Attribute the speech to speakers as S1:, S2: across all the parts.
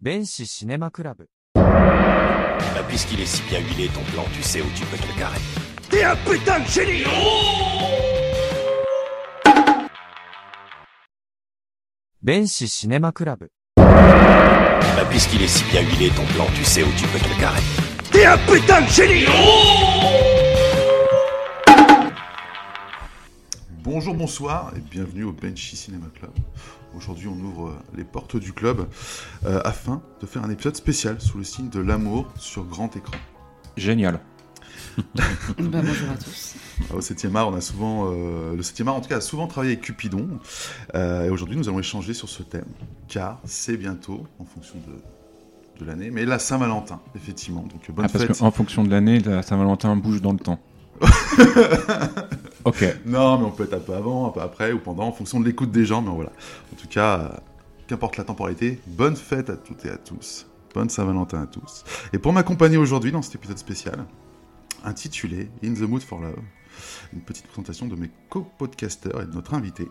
S1: 弁士シネマクラブ。
S2: Bah, Puisqu'il est si bien huilé ton plan, tu sais où tu peux te le carrer.
S3: T'es un putain de génie
S1: 弁士シネマクラブ。
S2: Bah, Puisqu'il est si bien huilé ton plan, tu sais où tu peux te le carrer.
S3: T'es un putain de génie
S4: Bonjour, bonsoir et bienvenue au Benchy Cinema Club. Aujourd'hui, on ouvre euh, les portes du club euh, afin de faire un épisode spécial sous le signe de l'amour sur grand écran.
S5: Génial.
S6: Bah, bonjour à tous.
S4: Euh, Au 7e art, on a souvent, euh, le 7e art en tout cas a souvent travaillé avec Cupidon Euh, et aujourd'hui, nous allons échanger sur ce thème car c'est bientôt, en fonction de, de l'année, mais la Saint-Valentin, effectivement. Donc bonne
S5: Ah, parce
S4: fête.
S5: qu'en fonction de l'année, la Saint-Valentin bouge dans le temps. ok.
S4: Non, mais on peut être un peu avant, un peu après ou pendant, en fonction de l'écoute des gens, mais voilà. En tout cas, euh, qu'importe la temporalité, bonne fête à toutes et à tous. Bonne Saint-Valentin à tous. Et pour m'accompagner aujourd'hui dans cet épisode spécial, intitulé In the Mood for Love, une petite présentation de mes co-podcasters et de notre invité.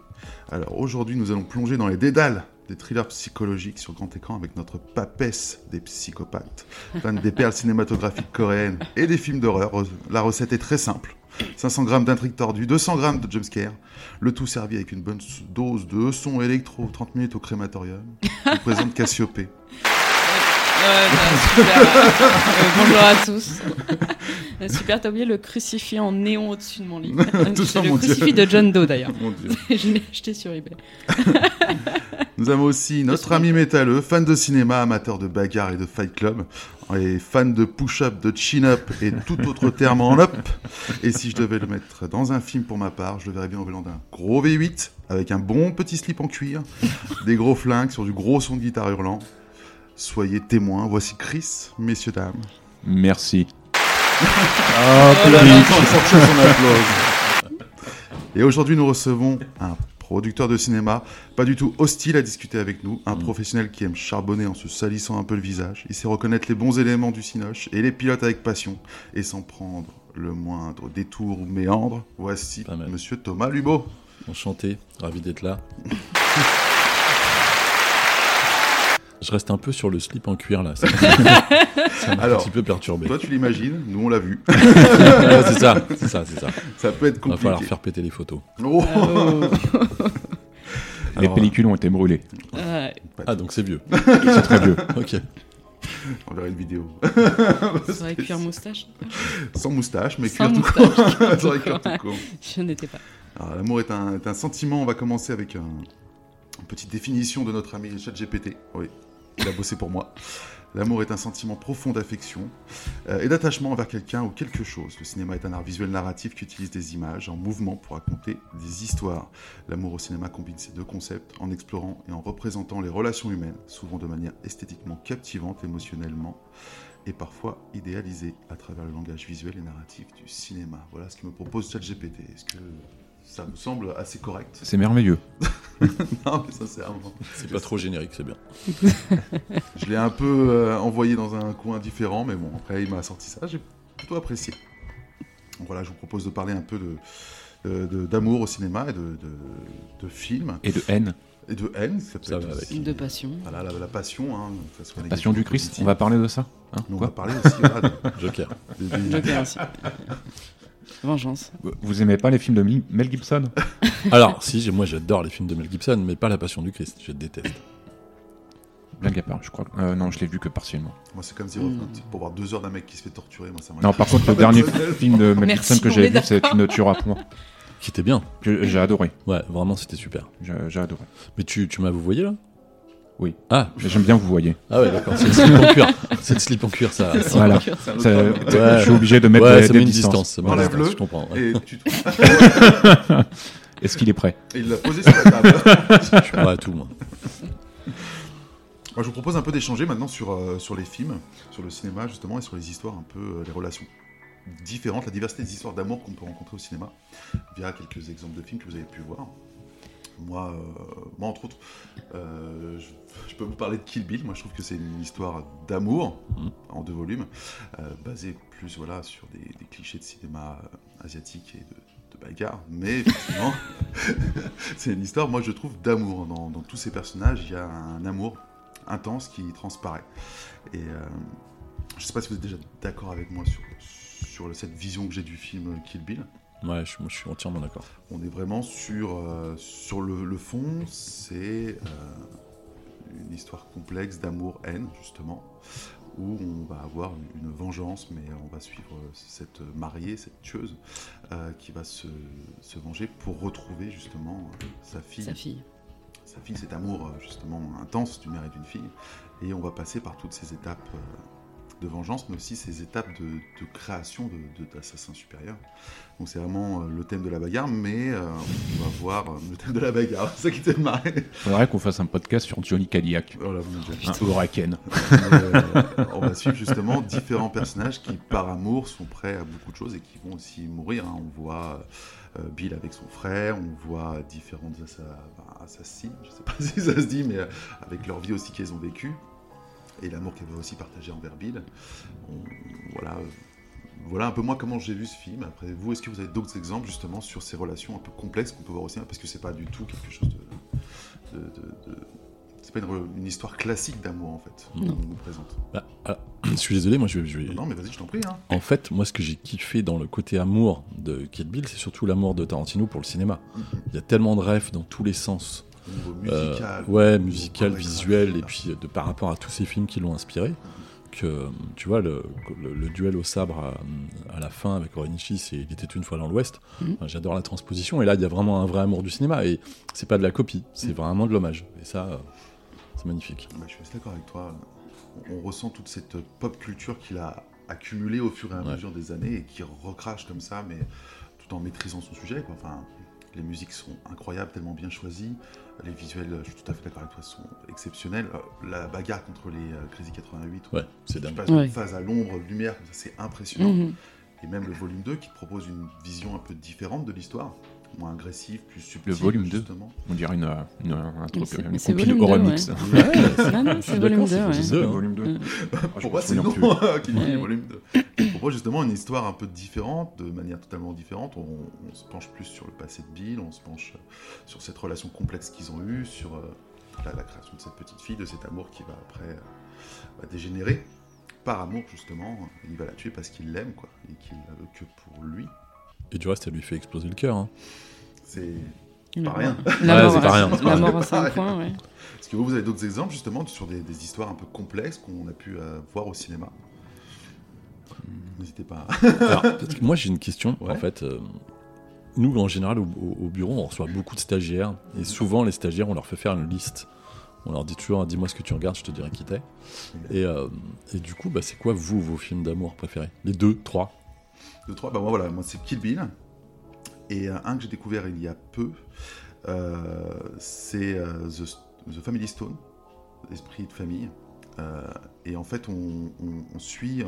S4: Alors aujourd'hui, nous allons plonger dans les dédales des thrillers psychologiques sur grand écran avec notre papesse des psychopathes, fan des perles cinématographiques coréennes et des films d'horreur. La recette est très simple. 500 grammes d'intrigue tordue, 200 grammes de jumpscare, le tout servi avec une bonne dose de son électro, 30 minutes au crématorium. Je vous présente Cassiopée.
S6: Ouais, bah, super. Euh, bonjour à tous. Euh, super, t'as oublié le crucifix en néon au-dessus de mon lit.
S4: Tout ça,
S6: C'est le
S4: mon Dieu.
S6: crucifix de John Doe d'ailleurs.
S4: Mon Dieu.
S6: Je l'ai acheté sur eBay.
S4: Nous avons aussi notre ami métalleux, fan de cinéma, amateur de bagarre et de fight club, et fan de push-up, de chin-up et tout autre terme en up. Et si je devais le mettre dans un film pour ma part, je le verrais bien au volant d'un gros V8, avec un bon petit slip en cuir, des gros flingues sur du gros son de guitare hurlant. Soyez témoins, voici Chris, messieurs, dames.
S5: Merci.
S4: Et aujourd'hui, nous recevons un producteur de cinéma, pas du tout hostile à discuter avec nous,
S7: Mm.
S4: un professionnel qui aime charbonner en se salissant un peu le visage. Il sait reconnaître les bons éléments du cinoche et les pilote avec passion, et sans prendre le moindre détour ou méandre. Voici
S7: Pas mal.
S4: Monsieur Thomas Lubot.
S7: Enchanté, ravi d'être là. Je reste un peu sur le slip en cuir là. Ça m'a- ça m'a un
S4: Alors,
S7: petit peu perturbé.
S4: Toi, tu l'imagines, nous on l'a vu.
S7: Ouais, c'est ça, c'est ça, c'est ça.
S4: Ça peut être
S7: Il va
S4: compliqué.
S7: falloir faire péter les photos.
S4: Oh
S6: Ah
S5: Les
S4: Alors,
S5: pellicules ont été brûlées.
S6: Ouais.
S7: Ah donc c'est vieux.
S5: C'est très vieux.
S7: Ok.
S4: on verra une vidéo.
S6: ça aurait pu un moustache.
S4: Sans moustache, mais
S6: Sans
S4: cuir tout court.
S6: moustache.
S4: Ça aurait cuir tout court.
S6: Je n'étais pas.
S4: Alors, l'amour est un, est un sentiment. On va commencer avec un, une petite définition de notre ami ChatGPT. Oui, il a bossé pour moi. L'amour est un sentiment profond d'affection euh, et d'attachement envers quelqu'un ou quelque chose. Le cinéma est un art visuel narratif qui utilise des images en mouvement pour raconter des histoires. L'amour au cinéma combine ces deux concepts en explorant et en représentant les relations humaines, souvent de manière esthétiquement captivante, émotionnellement et parfois idéalisée à travers le langage visuel et narratif du cinéma. Voilà ce que me propose ChatGPT. Est-ce que ça vous semble assez correct
S5: C'est merveilleux.
S4: Non, mais sincèrement.
S7: C'est pas trop générique, c'est bien.
S4: Je l'ai un peu euh, envoyé dans un coin différent, mais bon, après il m'a sorti ça, j'ai plutôt apprécié. Donc voilà, je vous propose de parler un peu de euh, de- d'amour au cinéma et de, de, de films
S5: Et de haine.
S4: et de haine. Ça, peut
S7: Ça
S4: être
S7: va
S4: aussi-
S6: De passion.
S4: Voilà, la, la passion, hein, que ça soit
S5: Passion du
S4: négatif ou
S5: Christ.
S4: positif.
S5: On va parler de ça. Hein,
S4: Nous, on va
S5: quoi
S4: parler aussi voilà, de-
S7: Joker.
S4: de- de-
S6: Joker aussi. Vengeance.
S5: Vous aimez pas les films de Mi- Mel Gibson
S7: Alors si, j'ai- moi j'adore les films de Mel Gibson, mais pas La Passion du Christ. Je déteste.
S5: Blague à part, je crois. que- euh, non, je l'ai vu que partiellement.
S4: Moi, c'est comme Zero
S6: Hmm.
S4: Front. Pour voir deux heures d'un mec qui se fait torturer, moi, ça m'a.
S5: Non, par contre, le dernier
S4: Personnel.
S5: film de Mel
S6: Merci,
S5: Gibson que
S6: on est
S5: j'ai vu,
S6: d'accord.
S5: c'est Tu ne tueras point.
S7: Qui était bien.
S5: Que J'ai adoré.
S7: Ouais, vraiment c'était super.
S5: J'ai j'ai adoré.
S7: Mais tu, tu m'as vous voyez là
S5: Oui.
S7: Ah,
S5: Mais J'aime bien que vous voyez.
S7: ah ouais d'accord. C'est le slip en cuir. C'est le slip en cuir ça.
S6: C'est
S5: Voilà.
S6: sûr.
S5: Ça- Je suis obligé de mettre
S7: ouais,
S5: des,
S7: ça
S5: des
S7: met une
S5: distances.
S7: distance. ça met une
S4: Enlève-le.
S7: distance, Je comprends. ouais.
S4: Et tu te-
S5: Est-ce qu'il est prêt
S4: et il l'a posé sur la table.
S7: Je suis pas à tout moi.
S4: Moi, je vous propose un peu d'échanger maintenant sur, euh, sur les films, sur le cinéma justement et sur les histoires, un peu euh, les relations différentes, la diversité des histoires d'amour qu'on peut rencontrer au cinéma via quelques exemples de films que vous avez pu voir. Moi, euh, moi entre autres, euh, je, je peux vous parler de Kill Bill. Moi, je trouve que c'est une histoire d'amour
S7: Mhm.
S4: en deux volumes, euh, basée plus voilà sur des, des clichés de cinéma euh, asiatique et de, de bagarre, mais effectivement, c'est une histoire. Moi, je trouve d'amour dans, dans tous ces personnages. Il y a un amour intense qui transparaît. Et euh, je sais pas si vous êtes déjà d'accord avec moi sur, sur cette vision que j'ai du film Kill Bill.
S7: Ouais, je, moi, je suis entièrement d'accord.
S4: On est vraiment sur, euh, sur le, le fond, c'est euh, une histoire complexe d'amour-haine, justement, où on va avoir une, une vengeance, mais on va suivre euh, cette mariée, cette tueuse, euh, qui va se, se venger pour retrouver justement euh, sa fille.
S6: Sa fille.
S4: Sa fille, cet amour euh, justement intense du mère et d'une fille. Et on va passer par toutes ces étapes euh, de vengeance, mais aussi ces étapes de, de création de- de- d'assassins supérieurs. Donc c'est vraiment euh, le thème de la bagarre, mais euh, on va voir euh, le thème de la bagarre, c'est ça qui te marré.
S5: Faudrait qu'on fasse un podcast sur Johnny Cadillac.
S4: Oh là, mon Dieu.
S5: Un Huracan.
S4: Euh, on va suivre justement différents personnages qui, par amour, sont prêts à beaucoup de choses et qui vont aussi mourir. hein. On voit euh, Bill avec son frère, on voit différentes assa- enfin, assassines, je sais pas si ça se dit, mais euh, avec leur vie aussi qu'elles ont vécue et l'amour qu'elles doivent aussi partager envers Bill. On- voilà. euh, voilà un peu moi comment j'ai vu ce film. Après vous, est-ce que vous avez d'autres exemples justement sur ces relations un peu complexes qu'on peut voir au cinéma Parce que c'est pas du tout quelque chose de. de- de- de- c'est pas une, re- une histoire classique d'amour en fait
S6: Non.
S4: qu'on nous présente.
S7: Bah, ah, je suis désolé, moi, je, je vais-
S4: Non, mais vas-y, je t'en prie. Hein.
S7: En fait, moi, ce que j'ai kiffé dans le côté amour de Kill Bill, c'est surtout l'amour de Tarantino pour le cinéma. Il y a tellement de rêves dans tous les sens.
S4: Au niveau
S7: Euh,
S4: musical.
S7: ouais, musical,
S4: chorégraphique,
S7: visuel, et
S4: voilà.
S7: puis euh, de, par rapport à tous ces films qui l'ont inspiré. Que, tu vois, le, le- le duel au sabre à, à la fin avec Orenichi, c'est Il était une fois dans l'Ouest.
S6: Mhm.
S7: Enfin, J'adore la transposition, et là, il y a vraiment un vrai amour du cinéma, et c'est pas de la copie, c'est vraiment de l'hommage. Et ça, euh, c'est magnifique.
S4: Bah, je suis assez d'accord avec toi. On, on ressent toute cette pop culture qu'il a accumulée au fur et à
S7: Ouais.
S4: mesure des années et qui recrache comme ça, mais tout en maîtrisant son sujet. Quoi. Enfin, les musiques sont incroyables, tellement bien choisies. Les visuels, je suis tout à fait d'accord avec toi, sont exceptionnels. Euh, La bagarre contre les euh, Crazy 88,
S7: Ouais, c'est
S4: qui
S7: dingue.
S4: passe
S6: Ouais.
S4: de phase à l'ombre, lumière, comme ça, c'est impressionnant.
S6: Mhm.
S4: Et même le volume 2 qui te propose une vision un peu différente de l'histoire, moins agressive, plus subtile.
S5: Le volume 2.
S4: justement.
S5: On dirait une, euh, une- un truc,
S6: C'est-
S5: une
S6: c'est
S5: compile
S6: volume deux,
S5: Euromix.
S6: Non, non, Ah, c'est volume 2, ouais.
S7: deux, hein.
S5: volume Ah,
S6: Euh,
S4: Pour moi, c'est non qui dit
S6: Ouais.
S4: volume 2. Et Pour moi, justement, une histoire un peu différente, de manière totalement différente. On, on se penche plus sur le passé de Bill, on se penche euh, sur cette relation complexe qu'ils ont eue, sur euh, la, la création de cette petite fille, de cet amour qui va après euh, va dégénérer. Par amour, justement, il va la tuer parce qu'il l'aime, quoi, et qu'il la veut que pour lui.
S7: Et du reste, ça lui fait exploser le cœur. hein.
S4: C'est
S6: la
S4: pas rien.
S6: mort- La
S7: Ouais,
S6: mort
S7: c'est pas rien,
S6: à-
S7: c'est pas
S6: la
S7: rien.
S6: mort à 5 points, ouais.
S4: Est-ce que vous, vous avez d'autres exemples, justement, sur des, des histoires un peu complexes qu'on a pu euh, voir au cinéma N'hésitez pas.
S7: Alors, parce que moi, j'ai une question.
S4: Ouais.
S7: En fait, euh, nous, en général, au, au- au bureau, on reçoit beaucoup de stagiaires. Et souvent, les stagiaires, on leur fait faire une liste. On leur dit toujours hein, dis-moi ce que tu regardes, je te dirai qui t'es. Et, euh, et du coup, bah, c'est quoi, vous, vos films d'amour préférés Les deux, trois
S4: Deux, trois, bah moi voilà, moi c'est Kill Bill. Et euh, un que j'ai découvert il y a peu, euh, c'est euh, The, The Family Stone, Esprit de famille. Euh, et en fait, on, on- on suit euh,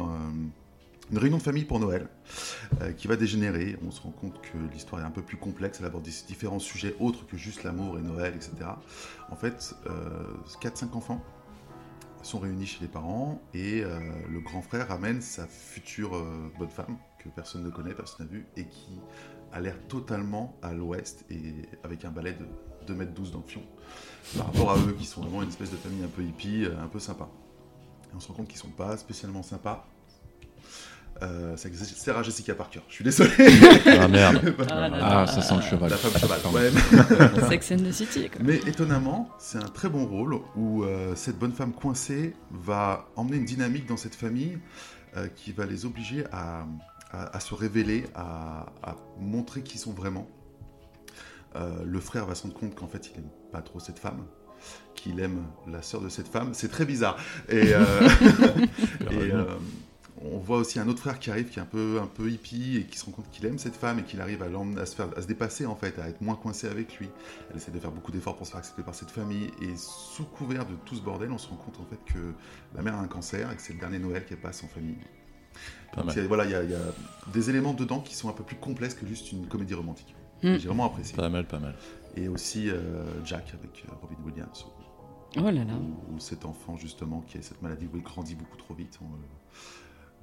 S4: une réunion de famille pour Noël euh, qui va dégénérer. On se rend compte que l'histoire est un peu plus complexe, elle aborde des- différents sujets autres que juste l'amour et Noël, etc. En fait, euh, 4-5 enfants sont réunis chez les parents et euh, le grand frère ramène sa future euh, bonne femme que personne ne connaît, personne n'a vue et qui a l'air totalement à l'ouest et avec un balai de 2m12 dans le fion par rapport à eux qui sont vraiment une espèce de famille un peu hippie, euh, un peu sympa. Et on se rend compte qu'ils sont pas spécialement sympas. Euh, ça sert à Jessica Parker, je suis désolé.
S7: Ah merde
S6: Ah, là, là.
S5: Ah, ça sent le cheval.
S4: Euh, La femme cheval,
S5: Pardon.
S4: ouais,
S6: Sex and the City, quoi.
S4: mais étonnamment, c'est un très bon rôle où euh, cette bonne femme coincée va emmener une dynamique dans cette famille euh, qui va les obliger à, à- à se révéler, à, à montrer qui ils sont vraiment. Euh, le frère va se rendre compte qu'en fait, il n'aime pas trop cette femme, qu'il aime la sœur de cette femme. C'est très bizarre. Et, euh, et, euh, on voit aussi un autre frère qui arrive, qui est un peu, un peu hippie et qui se rend compte qu'il aime cette femme et qu'il arrive à, l'emmener- à, se faire, à se dépasser en fait, à être moins coincé avec lui. Elle essaie de faire beaucoup d'efforts pour se faire accepter par cette famille. Et sous couvert de tout ce bordel, on se rend compte en fait que la mère a un cancer et que c'est le dernier Noël qu'elle passe en famille.
S7: Pas
S4: Donc,
S7: mal.
S4: c'est- Voilà, il y, a- il y a des éléments dedans qui sont un peu plus complexes que juste une comédie romantique.
S6: Mm.
S4: Et J'ai vraiment apprécié.
S7: Pas mal, pas mal.
S4: Et aussi euh, Jack avec euh, Robin Williams,
S6: Oh là là.
S4: où, où cet enfant justement qui a cette maladie où il grandit beaucoup trop vite. on, euh,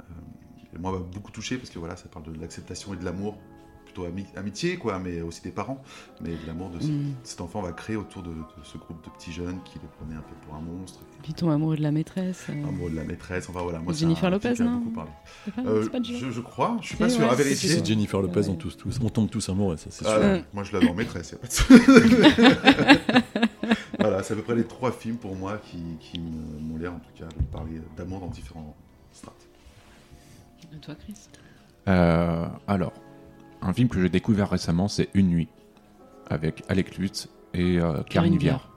S4: euh, et moi, m'a beaucoup touché parce que voilà, ça parle de l'acceptation et de l'amour plutôt ami- amitié, quoi, mais aussi des parents. Mais l'amour de cet,
S6: Mm.
S4: cet enfant va créer autour de, de ce groupe de petits jeunes qui le prenaient un peu pour un monstre, et
S6: Puis tombe amoureux de la maîtresse. euh,
S7: Ah,
S4: amoureux de la maîtresse. Enfin voilà, moi c'est
S6: Jennifer
S4: un film
S6: Lopez,
S4: qui m'a
S6: non
S4: beaucoup parlé.
S6: c'est pas,
S4: Euh,
S6: c'est pas Joe.
S4: je, je crois, je suis pas
S6: Oui,
S4: sûr
S6: ouais,
S4: à
S6: c'est-
S4: vérifier.
S7: C'est Jennifer Lopez,
S6: Ouais.
S7: on, tous, tous, on tombe tous amoureux, ça c'est sûr.
S4: Ah,
S6: Ouais.
S4: moi je l'avais en maîtresse, y a pas de souci. Voilà, c'est à peu près les trois films pour moi qui, qui me- m'ont l'air en tout cas de parler d'amour dans différents strates.
S6: Et Toi, Chris.
S5: Euh, alors, un film que j'ai découvert récemment, c'est Une nuit, avec Alec Lutz et euh,
S6: Karine
S5: Karine Viard.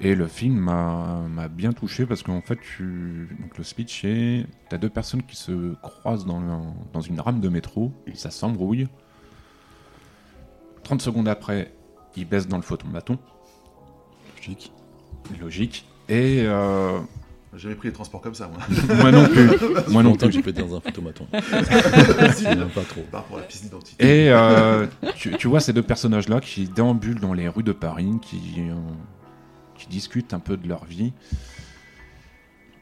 S5: Et le film m'a m'a bien touché parce qu'en fait, tu... Donc, le speech est t'as deux personnes qui se croisent dans, le- dans une rame de métro, ça s'embrouille. 30 secondes après, ils baissent dans le faux bâton,
S7: Logique.
S5: logique. Et euh,
S4: J'ai jamais pris les transports comme ça, moi.
S5: moi non plus, moi non
S7: Longtemps
S5: plus.
S7: que j'ai pété dans un photomaton. Je l'aime pas trop.
S4: Par pour la piste d'identité.
S5: Ah, Et euh, tu, tu vois ces deux personnages-là qui déambulent dans les rues de Paris, qui, euh, qui discutent un peu de leur vie.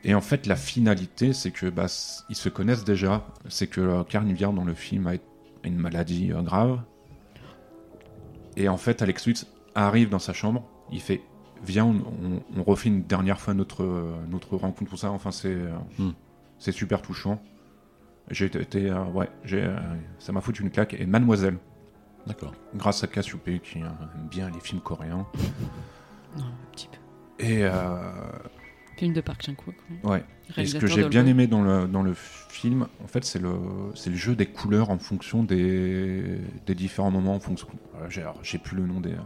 S5: Et en fait, la finalité, c'est que bah, s- ils se connaissent déjà. C'est que euh, Karine Viard, dans le film, a a une maladie euh, grave. Et en fait, Alex Lutz arrive dans sa chambre. Il fait Viens, on, on- on refait une dernière fois notre, euh, notre rencontre, tout ça. Enfin, c'est euh,
S7: Hmm.
S5: c'est super touchant. J'ai été. euh, ouais, j'ai, euh, ça m'a foutu une claque. Et Mademoiselle,
S7: D'accord.
S5: grâce à Cassiope, qui euh, aime bien les films coréens.
S6: Non, un petit peu.
S5: Et, euh,
S6: Film de Park Chan-wook. hein.
S5: ouais. Et ce
S6: Réalisateur
S5: que j'ai
S6: de
S5: bien
S6: Hollywood.
S5: aimé dans le, dans le film, en fait, c'est le, c'est le jeu des couleurs en fonction des, des différents moments. En fonction, voilà, j'ai, alors, j'ai plus le nom des, euh,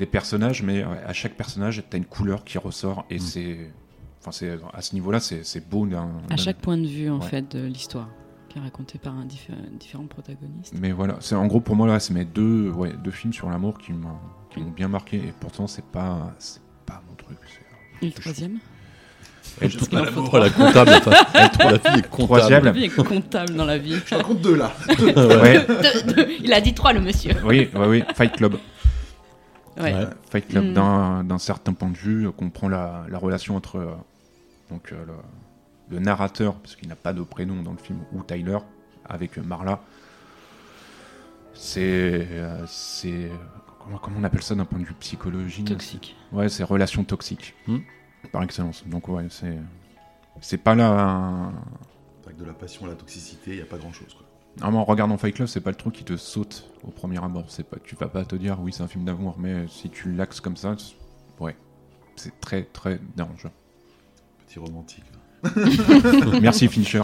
S5: des personnages, mais euh, à chaque personnage, t'as une couleur qui ressort.
S6: Mm.
S5: Et c'est, enfin, c'est, à ce niveau-là, c'est, c'est beau. d'un-
S6: À
S5: d'un-
S6: chaque point de vue, en
S5: Ouais.
S6: fait, de l'histoire qui est racontée par un diffé- différent protagoniste.
S5: Mais voilà, c'est en gros pour moi là, c'est mes deux, ouais, deux films sur l'amour qui m'ont, qui m'ont bien marqué. Et pourtant, c'est pas, c'est pas mon truc. c'est-
S6: Et le troisième
S5: Et le
S6: Parce qu'il en faut
S7: Oh, la comptable, enfin, entre la fille est comptable.
S5: Troisième.
S6: La vie est comptable dans la vie.
S4: Je t'en compte deux là.
S5: ouais,
S6: Deux, deux. Il a dit trois, le monsieur.
S5: oui, oui, oui, Fight Club. Euh,
S6: Ouais.
S7: Ouais.
S5: Fight Club
S6: Mm.
S5: d'un d'un certain point de vue, euh, comprend la, la relation entre euh, donc, euh, le, le narrateur, parce qu'il n'a pas de prénom dans le film, ou Tyler, avec euh, Marla. C'est. euh, c'est- comment, comment on appelle ça d'un point de vue psychologie
S6: Toxique.
S5: Ouais, c'est relation toxique,
S7: Mm.
S5: par excellence. Donc, ouais, c'est. C'est pas là. un-
S4: Avec de la passion à la toxicité, il n'y a pas grand chose. Quoi.
S5: Normalement, en regardant Fight Club, c'est pas le truc qui te saute au premier abord. C'est pas, tu vas pas te dire oui, c'est un film d'amour, mais si tu l'axes comme ça, c'est- ouais, c'est très très dangereux.
S4: Petit romantique. là.
S5: Merci Fincher.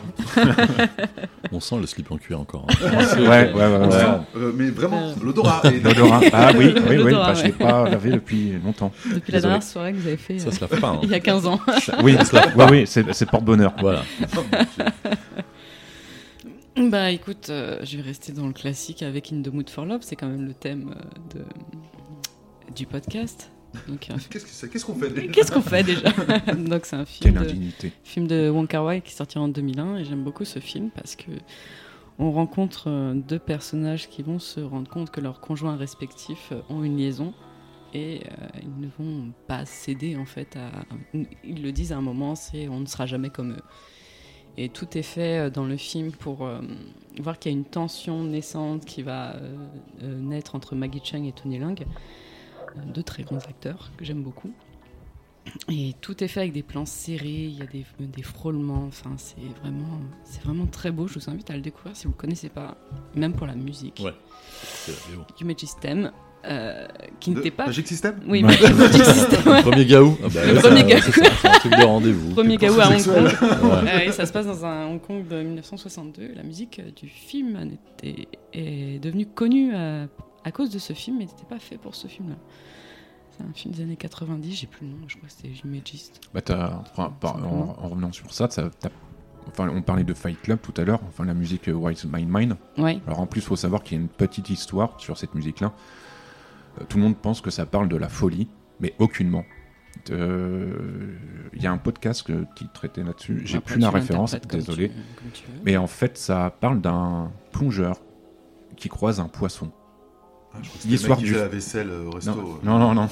S7: On sent le slip en cuir encore. hein.
S5: ouais, ouais, ouais. ouais.
S4: Ouais. Euh, mais vraiment, l'odorat. et
S5: L'odorat. Ah oui, oui, oui.
S6: L'odorat,
S5: bah, Je l'ai
S6: ouais.
S5: pas lavé depuis longtemps. Désolé.
S6: Depuis la dernière soirée que vous avez fait
S7: Ça
S6: euh,
S7: se lave pas. hein.
S6: il y a 15 ans.
S5: Oui, oui, oui, c'est c'est porte-bonheur.
S7: Voilà.
S6: bah écoute, euh, je vais rester dans le classique avec In the Mood for Love. C'est quand même le thème euh, de... du podcast. Donc, euh,
S4: Qu'est-ce que c'est Qu'est-ce qu'on fait déjà
S6: Qu'est-ce qu'on fait déjà Donc c'est un film
S5: Quelle
S6: de,
S5: indignité.
S6: film de Wong Kar Wai qui est sorti en 2001 et j'aime beaucoup ce film parce que on rencontre euh, deux personnages qui vont se rendre compte que leurs conjoints respectifs euh, ont une liaison et euh, ils ne vont pas céder en fait à ils le disent à un moment c'est on ne sera jamais comme eux et tout est fait euh, dans le film pour euh, voir qu'il y a une tension naissante qui va euh, euh, naître entre Maggie Chung et Tony Leung euh, deux très bons acteurs que j'aime beaucoup et tout est fait avec des plans serrés, il y a des, des frôlements, enfin c'est vraiment, c'est vraiment très beau, je vous invite à le découvrir si vous ne connaissez pas, même pour la musique.
S7: Ouais. C'est la VO.
S6: Human System, euh, qui
S4: De-
S6: n'était pas...
S4: Magic System
S6: Oui,
S5: Ouais.
S6: Magic System, ouais.
S7: Premier gaou. Ah bah,
S6: Le
S7: ouais,
S6: premier
S7: ça-
S6: gaou.
S7: c'est ça, C'est un truc de rendez-vous.
S6: Premier
S4: Dépense
S6: Gaou à Hong
S4: sexuelle.
S6: Kong.
S7: Ouais.
S6: Euh, et ça se passe dans un Hong Kong de 1962. La musique euh, du film en était- est devenue connue à, à cause de ce film, mais n'était pas fait pour ce film-là. C'est un film des années 90, j'ai plus le nom, je crois que c'était Imagist.
S5: Bah, t'as- enfin, par- en, en revenant sur ça, t'as- t'as- enfin, on parlait de Fight Club tout à l'heure. Enfin, la musique euh, Why is My Mind.
S6: Ouais,
S5: Alors en plus, faut savoir qu'il y a une petite histoire sur cette musique-là. Euh, Tout le monde pense que ça parle de la folie, mais aucunement. Euh, Il y a un podcast que- qui traitait là-dessus. J'ai
S6: Après,
S5: plus la
S6: Ah, tu
S5: référence,
S6: l'interprètes comme
S5: désolé.
S6: tu- comme tu veux.
S5: Mais en fait, ça parle d'un plongeur qui croise un poisson.
S4: Ah, je crois que c'était
S5: L'histoire
S4: le mec qui
S5: du-
S4: faisait la vaisselle euh, au resto.
S5: Non,
S4: euh.
S5: non, non, non.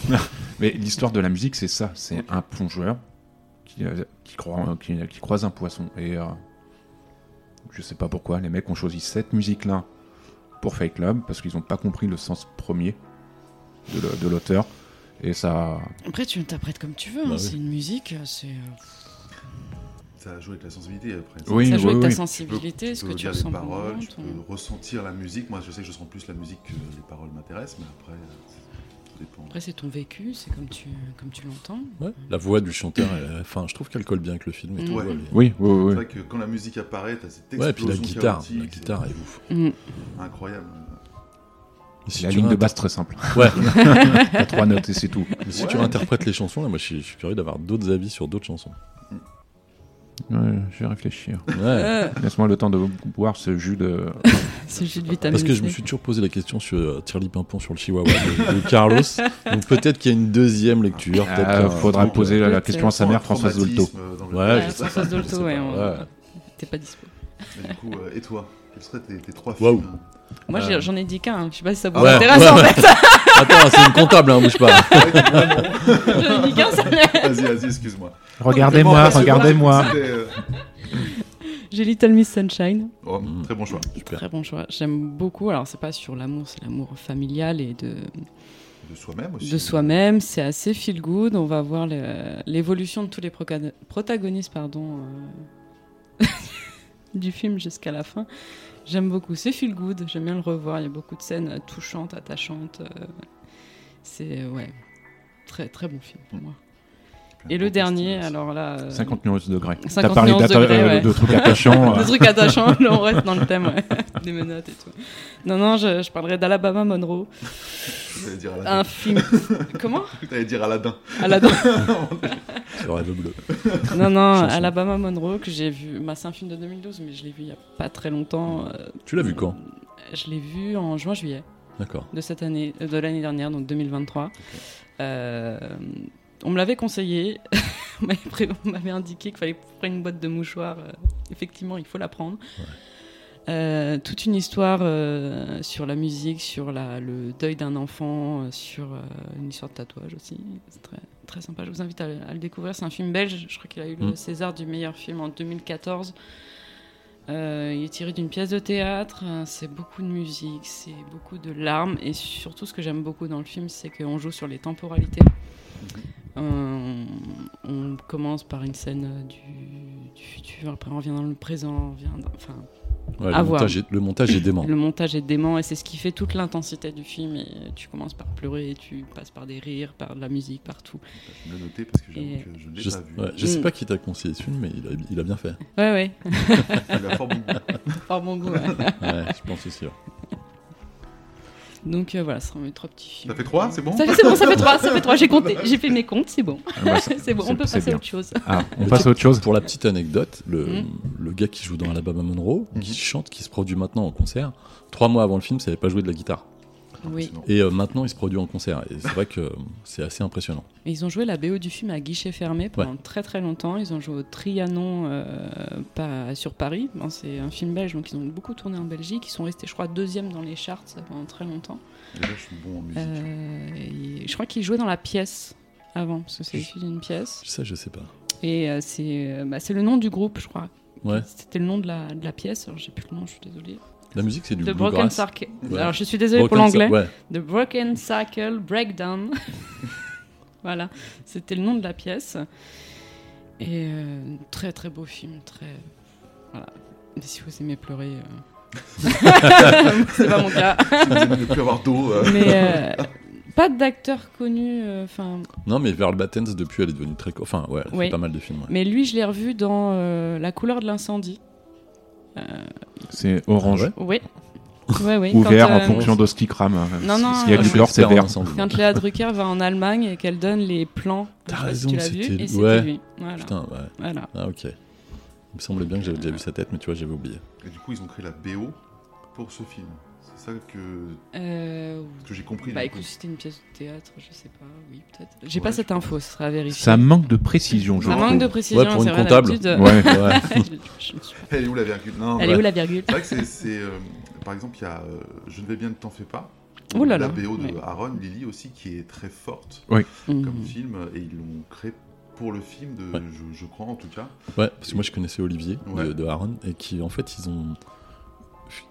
S5: Mais l'histoire de la musique, c'est ça. C'est un plongeur qui, euh, qui, croise, qui, qui croise un poisson. Et euh, je sais pas pourquoi, les mecs ont choisi cette musique-là pour Fight Club parce qu'ils n'ont pas compris le sens premier de le- de l'auteur. Et ça,
S6: Après, tu interprètes comme tu veux.
S7: Bah
S6: hein,
S7: oui.
S6: C'est une musique, euh, c'est euh,
S4: Ça a joué avec la sensibilité après.
S5: Oui,
S6: ça joue avec ta
S4: Tu peux,
S6: sensibilité,
S4: tu
S6: ce
S4: peux
S6: que tu
S4: lire
S6: ressens
S4: les
S6: pour le
S4: paroles,
S6: moment,
S4: tu
S6: ton-
S4: peux ressentir la musique. Moi, je sais que je sens plus la musique que les paroles m'intéressent, mais après, euh, ça dépend.
S6: Après, c'est ton vécu, c'est comme tu, comme tu l'entends.
S7: Ouais, La voix du chanteur, elle- enfin, je trouve qu'elle colle bien avec le film et tout.
S4: Ouais.
S7: elle est-
S5: oui, oui, oui.
S4: C'est vrai que quand la musique apparaît, t'as cette
S7: Ouais, et puis
S4: explosion
S7: la guitare,
S4: chaotique,
S7: la guitare est ouf.
S6: Mm.
S4: c'est incroyable.
S7: Mais si
S5: la
S7: tu
S5: ligne de
S7: inter-
S5: basse très simple.
S7: Ouais.
S5: T'as trois notes et c'est tout.
S7: Mais si
S4: Ouais.
S7: tu interprètes les chansons, là, moi, je suis, je suis curieux d'avoir d'autres avis sur d'autres chansons.
S5: Ouais, je vais réfléchir.
S7: Ouais.
S6: Euh,
S5: Laisse-moi le temps de boire ce jus de.
S6: c'est le jus de vitamine
S7: Parce que je
S6: C.
S7: me suis toujours posé la question sur euh, Tirli Pimpon sur le Chihuahua de, de Carlos. Donc peut-être qu'il y a une deuxième lecture.
S5: Ah,
S7: peut-être qu'un-
S5: faudra
S7: un truc,
S5: poser la, la
S6: Peut-être.
S5: question à sa mère, Françoise Dolto.
S7: Ouais,
S6: Ouais,
S7: ah, je sais pas.
S6: Françoise Ah, Dolto,
S7: Je sais
S6: ouais,
S7: pas.
S6: on-
S7: Ouais.
S6: T'es pas dispo.
S4: Et, du coup, euh, et toi Quels seraient tes, tes trois films
S7: Waouh.
S6: Moi,
S7: Euh.
S6: j'ai- j'en ai dit qu'un. hein. Je sais pas si ça vous
S7: Ouais,
S6: intéresse
S7: ouais,
S6: en
S7: ouais.
S6: fait.
S7: Attends, c'est une comptable, hein, bouge pas.
S6: J'en ai dit qu'un. ça-
S4: Vas-y, vas-y, excuse-moi.
S5: Regardez-moi,
S4: Vraiment,
S5: regardez-moi.
S4: c'était, euh,
S6: J'ai Little Miss Sunshine.
S4: oh,
S7: Mm.
S4: Très bon choix.
S7: Super.
S6: Très bon choix. J'aime beaucoup. Alors, c'est pas sur l'amour, c'est l'amour familial et de,
S4: De soi-même aussi.
S6: de soi-même. C'est assez feel good. On va voir le- l'évolution de tous les proca- protagonistes pardon, euh, du film jusqu'à la fin. J'aime beaucoup. C'est feel good. J'aime bien le revoir. Il y a beaucoup de scènes euh, touchantes, attachantes. euh, C'est euh, ouais, très très bon film pour moi. Et le dernier, alors là. euh,
S5: 59 degrés. T'as
S6: 59
S5: parlé d'atta-
S6: degrés,
S5: euh,
S6: ouais.
S5: de trucs attachants.
S6: Le
S5: euh,
S6: truc attachant, là on reste dans le thème, ouais. des menottes et tout. Non, non, je, je parlerai d'Alabama Monroe,
S4: T'allais dire Aladdin.
S6: un film. Comment
S4: T'allais dire Aladdin.
S6: Alabama.
S7: Sur Rêve Bleu.
S6: Non, non,
S7: Chanson.
S6: Alabama Monroe que j'ai vu. Bah, c'est un film de 2012, mais je l'ai vu il y a pas très longtemps. euh,
S7: Tu l'as vu quand
S6: Je l'ai vu en juin-juillet
S7: D'accord.
S6: de cette année, euh, de l'année dernière, donc 2023. Euh, on me l'avait conseillé. on m'avait pré- on m'avait indiqué qu'il fallait prendre une boîte de mouchoirs. euh, effectivement, il faut la prendre. Euh, toute une histoire euh, sur la musique, sur la, le deuil d'un enfant, euh, sur euh, une histoire de tatouage aussi. C'est très, très sympa. Je vous invite à, le- à le découvrir. C'est un film belge. Je crois qu'il a eu le
S7: Mm.
S6: César du meilleur film en 2014. Euh, il est tiré d'une pièce de théâtre, euh, c'est beaucoup de musique, c'est beaucoup de larmes, et surtout ce que j'aime beaucoup dans le film, c'est qu'on joue sur les temporalités. Mhm. Euh, on, on commence par une scène euh, du, du futur, après on revient dans le présent, on revient dans- enfin,
S7: Ouais,
S6: À
S7: le,
S6: voir.
S7: montage est, le montage est dément.
S6: le montage est dément et c'est ce qui fait toute l'intensité du film. Et tu commences par pleurer, tu passes par des rires, par de la musique, partout.
S4: Je vais le noter parce que j'avoue
S6: Et-
S4: que je ne
S7: Je,
S4: l'ai pas vu.
S7: ouais,
S6: Mm.
S7: je sais pas qui t'a conseillé ce film, mais il a, il a bien fait.
S6: Ouais, ouais,
S4: Il a fort bon goût.
S6: par mon goût. ouais.
S7: Ouais, je pense aussi. ouais.
S6: Donc euh, voilà, ça sera mes trois petits films.
S4: Ça fait trois, c'est bon
S6: Ça fait, c'est bon, ça fait trois, ça fait trois. J'ai compté, j'ai fait mes comptes, c'est bon.
S5: ah bah, c'est-
S6: C'est bon, on peut
S5: c'est
S6: passer à
S5: bien.
S6: autre chose.
S5: Ah, on
S7: Le
S5: passe
S7: type-
S5: à autre chose.
S7: Pour la petite anecdote, le,
S6: Mhm.
S7: le gars qui joue dans Alabama Monroe,
S5: Mm.
S4: Mhm.
S7: qui chante, qui se produit maintenant en concert, trois mois avant le film, savait pas jouer de la guitare.
S4: Ah,
S6: Oui.
S7: Et euh, maintenant, il se produit en concert. Et c'est vrai que euh, c'est assez impressionnant.
S6: Et Ils ont joué la BO du film à guichet fermé pendant très très longtemps. Ils ont joué au Trianon euh, pas- sur Paris. Bon, c'est un film belge, donc ils ont beaucoup tourné en Belgique. Ils sont restés, je crois, deuxième dans les charts pendant très longtemps.
S4: Déjà, je suis bon en musique.
S6: Euh, et je crois qu'ils jouaient dans la pièce avant, parce que c'est issu d'une pièce.
S7: Ça, je sais pas.
S6: Et euh, c'est euh, bah, c'est le nom du groupe, je crois.
S7: Ouais.
S6: C'était le nom de la, de la pièce. Alors j'ai plus le nom, je suis désolée.
S7: La musique, c'est du
S6: The Broken
S7: bluegrass.
S6: Circle.
S7: Ouais.
S6: Alors je suis désolée pour
S7: Broken Cir-
S6: l'anglais.
S7: Ouais.
S6: The Broken Cycle Breakdown. voilà, c'était le nom de la pièce. Et euh, très très beau film, très voilà. Mais si vous aimez pleurer, euh, c'est pas mon cas.
S4: Si vous aimez ne plus avoir d'eau, euh,
S6: Mais euh, pas d'acteur connu. euh, Enfin,
S7: Non, mais Verl Battens, depuis, elle est devenue très. co- Enfin, ouais, elle
S6: Oui.
S7: fait pas mal de films. ouais.
S6: mais lui, je l'ai revu dans euh, La couleur de l'incendie.
S5: C'est orange
S7: Ah ouais
S6: Oui. Ouais, ouais.
S5: ou vert
S6: quand,
S5: en
S6: euh,
S5: fonction de ce qui crame.
S6: Non, non,
S7: Ah,
S5: S'il y a du
S6: euh,
S5: chlore, c'est
S7: Expert en
S5: vert.
S7: ensemble.
S6: Quand Léa Drucker va en Allemagne et qu'elle donne les plans,
S7: T'as
S6: je sais pas si
S7: raison,
S6: tu l'as vu,
S7: c'était-
S6: et c'était
S7: ouais.
S6: lui. Voilà.
S7: Putain, ouais.
S6: voilà.
S7: Ah, ok. Il me semblait bien que j'avais déjà vu sa tête, mais tu vois, j'avais oublié.
S4: Et du coup, ils ont créé la BO pour ce film. C'est ça que,
S6: Euh,
S4: que j'ai compris.
S6: bah
S4: du coup.
S6: écoute, c'était une pièce de théâtre, je sais pas, oui peut-être. J'ai
S4: Ouais,
S6: pas
S4: je
S6: cette info, ce sera vérifié.
S5: Ça manque de précision, je
S6: Ça manque
S5: trouve.
S6: de précision,
S7: Ouais, pour
S6: c'est
S7: une
S6: vrai,
S7: comptable.
S6: d'habitude.
S5: Ouais.
S7: Ouais.
S6: Je- je- je-
S4: Elle est où la virgule Non,
S6: Elle
S4: ouais.
S6: est où la virgule
S4: C'est vrai que c'est. c'est, euh, par exemple, il y a euh, Je ne vais bien, ne t'en fais pas.
S6: Oh là
S4: la
S6: là,
S4: BO de
S6: ouais.
S4: Aaron Lily aussi, qui est très forte comme
S6: Mhm.
S4: film. Et ils l'ont créé pour le film, de,
S7: Ouais.
S4: je, je crois en tout cas.
S7: Ouais, parce que moi je connaissais Olivier de-
S4: Ouais.
S7: de, Aaron et qui en fait ils ont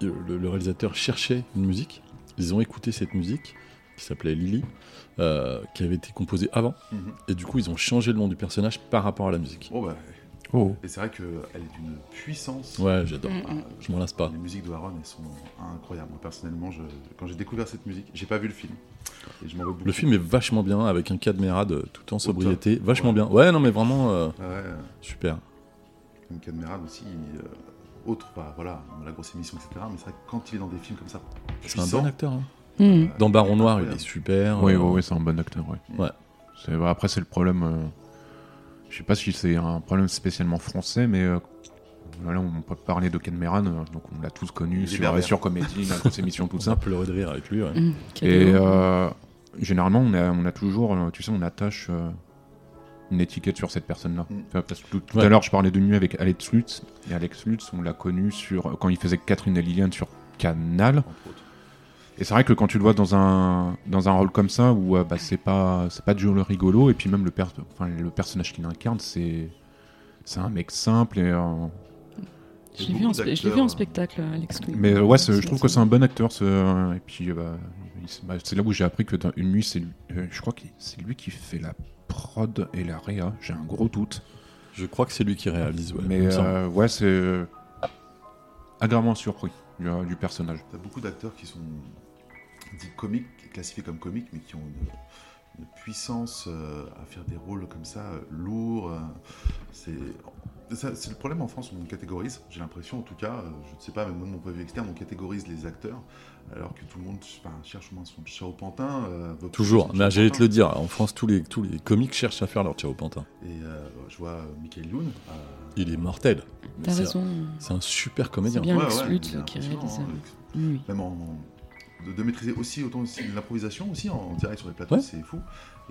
S7: euh, le, le réalisateur cherchait une musique. Ils ont écouté cette musique qui s'appelait Lily, euh, qui avait été composée avant.
S4: Mhm.
S7: Et du coup, ils ont changé le nom du personnage par rapport à la musique.
S4: Oh, bah,
S5: Oh.
S4: et c'est vrai qu'elle est d'une puissance.
S7: Ouais, j'adore.
S6: Mm,
S4: Ah,
S6: mm.
S7: Je m'en lasse pas.
S4: Les musiques de Aaron, elles sont incroyables. Moi, personnellement, je- quand j'ai découvert cette musique, j'ai pas vu le film. Et je m'en veux beaucoup.
S7: Le film est vachement bien avec un caméra de tout en sobriété.
S4: top.
S7: Vachement
S4: Ouais.
S7: bien. Ouais, non, mais vraiment euh,
S4: Ouais, euh,
S7: super.
S4: Comme Cadmeral aussi, il, euh, autre, bah, voilà, on a la grosse émission, etc. Mais c'est vrai que quand il est dans des films comme ça,
S7: C'est un
S4: puissants,
S7: bon acteur. hein.
S6: Mhm.
S7: Dans Baron Noir, il
S4: incroyable.
S7: est super.
S5: Oui,
S7: Euh,
S5: oui, oui, c'est un bon acteur, ouais.
S7: Ouais.
S5: C'est- bah, Après, c'est le problème. euh, Je sais pas si c'est un problème spécialement français, mais. euh, voilà, on peut parler de Ken Meran, euh, donc on l'a tous
S4: Il
S5: connu
S4: est
S5: sur,
S4: berbère.
S5: sur Comédie, la grosse émission, tout
S7: On a
S5: ça.
S7: pleuré de rire avec lui. ouais.
S6: Mhm. Quel
S5: Et
S6: élan.
S5: euh, généralement, on a, on a toujours, euh, tu sais, on attache euh, une étiquette sur cette personne-là.
S4: Mm.
S5: Enfin, parce que tout, tout
S7: Ouais.
S5: à l'heure, je parlais de nuit avec Alex Lutz, et Alex Lutz, on l'a connu sur, quand il faisait Catherine et Liliane sur Canal.
S4: entre autres.
S5: Et c'est vrai que quand tu le vois dans un, dans un rôle comme ça, où euh, bah, c'est pas, c'est pas du rôle rigolo, et puis même le, per- enfin, le personnage qu'il incarne, c'est, c'est un mec simple. Et, euh,
S6: je l'ai vu,
S4: beaucoup
S6: en spe- je l'ai vu
S4: d'acteurs,
S6: en spectacle, Alex Louis.
S5: Mais euh, ouais, c'est- je trouve que c'est un bon acteur. ce- euh, Et puis, euh, bah, il s- bah, c'est là où j'ai appris que dans Une Nuit, c'est lui- euh, je crois que c'est lui qui fait la prod et la réa. J'ai un gros doute.
S7: Je crois que c'est lui qui réalise. Ouais, il
S5: mais
S7: me semble.
S5: euh, ouais, c'est euh, agréablement surpris du, euh, du personnage.
S4: T'as beaucoup d'acteurs qui sont dits comiques, classifiés comme comiques, mais qui ont une, une puissance euh, à faire des rôles comme ça, euh, lourds. euh, c'est, ça- c'est le problème en France, on catégorise, j'ai l'impression en tout cas, euh, je ne sais pas, mais moi de mon point de vue externe, on catégorise les acteurs, alors que tout le monde enfin, cherche au moins son chat au pantin. euh, veut
S7: Toujours.
S4: son chat
S7: Mais
S4: au
S7: j'allais te
S4: pantin.
S7: le dire. En France, tous les, tous les comiques cherchent à faire leur tir au pantin.
S4: Et euh, je vois euh, Michael Youn. euh,
S7: Il est mortel. Mais
S6: T'as
S7: c'est-
S6: raison.
S7: C'est un super comédien.
S6: C'est bien. Alex Lutz
S4: il est
S6: qui
S4: impressionnant,
S6: réalise,
S4: hein,
S6: euh,
S4: Alex
S6: Oui.
S4: même en- de, de maîtriser aussi autant aussi de l'improvisation aussi en, en direct sur les plateaux,
S7: Ouais.
S4: c'est fou.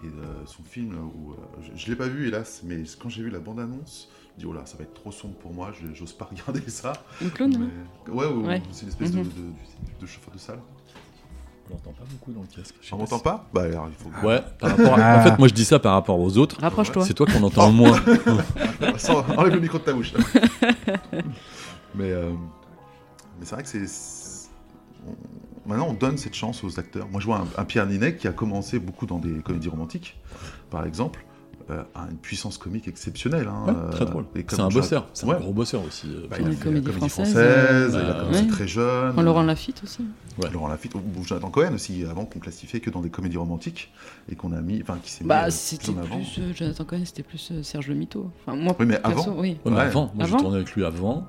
S4: Et euh, son film là, où euh, je, je l'ai pas vu hélas, mais quand j'ai vu la bande annonce, je dis oh là ça va être trop sombre pour moi, je- j'ose pas regarder ça.
S6: Le clone, hein.
S4: Mais- Ouais, ouais,
S6: Ouais.
S4: c'est une espèce de,
S6: Mhm.
S4: de- de chauffeur de salle.
S7: On l'entend pas beaucoup dans le casque. Je sais
S4: On
S7: pas
S4: m'entend
S7: si- Ah.
S4: pas Ah. Bah alors il faut. que-
S7: Ouais, par rapport à- En fait, moi je dis ça par rapport aux autres.
S6: Rapproche-toi.
S7: C'est toi qu'on entend moins.
S4: Oh. Sans- enlève le micro de ta bouche. mais euh, mais c'est vrai que c'est. c'est- on- Maintenant, on donne cette chance aux acteurs. Moi, je vois un, un Pierre Ninet qui a commencé beaucoup dans des comédies romantiques, par exemple, euh, a une puissance comique exceptionnelle. hein.
S7: Ouais, très
S4: Euh,
S7: drôle.
S4: et comme
S7: C'est un
S4: je-
S7: bosseur. C'est
S4: Ouais.
S7: un gros bosseur aussi. euh,
S4: Bah,
S7: Pierre
S4: il a
S6: Une
S4: fait
S7: Ninet.
S4: la comédie
S6: comédie
S4: française,
S6: française,
S4: il a
S7: euh,
S4: commencé
S6: ouais.
S4: très jeune.
S6: Quand Laurent Lafitte aussi.
S7: Ouais.
S4: Laurent Lafitte, ou ou Jonathan Cohen aussi, avant qu'on classifiait que dans des comédies romantiques, et qu'on a mis, enfin, qui s'est mis euh,
S6: Bah,
S4: plus
S6: c'était
S4: en avant.
S6: plus. euh, Jonathan Cohen, c'était plus euh, Serge Le Mito. Enfin, moi,
S4: Oui, mais
S6: perso,
S4: avant,
S6: oui.
S7: Ouais, mais
S4: Ouais.
S7: avant, moi j'ai
S6: Avant
S7: tourné avec lui avant.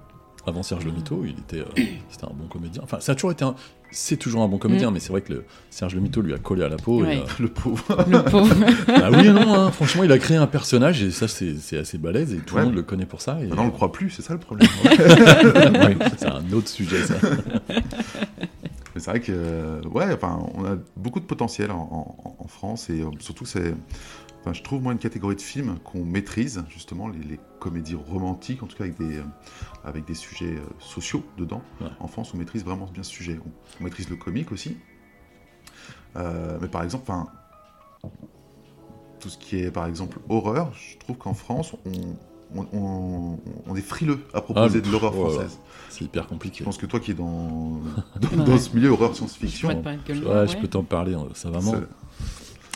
S7: Avant Serge Lemiteau, il était, euh, c'était un bon comédien. Enfin, ça a toujours été un. C'est toujours un bon comédien, mais c'est vrai que le Serge Lemiteau lui a collé à la peau. et,
S6: Mm. Ouais.
S7: euh,
S4: le pauvre.
S6: Le pauvre.
S7: bah oui et non, hein. franchement, il a créé un personnage et ça, c'est c'est assez balèze et tout
S4: Ouais.
S7: le monde le connaît pour ça. Et...
S4: Maintenant, on le croit plus, c'est ça le problème.
S5: Ouais.
S7: c'est un autre sujet, ça.
S4: Mais c'est vrai que, euh, ouais, enfin, on a beaucoup de potentiel en, en- en France et euh, surtout, c'est. Enfin, je trouve, moi, une catégorie de films qu'on maîtrise, justement, les, les comédies romantiques, en tout cas avec des, euh, avec des sujets euh, sociaux dedans.
S7: Ouais.
S4: En France, on maîtrise vraiment bien ce sujet. On, on maîtrise le comique aussi. Euh, mais par exemple, enfin, tout ce qui est, par exemple, horreur, je trouve qu'en France, on, on, on- on est frileux à proposer
S7: le-
S4: de l'horreur
S7: oh là là.
S4: française.
S7: C'est hyper
S4: Je
S7: compliqué.
S4: pense que toi qui es dans,
S6: Ouais.
S4: dans, dans ce milieu horreur
S6: Je
S4: science-fiction,
S6: pourrais te parler de Goldman,
S7: Ouais, je
S6: ouais.
S7: peux t'en parler, hein, ça va
S4: ça-
S7: vraiment.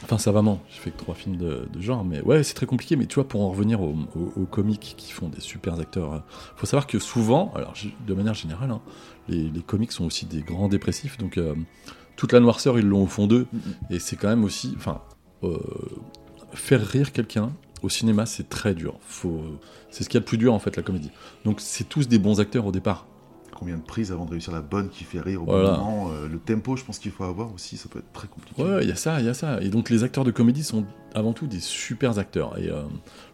S7: Enfin, ça va, man. J'ai fait que trois films de, de genre, mais ouais, c'est très compliqué. Mais tu vois, pour en revenir aux, aux- aux comiques qui font des super acteurs, euh, faut savoir que souvent, alors j- de manière générale, hein, les, les comiques sont aussi des grands dépressifs. Donc, euh, toute la noirceur, ils l'ont au fond d'eux. Et c'est quand même aussi. Enfin, euh, faire rire quelqu'un au cinéma, c'est très dur. Faut, euh, c'est ce qu'il y a de plus dur, en fait, la comédie. Donc, c'est tous des bons acteurs au départ.
S4: Combien de prises avant de réussir la bonne qui fait rire au
S7: Voilà.
S4: bon moment euh, Le tempo, je pense qu'il faut avoir aussi, ça peut être très compliqué.
S7: Ouais, il y a ça, il y a ça. Et donc les acteurs de comédie sont avant tout des super acteurs. Et euh,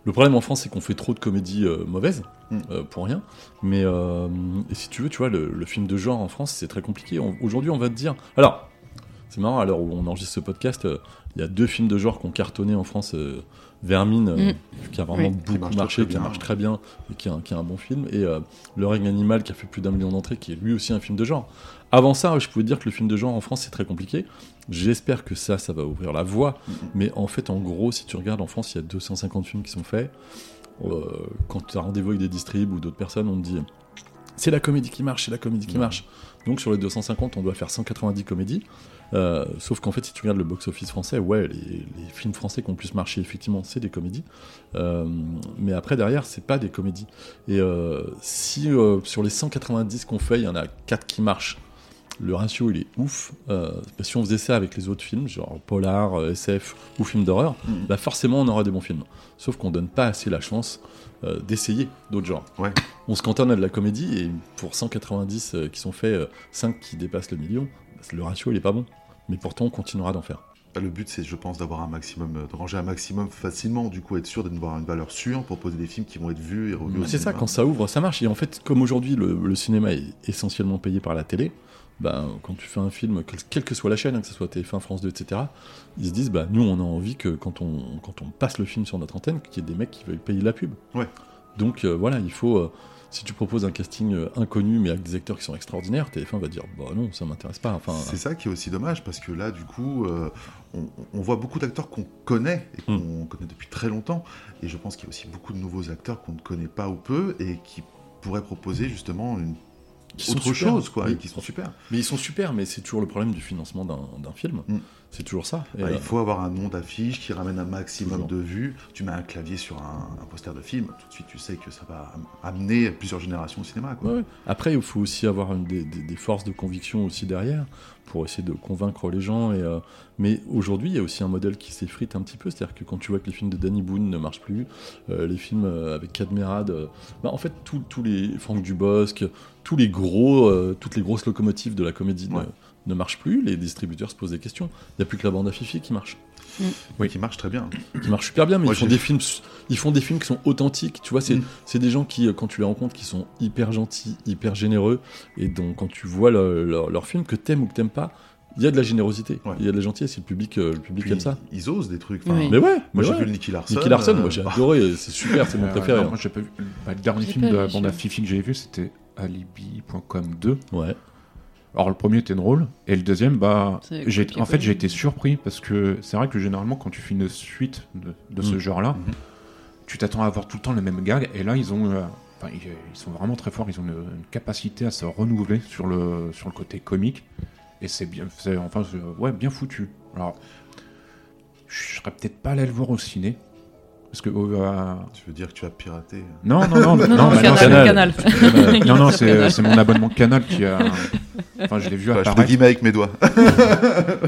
S7: le problème en France, c'est qu'on fait trop de comédies euh, mauvaises,
S4: Mm.
S7: euh, pour rien. Mais euh, et si tu veux, tu vois, le, le film de genre en France, c'est très compliqué. On- Aujourd'hui, on va te dire. Alors, c'est marrant, à l'heure où on enregistre ce podcast, euh, il y a deux films de genre qui ont cartonné en France. euh, Vermine, euh, qui a vraiment
S6: Oui.
S4: Qui
S7: beaucoup
S4: marche très,
S7: marché,
S4: très
S7: qui
S4: bien.
S7: marche très bien, et qui est un, qui est un bon film. Et euh, Le règne animal, qui a fait plus d'un million d'entrées, qui est lui aussi un film de genre. Avant ça, je pouvais dire que le film de genre en France, c'est très compliqué. J'espère que ça, ça va ouvrir la voie.
S4: Mm-hmm.
S7: Mais en fait, en gros, si tu regardes, en France, il y a 250 films qui sont faits. Euh, quand tu as rendez-vous avec des distribs ou d'autres personnes, on te dit c'est la comédie qui marche, c'est la comédie qui marche. Donc sur les 250, on doit faire 190 comédies. Euh, sauf qu'en fait, si tu regardes le box-office français, ouais, les, les films français qui ont le plus marché, effectivement, c'est des comédies. Euh, mais après, derrière, c'est pas des comédies. Et euh, si euh, sur les 190 qu'on fait, il y en a 4 qui marchent, le ratio il est ouf. Euh, parce que si on faisait ça avec les autres films, genre polar, euh, SF ou film d'horreur,
S4: Mhm.
S7: bah forcément on aura des bons films. Sauf qu'on donne pas assez la chance euh, d'essayer d'autres genres.
S4: Ouais.
S7: On se cantonne à de la comédie et pour 190 euh, qui sont faits, 5 qui dépassent le million, bah, le ratio il est pas bon. Mais pourtant on continuera d'en faire.
S4: Bah, Le but, c'est, je pense, d'avoir un maximum, euh, de ranger un maximum facilement, du coup, être sûr d'avoir une valeur sûre pour poser des films qui vont être vus et revus. au
S7: C'est ça,
S4: cinéma.
S7: quand ça ouvre, ça marche. Et en fait, comme aujourd'hui, le, le cinéma est essentiellement payé par la télé, ben, quand tu fais un film, quel- quelle que soit la chaîne, hein, que ce soit TF1, France 2, etc., ils se disent, bah, nous, on a envie que quand on, quand on passe le film sur notre antenne, qu'il y ait des mecs qui veulent payer la pub.
S4: Ouais.
S7: Donc euh, voilà, il faut. euh, si tu proposes un casting euh, inconnu, mais avec des acteurs qui sont extraordinaires, TF1 va dire, bah non, ça m'intéresse pas. Enfin,
S4: C'est ça qui est aussi dommage parce que là, du coup, euh, on, on voit beaucoup d'acteurs qu'on connaît et
S7: Hmm.
S4: qu'on connaît depuis très longtemps. Et je pense qu'il y a aussi beaucoup de nouveaux acteurs qu'on ne connaît pas ou peu et qui pourraient proposer justement une
S7: ils sont
S4: autre
S7: super.
S4: chose, quoi,
S7: Oui.
S4: et qui sont super.
S7: Mais ils sont super, mais c'est toujours le problème du financement d'un d'un film.
S4: Mm.
S7: C'est toujours ça. Et,
S4: Bah,
S7: euh,
S4: il faut avoir un nom d'affiche qui ramène un maximum
S7: Toujours.
S4: de vues. Tu mets un clavier sur un, un poster de film, tout de suite, tu sais que ça va am- amener plusieurs générations au cinéma, quoi.
S7: Ouais, ouais. Après, il faut aussi avoir une- des, des- des forces de conviction aussi derrière pour essayer de convaincre les gens. Et, euh, Mais aujourd'hui, il y a aussi un modèle qui s'effrite un petit peu. C'est-à-dire que quand tu vois que les films de Danny Boone ne marchent plus, euh, les films euh, avec Cadmerade, euh, bah, en fait, tous- tous les Franck Dubosc, tous les gros, euh, toutes les grosses locomotives de la comédie ne-
S4: Ouais.
S7: ne, marchent plus. Les distributeurs se posent des questions. Il n'y a plus que la bande à Fifi qui marche Oui.
S4: Qui marche très bien.
S7: qui marchent super bien, mais
S4: Moi,
S7: ils font
S4: j'ai-
S7: des films, ils font des films qui sont authentiques. Tu vois, c'est
S4: Mm.
S7: c'est des gens qui, euh, quand tu les rencontres, qui sont hyper gentils, hyper généreux, et donc quand tu vois le- leur, leur film, que t'aimes ou que t'aimes pas, il y a de la générosité, il
S4: Ouais.
S7: y a de la gentillesse. Et le public, euh, le public
S4: Puis,
S7: aime ça.
S4: Ils osent des trucs. enfin,
S6: Oui.
S7: Mais ouais,
S4: Moi,
S7: mais
S4: j'ai
S7: ouais.
S4: vu le Nicky Larson.
S7: Nicky Larson,
S4: euh, Ah,
S7: moi j'ai adoré, c'est super, c'est mon
S5: Euh,
S7: préféré. hein.
S5: non, moi, j'ai pas vu. Bah, le dernier
S6: J'ai
S5: film
S6: pas
S5: de
S6: vu,
S5: la bande à
S6: celui-là.
S5: Fifi que j'ai vu, c'était Alibi.com 2.
S7: Ouais.
S5: Alors le premier était drôle et le deuxième bah
S6: C'est
S5: j'ai
S6: compliqué,
S5: en fait
S6: quoi.
S5: j'ai été surpris parce que c'est vrai que généralement quand tu fais une suite de, de ce
S7: Mhm.
S5: genre là
S4: Mhm.
S5: tu t'attends à avoir tout le temps le même gag et là ils ont euh, enfin, ils, ils sont vraiment très forts ils ont une, une capacité à se renouveler sur le sur le côté comique et c'est bien c'est enfin c'est- ouais bien foutu alors je serais peut-être pas allé le voir au ciné parce que euh,
S4: Tu veux dire que tu as piraté euh,
S5: non non non
S6: Non, non,
S5: bah
S6: canal, canal.
S7: Canal.
S5: c'est- non non
S6: Sur
S5: c'est
S6: Canal.
S5: c'est mon abonnement Canal qui a enfin je l'ai vu
S4: Enfin, Bah, je fais
S5: apparaître
S4: guillemets avec mes doigts.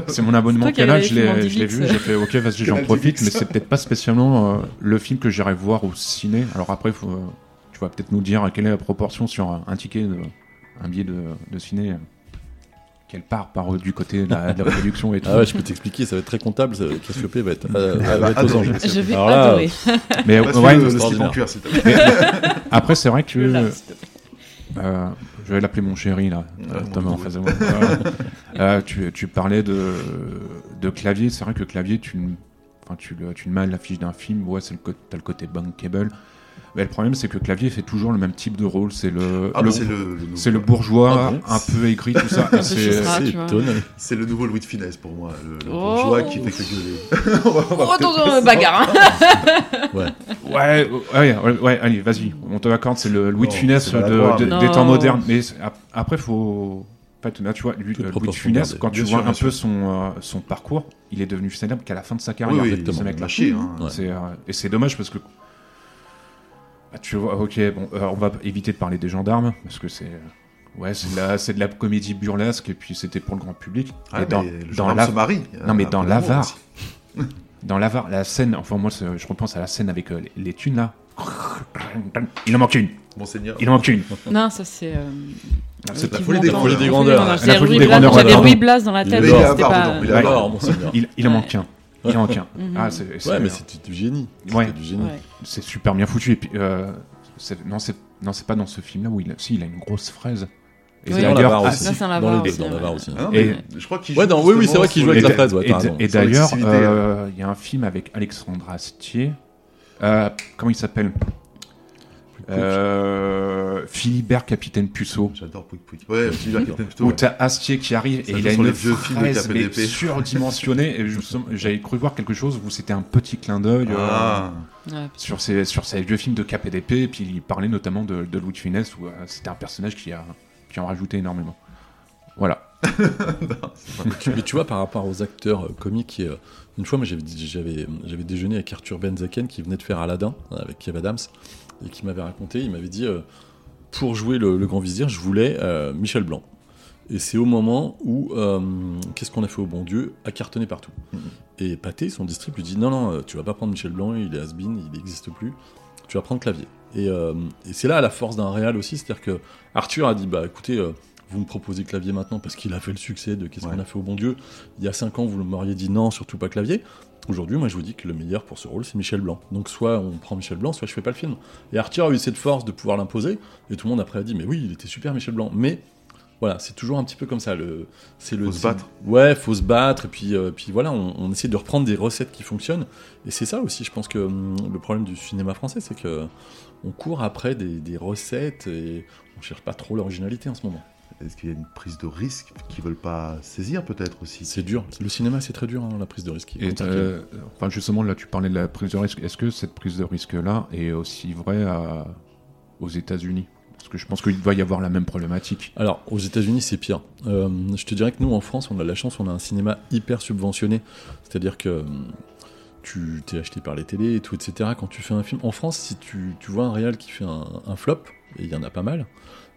S5: C'est mon abonnement
S6: C'est toi
S5: Canal,
S6: qui avais
S5: je
S6: les films en
S5: l'ai je l'ai
S6: 10
S5: vu, j'ai fait ok, vas-y, j'en
S4: Canal
S5: profite,
S4: 10.
S5: mais c'est peut-être pas spécialement euh, le film que j'irai voir au ciné. Alors après, faut, euh, tu vas peut-être nous dire quelle est la proportion sur un, un ticket, de- un billet de, de ciné, euh, quelle part part euh, du côté de la, de la production et tout.
S7: Ah ouais, je peux t'expliquer, ça va être très comptable, ça- Cassiopée va être, euh,
S4: Ah
S7: va
S4: bah,
S7: être aux
S4: adoré.
S7: anges.
S6: Je vais
S7: Alors là,
S6: adorer.
S5: mais
S4: Passe
S5: ouais,
S4: le, le
S5: mais-
S4: slip en
S7: ordinaire.
S4: cuir, s'il te plaît.
S5: après, c'est vrai que.
S6: Le last.
S5: Euh, je vais l'appeler mon chéri là,
S4: Ouais,
S5: euh,
S4: Ah, mon
S5: Thomas en
S4: doux.
S5: face de moi. Euh, euh, tu, tu parlais de, de clavier, c'est vrai que clavier, tu, le- enfin, tu, le, tu le mets à l'affiche d'un film, ouais, c'est le co- t'as le côté bankable. Mais le problème, c'est que clavier fait toujours le même type de rôle, c'est le,
S4: Ah,
S5: le-
S4: bah, c'est le, le
S5: c'est le
S4: nouveau-
S5: bourgeois,
S7: Ah bon
S5: un peu aigri, tout ça. et c'est-
S6: chaussard. Ah,
S7: C'est
S6: tu vois.
S7: étonnant.
S4: c'est le nouveau Louis de Finesse pour moi, le, le
S6: Oh.
S4: bourgeois qui fait que gueuler. On va- on va
S6: Oh,
S4: peut-être
S6: attention,
S4: passer-
S6: bagarre. hein.
S5: ouais, ouais, ouais, ouais, allez, vas-y, on te l'accorde, c'est le Louis de
S4: Oh,
S5: Funès
S4: c'est
S5: de-
S4: maladroit,
S5: de-
S6: mais-
S5: des temps
S6: Non.
S5: modernes. Mais c'est- ap- après, faut. en fait, là, tu vois, lui,
S7: Toute
S5: euh, Louis de
S7: proportion
S5: Funès,
S7: gardée.
S5: quand tu
S4: Bien
S5: vois
S4: sûr,
S5: un
S4: bien
S5: peu son, euh, son parcours, il est devenu célèbre qu'à la fin de sa
S4: Oui,
S5: carrière,
S4: oui,
S5: en fait, ce
S4: exactement.
S5: mec-là.
S4: Lâché, hein.
S7: Ouais.
S5: C'est, euh, et c'est dommage parce que. Bah, tu vois, ok, bon, euh, on va éviter de parler des gendarmes parce que c'est. euh, Ouais, c'est de, la, c'est de la comédie burlesque et puis c'était pour le grand public.
S4: Ah,
S5: Et
S4: mais
S5: dans,
S4: le
S5: dans
S4: gendarme
S5: la-
S4: se marie.
S5: non,
S4: Un
S5: mais dans
S4: peu d'amour
S5: l'avare.
S4: aussi.
S5: dans l'avare, la scène, enfin moi c'est- je repense à la scène avec euh, les, les thunes là. Il en manque une,
S4: Monseigneur.
S5: il en manque une.
S6: Non, ça c'est. euh,
S5: C'est
S6: euh,
S4: la
S6: qui
S4: folie
S6: vont
S4: des grandeurs.
S6: dans-
S7: Ah, La folie des grandeurs.
S6: Non,
S5: La
S6: j'avais
S5: folie
S6: Louis
S5: des
S6: Blas-
S5: grandeurs,
S6: J'avais
S5: pardon.
S6: Louis Blas dans la tête.
S4: Mais
S7: Il
S6: donc
S7: est
S6: c'était
S4: avare
S6: pas-
S4: dedans, il est
S5: Ouais.
S4: avare.
S7: Alors, monseigneur.
S5: Il, il en manque un. Il en manque un.
S6: Mhm.
S5: Ah, c'est, c'est-
S7: Ouais, mais c'était du génie. C'était
S5: Ouais.
S7: du génie.
S6: Ouais.
S5: c'est super bien foutu. Et puis, euh, c'est- non, c'est, non, c'est pas dans ce film là où il, si, il a une grosse fraise. Et
S6: Oui.
S5: c'est
S7: Dans
S5: d'ailleurs-
S7: l'avare
S5: ah,
S7: aussi.
S5: si.
S6: Ça, c'est un
S7: Dans
S6: avare
S7: les-
S6: aussi,
S7: dans
S6: ouais.
S7: l'avare aussi.
S4: Ah non, mais
S6: Et-
S4: je crois qu'il
S7: Ouais,
S4: joue
S7: non, oui, oui,
S4: justement
S7: c'est vrai qu'il
S4: sur
S7: joue avec
S5: Et
S4: les-
S7: la hein.
S5: d'a-
S7: fraise, ouais,
S5: et
S7: t'as
S5: d'a-
S7: raison.
S5: Et
S4: Sur
S5: d'ailleurs,
S4: l'exclusivité,
S5: euh, il y a un film avec Alexandre Astier. Euh, comment il s'appelle Euh, Philibert, capitaine Puceau.
S4: J'adore Pouic Pouic. Ouais, petit verre qui était plutôt.
S5: Où
S4: ouais.
S5: t'as Astier qui arrive
S4: Ça
S5: et il
S4: joue
S5: a
S4: sur
S5: une
S4: les vieux films de
S5: fraise mais
S4: KPDP.
S5: surdimensionnée. Et justement, J'avais cru voir quelque chose où c'était un petit clin d'œil euh,
S4: Ah,
S6: Ah,
S5: sur, ces, sur ces vieux films de KPDP. Et puis il parlait notamment de, de Louis de Funès où euh, c'était un personnage qui, a, qui en rajoutait énormément. Voilà.
S7: Tu- mais tu vois, par rapport aux acteurs euh, comiques, et, euh, une fois, moi, j'avais, dit- j'avais, j'avais déjeuné avec Arthur Benzaken qui venait de faire Aladdin euh, avec Kev Adams et qui m'avait raconté, il m'avait dit euh, pour jouer le, le Grand Vizir, je voulais euh, Michel Blanc. Et c'est au moment où euh, qu'est-ce qu'on a fait au bon Dieu a cartonné partout. Et Pathé, son district, lui dit non non, euh, tu vas pas prendre Michel Blanc, il est has-been, il n'existe plus. Tu vas prendre Clavier. Et, euh, et c'est là la force d'un réal aussi, c'est-à-dire que Arthur a dit bah écoutez. euh, vous me proposez clavier maintenant parce qu'il a fait le succès de Qu'est-ce
S4: Ouais.
S7: qu'on a fait au bon Dieu. Il y a 5 ans, vous m'auriez dit non, surtout pas clavier. Aujourd'hui, moi, je vous dis que le meilleur pour ce rôle, c'est Michel Blanc. Donc, soit on prend Michel Blanc, soit je fais pas le film. Et Arthur a eu cette force de pouvoir l'imposer. Et tout le monde après a dit, mais oui, il était super Michel Blanc. Mais voilà, c'est toujours un petit peu comme ça. Le, c'est le,
S4: Faut se
S7: c'est-
S4: battre.
S7: Ouais, faut se battre. Et puis, euh, puis voilà, on, on essaie de reprendre des recettes qui fonctionnent. Et c'est ça aussi, je pense que hum, le problème du cinéma français, c'est que on court après des, des recettes et on cherche pas trop l'originalité en ce moment.
S4: est-ce qu'il y a une prise de risque qu'ils veulent pas saisir peut-être aussi
S7: C'est dur. Le cinéma, c'est très dur, hein, la prise de risque.
S5: Et euh, enfin, justement, là, tu parlais de la prise de risque. Est-ce que cette prise de risque-là est aussi vraie à- aux États-Unis Parce que je pense qu'il doit y avoir la même problématique.
S7: Alors, aux États-Unis, c'est pire. Euh, je te dirais que nous, en France, on a la chance, on a un cinéma hyper subventionné. C'est-à-dire que euh, tu t'es acheté par les télés et tout, etc. Quand tu fais un film, en France, si tu, tu vois un réal qui fait un, un flop, et il y en a pas mal,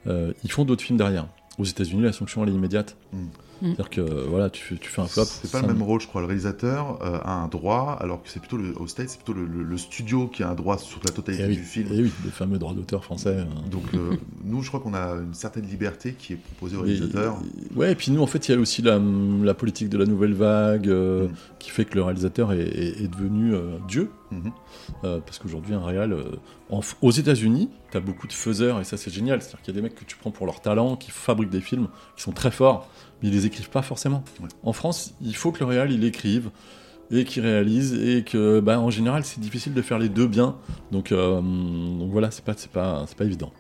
S7: euh, ils font d'autres films derrière. Aux États-Unis, la sanction, elle est immédiate.
S4: Mm.
S7: C'est-à-dire que, euh, voilà, tu fais, tu fais un flop.
S4: C'est pas
S7: ça-
S4: le même rôle, je crois. Le réalisateur euh, a un droit, alors que c'est plutôt le, au States, c'est plutôt le, le- le studio qui a un droit sur la totalité
S7: Eh oui,
S4: du film.
S7: eh oui, les fameux droits d'auteur français. euh,
S4: Donc euh, nous, je crois qu'on a une certaine liberté qui est proposée au
S7: Mais-
S4: réalisateur.
S7: ouais, et puis nous, en fait, il y a aussi la, la politique de la nouvelle vague euh,
S4: Mm.
S7: qui fait que le réalisateur est, est- est devenu euh, Dieu.
S4: Mhm.
S7: Euh, parce qu'aujourd'hui, un réal, euh, en f- aux États-Unis, t'as beaucoup de faiseurs et ça, c'est génial. C'est-à-dire qu'il y a des mecs que tu prends pour leur talent, qui fabriquent des films, qui sont très forts, mais ils les écrivent pas forcément.
S4: Ouais.
S7: En France, il faut que le réal, il écrive et qu'il réalise et que, bah, en général, c'est difficile de faire les deux bien. Donc, euh, donc voilà, c'est pas, c'est pas, c'est pas évident.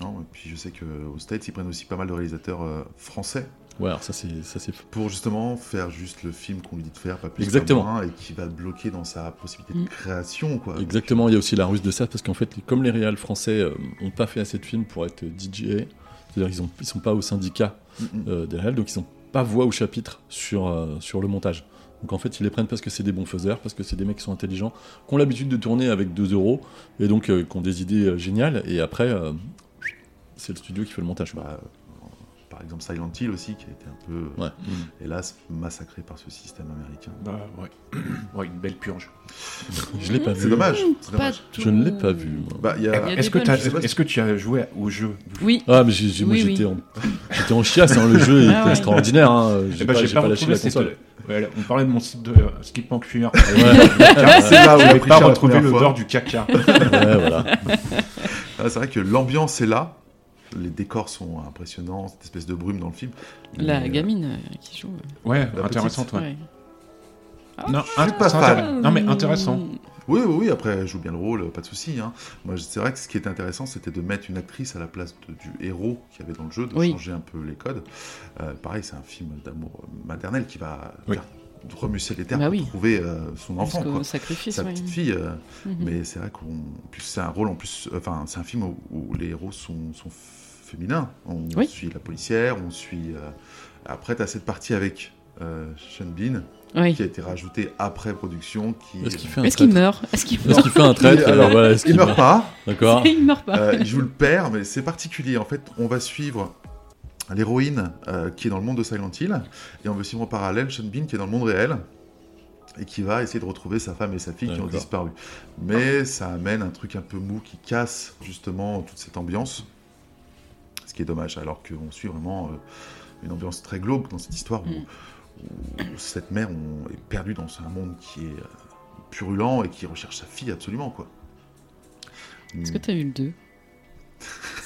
S4: Non, et puis je sais qu'aux States, ils prennent aussi pas mal de réalisateurs euh, français
S7: Ouais, alors ça, c'est, ça, c'est
S4: pour justement faire juste le film qu'on lui dit de faire, pas plus
S7: Exactement.
S4: pas moins, et qui va le bloquer dans sa possibilité
S6: Mm.
S4: de création. Quoi.
S7: Euh, Exactement, il y a aussi la ruse de ça, parce qu'en fait, les- comme les réals français n'ont pas fait assez de films pour être DJ, c'est-à-dire qu'ils ne sont pas au syndicat
S4: Mm, mm.
S7: euh, des réals, donc ils n'ont pas voix au chapitre sur, euh, sur le montage. Donc en fait, ils les prennent parce que c'est des bons faiseurs, parce que c'est des mecs qui sont intelligents, qui ont l'habitude de tourner avec 2 euros, et donc euh, qui ont des idées euh, géniales, et après, euh, c'est le studio qui fait le montage. quoi.
S4: Bah, euh, par exemple, Silent Hill aussi, qui a été un peu,
S7: Ouais.
S4: euh, hélas, massacré par ce système américain.
S5: Bah, ouais. une belle purge.
S7: Je l'ai pas
S4: C'est
S7: vu.
S4: dommage. c'est
S6: Pas
S4: dommage.
S6: tout.
S7: Je ne l'ai pas vu. moi.
S4: Bah, il y
S6: Il y
S4: a...
S6: a
S5: Euh, Est-ce
S6: des
S5: que,
S6: bonnes
S5: t'as-
S4: choses.
S5: est-ce que tu as joué au jeu
S6: Oui,
S7: Ah, mais j'ai- j'ai- moi
S6: Oui,
S7: j'étais en, j'étais en chiasse, hein, le jeu
S6: Ah
S7: était
S6: ouais.
S7: extraordinaire. hein,
S5: Eh
S7: J'ai
S5: ben,
S7: pas,
S5: j'ai
S7: j'ai
S5: pas
S7: pas lâché
S5: retrouvé
S7: la
S5: cette-
S7: console.
S5: Ouais, on parlait de mon site de euh, skip en cuir.
S4: C'est là où
S5: J'avais
S4: j'ai pris
S5: pas
S4: cher la
S5: retrouvé
S4: première fois.
S5: l'odeur du caca.
S7: Ouais, voilà.
S4: Ah, c'est vrai que l'ambiance est là. Les décors sont impressionnants, cette espèce de brume dans le film.
S6: la
S4: Mais, euh,
S6: gamine euh, qui joue. euh,
S5: Ouais,
S4: petite.
S5: intéressante. ouais.
S6: ouais.
S5: Non, int-
S4: pas
S5: c'est
S4: fan.
S5: intéressant. Non, mais intéressant.
S4: Oui, oui, oui, après, elle joue bien le rôle, pas de souci. hein. Moi, je- c'est vrai que ce qui était intéressant, c'était de mettre une actrice à la place de- du héros qu'il y avait dans le jeu, de
S6: Oui.
S4: changer un peu les codes. Euh, pareil, c'est un film d'amour maternel qui va
S5: Oui.
S4: faire remuser les terres
S6: Bah
S4: pour
S6: oui.
S4: trouver euh, son enfant,
S6: Jusqu'au
S4: quoi.
S6: sacrifice,
S4: sa
S6: ouais.
S4: petite fille. euh,
S6: Mhm.
S4: Mais c'est vrai qu'on. puis C'est un rôle en plus. Enfin, c'est un film où, où les héros sont, sont féminins. On
S6: Oui.
S4: suit la policière, on suit. euh, Après, tu as cette partie avec euh, Sean Bean
S6: Oui.
S4: qui a été rajoutée après production. Qui...
S7: Est-ce qu'il fait un
S6: Est-ce qu'il
S7: traître
S6: meurt Est-ce qu'il
S7: Est-ce
S6: meurt
S7: qu'il fait un traître
S4: Il-
S7: Alors voilà, est-ce
S4: Il
S7: qu'il
S4: meurt
S7: meurt
S4: pas,
S7: D'accord.
S6: Il meurt pas.
S4: Euh, il joue le père, mais c'est particulier. En fait, on va suivre l'héroïne euh, qui est dans le monde de Silent Hill, et on va suivre en parallèle Sean Bean qui est dans le monde réel, et qui va essayer de retrouver sa femme et sa fille qui ont
S7: D'accord.
S4: disparu. Mais ça amène un truc un peu mou qui casse justement toute cette ambiance, ce qui est dommage, alors qu'on suit vraiment euh, une ambiance très glauque dans cette histoire où,
S6: Mm.
S4: où cette mère on est perdue dans un monde qui est euh, purulent et qui recherche sa fille absolument. quoi.
S6: Est-ce que t'as vu le 2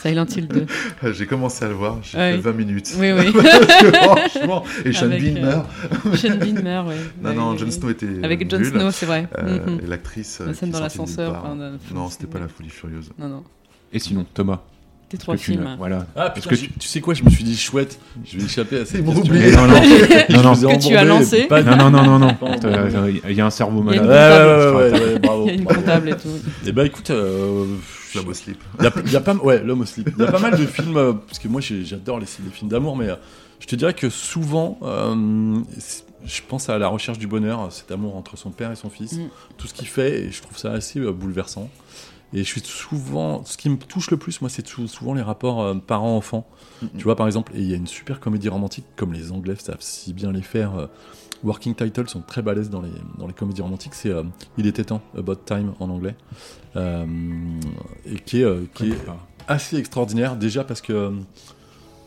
S6: Silent Hill 2.
S4: J'ai commencé à le voir, j'ai
S6: Ah
S4: fait
S6: oui.
S4: 20 minutes.
S6: Oui, oui.
S4: Parce que franchement, et Sean
S6: Avec,
S4: Bean
S6: euh,
S4: meurt.
S6: Sean Bean meurt, ouais.
S4: Non,
S6: Ouais,
S4: non,
S6: ouais,
S4: Jon
S6: ouais.
S4: Snow était. euh,
S6: Avec Jon
S4: nul.
S6: Snow, c'est vrai.
S4: Euh,
S6: Mhm.
S4: Et l'actrice. euh,
S6: La
S4: qui
S6: scène dans
S4: sortait de nulle
S6: l'ascenseur,
S4: part.
S6: enfin, de-
S4: Non, c'était pas la folie furieuse.
S6: Non, non.
S5: Et sinon, Thomas
S6: Tes trois
S5: que tu
S6: films.
S5: ne- Voilà.
S7: Ah putain,
S5: que
S7: j'ai- tu... sais quoi, je me suis dit chouette, je vais échapper à cette
S4: Ils m'ont
S7: question.
S4: oublié.
S5: Non, non,
S7: Je
S5: non, non.
S7: vous ai
S6: Que tu as
S7: emballé,
S6: lancé.
S7: pas-
S5: Non, non, non, non, non.
S7: Pardon.
S5: Euh, Il y a un cerveau
S6: Il y a
S5: malade.
S6: une
S7: Ouais,
S6: comptable.
S7: ouais, ouais, ouais, ouais, bravo.
S6: Il y a une comptable et tout.
S7: Eh ben écoute, euh,
S4: L'homme au slip.
S7: Il y a, il y a pas, ouais, l'homme au slip. Il y a pas mal de films, euh, parce que moi j'ai- j'adore les, les films d'amour, mais euh, je te dirais que souvent, euh, c'est- je pense à La recherche du bonheur, cet amour entre son père et son fils,
S6: Mm.
S7: tout ce qu'il fait, et je trouve ça assez euh, bouleversant. Et je suis souvent, ce qui me touche le plus, moi, c'est sou- souvent les rapports euh, parents-enfants. Tu vois, par exemple, et il y a une super comédie romantique, comme les Anglais savent si bien les faire. euh, Working Title sont très balèzes dans les, dans les comédies romantiques. C'est euh, Il était temps, About Time en anglais. Euh, et qui est, euh, qui est
S5: Ah,
S7: assez extraordinaire, déjà parce que euh,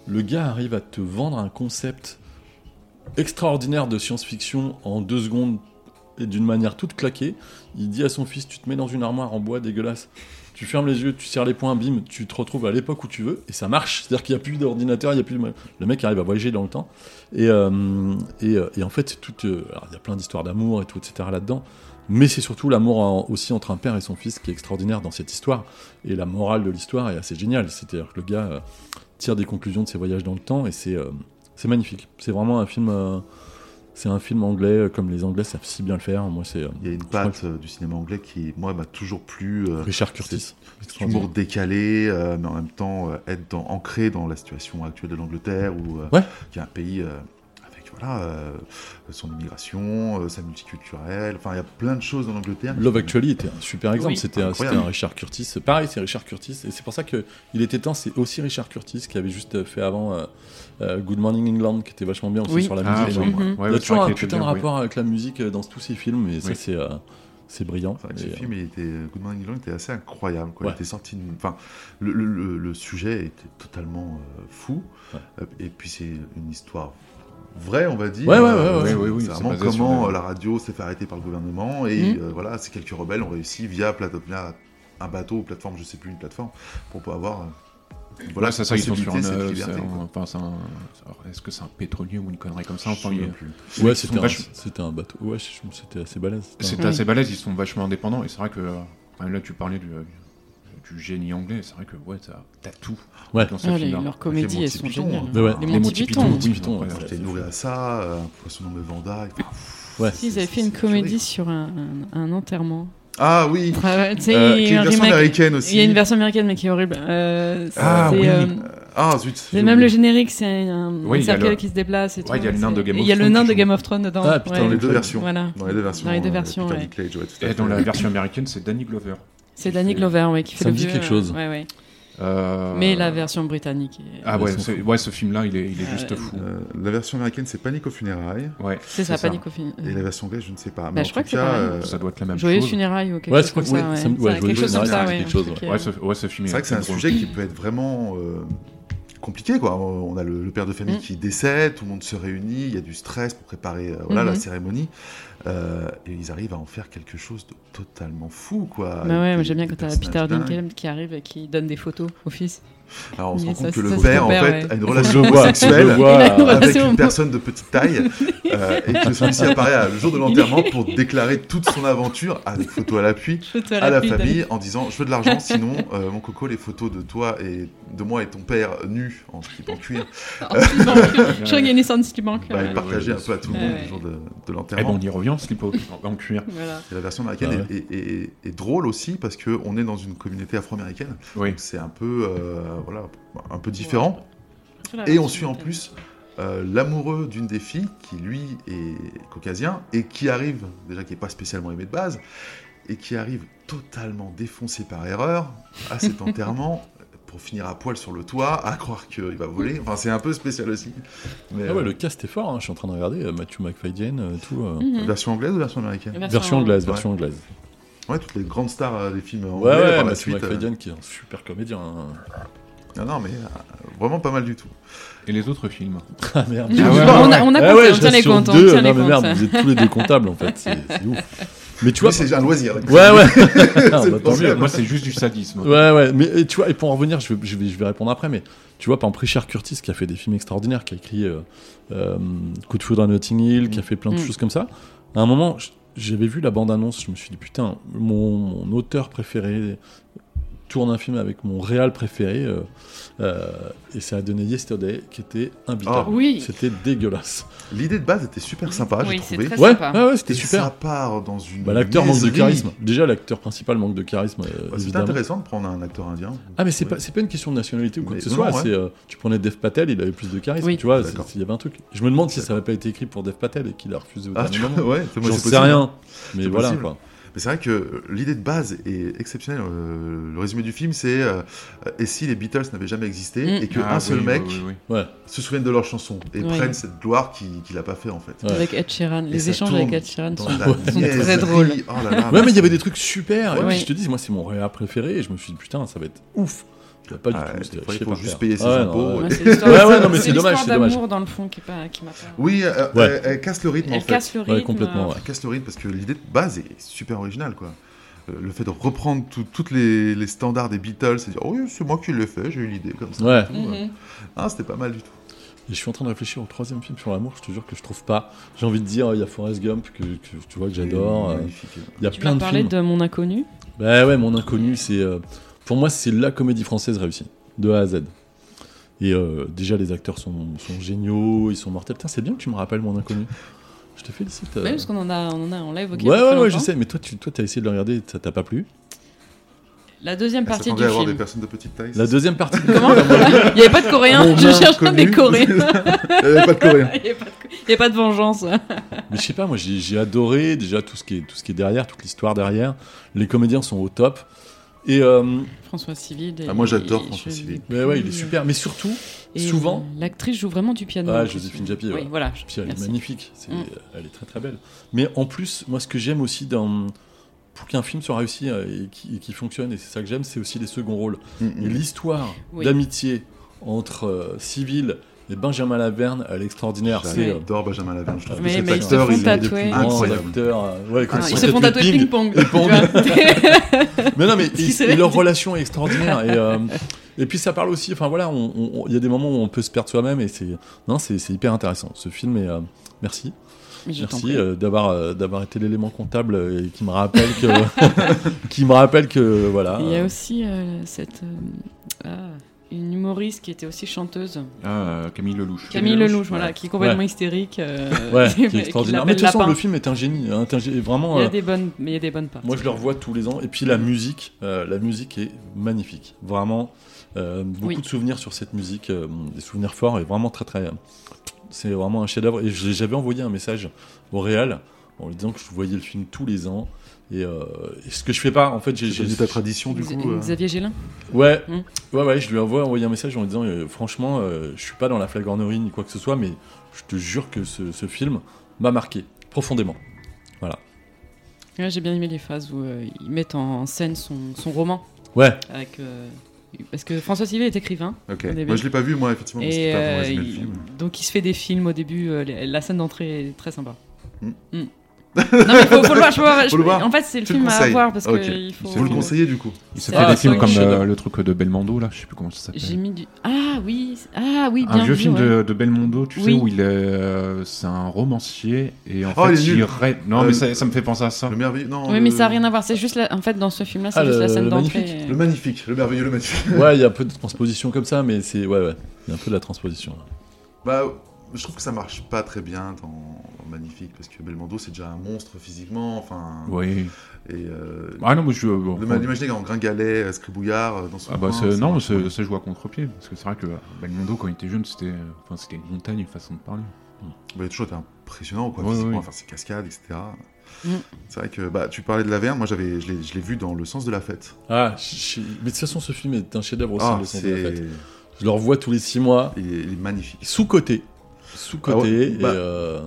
S7: le gars arrive à te vendre un concept extraordinaire de science-fiction en deux secondes et d'une manière toute claquée. Il dit à son fils Tu te mets dans une armoire en bois dégueulasse. Tu fermes les yeux, tu serres les poings, bim, tu te retrouves à l'époque où tu veux, et ça marche. C'est-à-dire qu'il n'y a plus d'ordinateur, il n'y a plus de... Le mec arrive à voyager dans le temps. Et, euh, et, euh, et en fait, c'est tout, euh, alors, il y a plein d'histoires d'amour et tout, etc. là-dedans. Mais c'est surtout l'amour en- aussi entre un père et son fils qui est extraordinaire dans cette histoire. Et la morale de l'histoire est assez géniale. C'est-à-dire que le gars euh, tire des conclusions de ses voyages dans le temps et c'est euh, c'est magnifique. C'est vraiment un film. euh, c'est un film anglais, euh, comme les Anglais savent si bien le faire. Moi, c'est euh,
S4: Il y a une
S7: crois
S4: patte euh, du cinéma anglais qui, moi, m'a toujours plu. euh,
S7: Richard Curtis.
S4: cet humour décalé, euh, mais en même temps euh, être dans- ancré dans la situation actuelle de l'Angleterre, où euh,
S7: Ouais.
S4: qui est un pays euh, avec voilà, euh, son immigration, euh, sa multiculturelle, enfin il y a plein de choses dans l'Angleterre.
S7: Love Actually était un super exemple.
S6: Oui.
S7: C'était un, c'était
S4: Incroyable.
S7: un Richard Curtis. Pareil, c'est Richard Curtis. Et c'est pour ça que il était temps. C'est aussi Richard Curtis qui avait juste fait avant euh, euh, Good Morning England, qui était vachement bien aussi
S6: Oui.
S7: sur la
S5: Ah,
S7: musique.
S5: ouais,
S6: Mhm.
S5: ouais, ouais,
S7: il y a
S5: c'est
S7: toujours
S5: vrai
S7: un
S5: qu'il était
S7: putain de
S5: bien, oui.
S7: rapport avec la musique euh, dans tous ses films. Et ça,
S5: Oui.
S7: c'est euh, c'est brillant.
S4: C'est vrai que
S7: Et,
S4: ce
S7: euh,
S4: film, il était, Good Morning England était assez incroyable. Quoi.
S7: Ouais.
S4: Il était sorti, d'une- enfin, le, le- le- le sujet était totalement euh, fou.
S7: Ouais.
S4: Euh, Et puis c'est une histoire vraie, on va dire.
S7: Ouais, ouais, ouais,
S4: Euh,
S7: ouais,
S4: c'est-
S5: ouais, ouais,
S4: c'est
S5: c'est
S4: vraiment
S5: basé sur
S4: comment
S5: des-
S4: euh, la radio s'est fait arrêter par le gouvernement et
S6: Mhm.
S4: euh, voilà, ces quelques rebelles ont réussi via plate- via un bateau, plateforme, je sais plus une plateforme, pour pouvoir avoir. euh,
S5: Voilà, c'est ça, ils sont sur un.
S4: possibilité, cette
S5: euh,
S4: liberté,
S5: c'est un-
S4: quoi.
S5: enfin, c'est un- alors, Est-ce que c'est un pétrolier ou une connerie comme ça
S4: Je
S5: Enfin,
S4: sais
S5: il-
S4: plus.
S7: Ouais,
S5: Ils sont
S7: c'était un,
S5: vachement-
S7: c'était un bateau. Ouais, je- je- c'était assez balèze.
S5: C'est
S6: Oui.
S5: assez balèze, ils sont vachement indépendants. Et c'est vrai que. euh, enfin, Là, tu parlais du, euh, du génie anglais. C'est vrai que, ouais, t'as t'as tout
S7: Ouais.
S5: dans ce
S6: Ah, les-
S5: film-là.
S6: leurs comédies,
S4: Monty
S6: elles sont
S4: Python,
S6: géniales.
S4: hein.
S7: Mais ouais.
S6: Les
S5: Les
S6: Monty
S5: Monty
S6: Python.
S5: Python,
S7: Python,
S5: ouais,
S7: ouais.
S5: ouais.
S4: J'étais nourri à ça, euh, un poisson nommé Vanda. et-
S7: Ouais.
S6: Si, ils avaient
S4: hein.
S6: fait
S4: C'est-
S6: une
S4: c'est
S6: comédie
S4: terrible.
S6: sur un, un- un enterrement.
S4: Ah oui
S6: Ah ouais, tu sais,
S4: Euh,
S6: il y
S4: qui est
S6: a eu
S4: une
S6: un
S4: version
S6: remake.
S4: américaine aussi.
S6: Il y a une version américaine, mais qui est horrible. Euh,
S5: Ah,
S6: c'est,
S5: oui.
S6: euh,
S4: Ah zut
S6: mais même le générique, c'est un,
S5: Oui,
S6: un
S5: il y a
S6: cercueil
S5: le-
S6: qui se déplace. Et tout,
S5: Ouais, il y a le nain
S6: c'est-
S5: de Game
S6: et
S5: of
S6: Il y a le
S5: Thrones
S6: nain
S5: qui
S6: de
S5: joue.
S6: Game of Thrones dedans.
S7: Ah, putain,
S4: Dans
S6: ouais.
S4: les deux versions.
S6: Voilà.
S4: Dans les deux versions.
S6: Dans les deux
S4: euh,
S6: versions,
S4: Peter
S6: ouais.
S4: Dinklage, ouais, tout à
S5: Et
S4: fait.
S5: dans la version américaine, c'est Danny Glover.
S6: C'est Danny Glover ouais, qui fait
S7: Ça
S6: le
S7: me dit
S6: vieux,
S7: quelque
S6: euh,
S7: chose.
S6: ouais, ouais.
S5: Euh,
S6: Mais la version britannique. euh, est-
S5: Ah ouais,
S7: Ils sont
S5: c'est- ouais, ce film-là, il est, il est
S6: Ah
S5: juste
S6: ouais.
S5: fou.
S4: Euh, la version américaine, c'est Panique aux funérailles.
S5: Ouais,
S6: C'est ça,
S5: ça.
S6: panique au film.
S4: Et la version anglaise, je ne sais pas. Mais
S6: Bah,
S4: en
S6: je crois
S4: tout
S6: que c'est
S4: cas,
S6: pareil.
S4: euh,
S5: ça doit être la même
S6: Joyeux
S5: chose.
S6: funérailles ou quelque
S7: Ouais, je
S6: chose
S7: crois
S6: comme
S7: que
S6: ça.
S7: oui, ça me- ouais,
S6: Ça, quelque
S7: Joyeux
S6: chose comme ça,
S7: funérailles,
S6: ouais.
S7: quelque chose,
S6: Ok,
S5: Ouais, ce, ouais, ce film
S4: c'est vrai que c'est un sujet qui peut être vraiment euh, compliqué. Quoi. On a le, le père de famille
S6: Mm.
S4: qui décède, tout le monde se réunit, il y a du stress pour préparer euh, voilà, la
S6: Mhm.
S4: cérémonie. Euh, et ils arrivent à en faire quelque chose de totalement fou. Quoi,
S6: Bah ouais,
S4: Avec
S6: mais
S4: des-
S6: j'aime bien
S4: des
S6: quand t'as
S4: personnages
S6: Peter
S4: dingues.
S6: Dinklage qui arrive et qui donne des photos au fils.
S4: Alors on se
S6: Mais
S4: rend
S6: ça,
S4: compte que
S6: ça,
S4: le
S6: c'est
S4: père,
S6: ton
S4: en
S6: père,
S4: fait,
S6: ouais.
S4: a une
S7: Je
S4: relation
S7: le vois, je
S4: homosexuelle.
S7: le vois.
S6: Il a une
S7: euh,
S4: Ah, avec
S6: relation
S4: une personne de petite taille euh, et que celui-ci apparaît euh, le jour de l'enterrement pour déclarer toute son aventure avec photo à l'appui
S6: Photo
S4: à la
S6: pluie,
S4: famille en disant je veux de l'argent sinon euh, mon coco les photos de toi et de moi et ton père nus en slip en cuir
S6: donne- Oh, tu manques. Je crois qu'il y a une essence qui manque.
S4: va
S6: ouais.
S4: être partagé un peu à tout le
S6: Ouais,
S4: monde
S6: ouais.
S4: le jour de, de
S5: Eh ben,
S4: l'enterrement
S5: on y revient, Slip en, en cuir.
S6: Voilà.
S4: Et la version américaine
S7: Ah
S4: est, est- est- est drôle aussi parce que on est dans une communauté afro-américaine
S5: Oui.
S4: donc c'est un peu euh, voilà un peu différent
S6: Ah,
S4: Et on suit en plus euh, l'amoureux d'une des filles qui, lui, est caucasien et qui arrive, déjà qui n'est pas spécialement aimé de base, et qui arrive totalement défoncé par erreur à cet enterrement pour finir à poil sur le toit, à croire qu'il va voler. Enfin, c'est un peu spécial aussi. Mais,
S7: Ah ouais,
S4: euh,
S7: le cast est fort. hein, Je suis en train de regarder euh, Matthew McFadyen, euh, tout. euh,
S6: Mhm.
S4: Version anglaise ou version
S6: Eh
S4: américaine
S7: Version anglaise,
S4: Ouais.
S7: version anglaise.
S4: Ouais, toutes les grandes stars euh, des films
S7: Ouais,
S4: anglais
S7: ouais,
S4: par la
S7: Matthew
S4: suite. euh,
S7: McFadyen qui est un super comédien. hein.
S4: Non, non, mais euh, vraiment pas mal du tout.
S5: Et les autres films
S7: Ah merde.
S5: Ah ouais,
S6: on a, on a compté,
S7: Ah ouais,
S6: on
S7: je
S6: tient les
S7: reste sur
S6: comptes, on
S7: deux.
S6: tient les
S7: non, mais
S6: comptes.
S7: merde, vous êtes tous les deux comptables en fait, c'est c'est ouf. Mais tu vois,
S4: Oui, c'est un loisir.
S7: ouais, ouais. Ah,
S4: C'est
S7: bah,
S4: le
S7: tant
S4: problème.
S7: mieux.
S5: Moi, c'est juste du sadisme.
S7: Ouais, ouais, mais et tu vois, et pour en revenir, je vais, je vais, je vais répondre après, mais tu vois, par exemple, Richard Curtis qui a fait des films extraordinaires, qui a écrit euh, euh, Coup de foudre à Notting Hill, qui a fait plein de
S6: Mm.
S7: choses comme ça. À un moment, j- j'avais vu la bande-annonce, je me suis dit, putain, mon, mon auteur préféré tourne un film avec mon réal préféré euh, euh, et ça a donné Yesterday qui était imbitable.
S4: Ah.
S6: Oui.
S7: C'était dégueulasse.
S4: L'idée de base était super sympa, j'ai
S6: Oui, c'est
S4: trouvé.
S6: très
S7: Ouais,
S6: sympa.
S7: ouais, ouais, c'était
S4: Et
S7: super.
S4: Ça part dans une.
S7: Bah, l'acteur manque de
S4: niaiserie.
S7: charisme. Déjà, l'acteur principal manque de charisme. euh,
S4: Bah, C'était
S7: évidemment.
S4: intéressant de prendre un acteur indien.
S7: Ah, mais c'est
S4: Ouais.
S7: pas, c'est pas une question de nationalité ou quoi
S4: Mais
S7: que ce
S4: non,
S7: soit.
S4: non, ouais.
S7: c'est, euh, tu prenais Dev Patel, il avait plus de charisme.
S6: Oui.
S7: Tu vois, c'est-
S4: D'accord.
S7: il y avait un truc. Je me demande si ça n'avait pas été écrit pour Dev Patel et qu'il a refusé au
S4: Ah,
S7: dernier
S4: tu
S7: moment.
S4: ouais, c'est moi,
S7: J'en
S4: c'est
S7: sais
S4: possible.
S7: rien. Mais
S4: C'est
S7: voilà,
S4: possible.
S7: quoi.
S4: Mais c'est vrai que euh, l'idée de base est exceptionnelle. Euh, le résumé du film, c'est euh, euh, et si les Beatles n'avaient jamais existé
S6: Mm.
S4: et qu'un
S5: Ah,
S4: seul
S5: oui,
S4: mec
S5: oui, oui, oui.
S7: Ouais.
S4: se souvienne de leurs chansons et
S6: Ouais.
S4: prenne cette gloire qu'il n'a pas fait en fait.
S7: Ouais.
S6: Avec Ed Sheeran.
S4: Et
S6: Les
S4: ça
S6: échanges
S4: tourne
S6: avec Ed Sheeran
S4: Dans
S6: sont
S4: la
S6: sont très
S4: niaiserie.
S6: drôles.
S4: Oh là là,
S7: Ouais,
S4: mais
S7: mais il y avait
S4: c'est-
S7: des trucs super. Et
S6: Ouais.
S7: puis, je te dis, moi, c'est mon réa préféré. Et je me suis dit, putain, ça va être ouf. Ça va pas du
S4: Ah,
S7: tout.
S4: des
S7: c'était
S4: fois, il
S7: chier
S4: faut
S7: par
S4: juste
S7: terre.
S4: payer ses
S7: Ouais,
S4: impôts,
S7: non,
S4: ouais.
S7: ouais.
S6: Ouais, c'est l'histoire-
S7: Ouais, ouais, non, mais c'est
S6: l'histoire
S7: dommage, c'est dommage.
S6: d'amour dans le fond qui, est pas- qui m'a pas-
S4: Oui, euh,
S7: Ouais.
S4: elle, elle casse le rythme en
S6: Elle
S4: fait.
S6: casse le rythme.
S7: Ouais, complètement,
S6: euh,
S7: ouais.
S4: Elle casse le rythme parce que l'idée de base est super originale quoi. Euh, Le fait de reprendre tout- toutes les, les standards des Beatles et dire oh, oui c'est moi qui l'ai fait j'ai eu l'idée comme ça
S7: Ouais.
S6: Mhm.
S4: ah c'était pas mal du tout
S7: Et je suis en train de réfléchir au troisième film sur l'amour, je te jure que je trouve pas. J'ai envie de dire, il y a Forrest Gump que, que tu vois que j'adore. euh,
S4: Magnifique.
S7: Il y a
S6: Tu
S7: plein
S6: m'as
S7: de
S6: parlé
S7: films.
S6: de Mon Inconnu.
S7: Bah ouais, mon inconnu, c'est. euh, pour moi, c'est la comédie française réussie, de A à Z. Et euh, déjà, les acteurs sont, sont géniaux, ils sont mortels. Putain, c'est bien que tu me rappelles mon inconnu. Je te félicite. euh.
S6: Oui, parce qu'on en a, on en a, on l'a évoqué. il y a
S7: ouais,
S6: pas
S7: ouais, ouais,
S6: longtemps.
S7: je sais, mais toi, tu toi, as essayé de le regarder, ça t'a pas plu.
S6: La deuxième
S4: Elle
S6: partie
S4: s'attendait
S6: du
S4: à avoir des
S6: film.
S4: personnes de petite taille
S7: La
S4: c'est-
S7: deuxième partie.
S6: Comment Il n'y avait pas de coréen,
S4: Mon
S6: je cherche un
S4: inconnu.
S6: des coréens.
S4: Il y avait pas de coréen
S6: Il n'y a, pas de- il y a pas de vengeance.
S7: Mais je sais pas, moi j'ai j'ai adoré déjà tout ce qui est, tout ce qui est derrière, toute l'histoire derrière. Les comédiens sont au top. Et euh,
S6: François Civil. et-
S4: Ah, moi, j'adore
S6: et-
S4: François
S6: je-
S4: Civil.
S7: ouais, ouais, il est
S6: Oui.
S7: super. Mais surtout,
S6: et
S7: souvent.
S6: L'actrice joue vraiment du piano.
S7: Ah,
S6: en plus.
S7: Joséphine Japy,
S6: Oui,
S7: ouais.
S6: voilà.
S7: Puis elle est
S6: Merci.
S7: magnifique, c'est-
S6: Mm.
S7: elle est très très belle. Mais en plus, moi ce que j'aime aussi dans pour qu'un film soit réussi euh, et qui, et qui fonctionne, et c'est ça que j'aime, c'est aussi les seconds rôles. Et
S4: Mm, mm.
S7: l'histoire
S6: Oui.
S7: d'amitié entre euh, Civil et Benjamin Laverne, elle est extraordinaire. C'est euh,
S4: J'adore Benjamin Laverne je trouve
S6: Mais-
S4: que cet
S6: mais ils se
S4: acteur,
S6: font
S4: il est-
S6: tatouer.
S7: des plus grands
S4: Incroyable.
S7: acteurs, euh, ouais,
S6: Ah,
S7: quand
S6: ils se font tatouer
S7: ping.
S6: ping-pong.
S7: Et pong. Mais non,
S6: Parce
S7: mais et-
S6: qu'il se
S7: et
S6: lève.
S7: leur relation est extraordinaire. Et, euh, et puis ça parle aussi. Enfin voilà, on- on- on- il y a des moments où on peut se perdre soi-même et c'est non, c'est c'est hyper intéressant. Ce film est euh, merci,
S6: Mais je t'en
S7: merci
S6: prie.
S7: euh, d'avoir euh, d'avoir été l'élément comptable euh, et qui me rappelle que qui me rappelle que voilà.
S6: Il y a aussi euh, cette. euh, ah, Une humoriste qui était aussi chanteuse,
S5: Ah, euh, Camille Lelouch.
S6: Camille Lelouch, voilà,
S5: ouais.
S6: qui est complètement
S7: Ouais.
S6: hystérique. euh,
S7: ouais,
S6: qui-
S7: qui est
S6: qui
S7: extraordinaire. Mais
S6: l'appelle
S7: de toute façon,
S6: lapin.
S7: le film est un génie, hein, est un gé- vraiment.
S6: Il y
S7: euh,
S6: a des bonnes, mais il y a des bonnes parties.
S7: Moi, je le revois tous les ans. Et puis la musique, euh, la musique est magnifique. Vraiment, euh, beaucoup
S6: Oui.
S7: de souvenirs sur cette musique, euh, des souvenirs forts et vraiment très très. euh, C'est vraiment un chef-d'œuvre. Et j'ai- j'avais envoyé un message au Real en lui disant que je voyais le film tous les ans. Et, euh, et ce que je fais pas, en fait, j'ai.
S4: C'est
S7: j'ai-
S4: devenu ta tradition du
S6: Xa-
S4: coup euh.
S6: Xavier Gélin
S7: Ouais,
S6: Mm.
S7: ouais, ouais. Je lui ai envoyé un message en lui disant, euh, franchement, euh, je suis pas dans la flagornerie ni quoi que ce soit, mais je te jure que ce, ce film m'a marqué profondément.
S6: Ouais, J'ai bien aimé les phases où euh, ils mettent en scène son, son roman.
S7: Ouais.
S6: Avec, euh, parce que François Civil est écrivain.
S4: Ok.
S6: au début.
S4: Moi je l'ai pas vu moi effectivement parce que
S6: et
S4: c'était avant,
S6: euh,
S4: j'ai aimé le
S6: il-
S4: film.
S6: donc il se fait des films au début. euh, les- la scène d'entrée est très sympa.
S4: Mm.
S6: Mm. non, mais faut, faut le voir. je peux pas- je
S4: Faut le
S6: peux-
S4: voir
S6: En fait, c'est le
S4: Tu le
S6: film à
S4: conseilles
S6: voir parce
S4: Ok.
S6: que il faut.
S4: Vous le conseillez du coup
S5: Il se
S6: Ah,
S5: fait des
S6: c'est
S5: films
S6: un
S5: comme
S7: chef-d'œuvre.
S5: euh, le truc de Belmondo, là, je sais plus comment ça
S6: J'ai
S5: s'appelle.
S6: mis du. Ah oui, ah oui, bien
S5: Un vieux
S6: vu,
S5: film
S6: ouais.
S5: de, de Belmondo, tu sais,
S6: Oui.
S5: où il est. euh, c'est un romancier et en
S4: Oh,
S5: fait
S4: il est
S5: il
S4: nul.
S5: ré- Non,
S4: Euh,
S5: mais ça, ça me fait penser à ça.
S4: Le merveilleux non
S6: Ah. Oui,
S4: le-
S6: mais ça n'a rien à voir. C'est juste la- en fait dans ce film-là, c'est
S7: Ah,
S6: juste la
S7: le-
S6: scène
S7: le
S6: d'entrée.
S4: le magnifique, le merveilleux, le magnifique.
S7: Ouais, il y a un peu de transposition comme ça, mais c'est. Ouais, ouais. Il y a un peu de la transposition. là.
S4: Bah, je trouve que ça marche pas très bien dans, dans Magnifique parce que Belmondo c'est déjà un monstre physiquement, enfin.
S5: Oui.
S4: Et euh,
S5: Ah non, mais je. bon,
S4: le- l'imaginer en gringlet, euh, scribouillard euh, dans son.
S5: Ah bah
S4: coin,
S5: c'est-
S4: ça
S5: non, mais
S4: marche
S5: c'est- ça joue à contre-pied parce que c'est vrai que euh, Belmondo quand il était jeune c'était euh, enfin c'était une montagne une façon de parler.
S4: Bah, il a toujours été impressionnant, quoi,
S5: Ouais,
S4: physiquement,
S5: ouais.
S4: à faire ses cascades, etc.
S6: Mm.
S4: C'est vrai que bah, tu parlais de Laverne, moi j'avais, je l'ai je l'ai vu dans Le sens de la fête.
S7: Ah, je- je- mais de toute façon, ce film est un chef-d'œuvre aussi.
S4: Ah,
S7: le sens de la
S4: c'est.
S7: fête. Je le revois tous les six mois.
S4: Il est, il est magnifique.
S7: Sous-côté. Sous-côté.
S4: Ah ouais,
S7: et,
S4: bah-
S7: euh,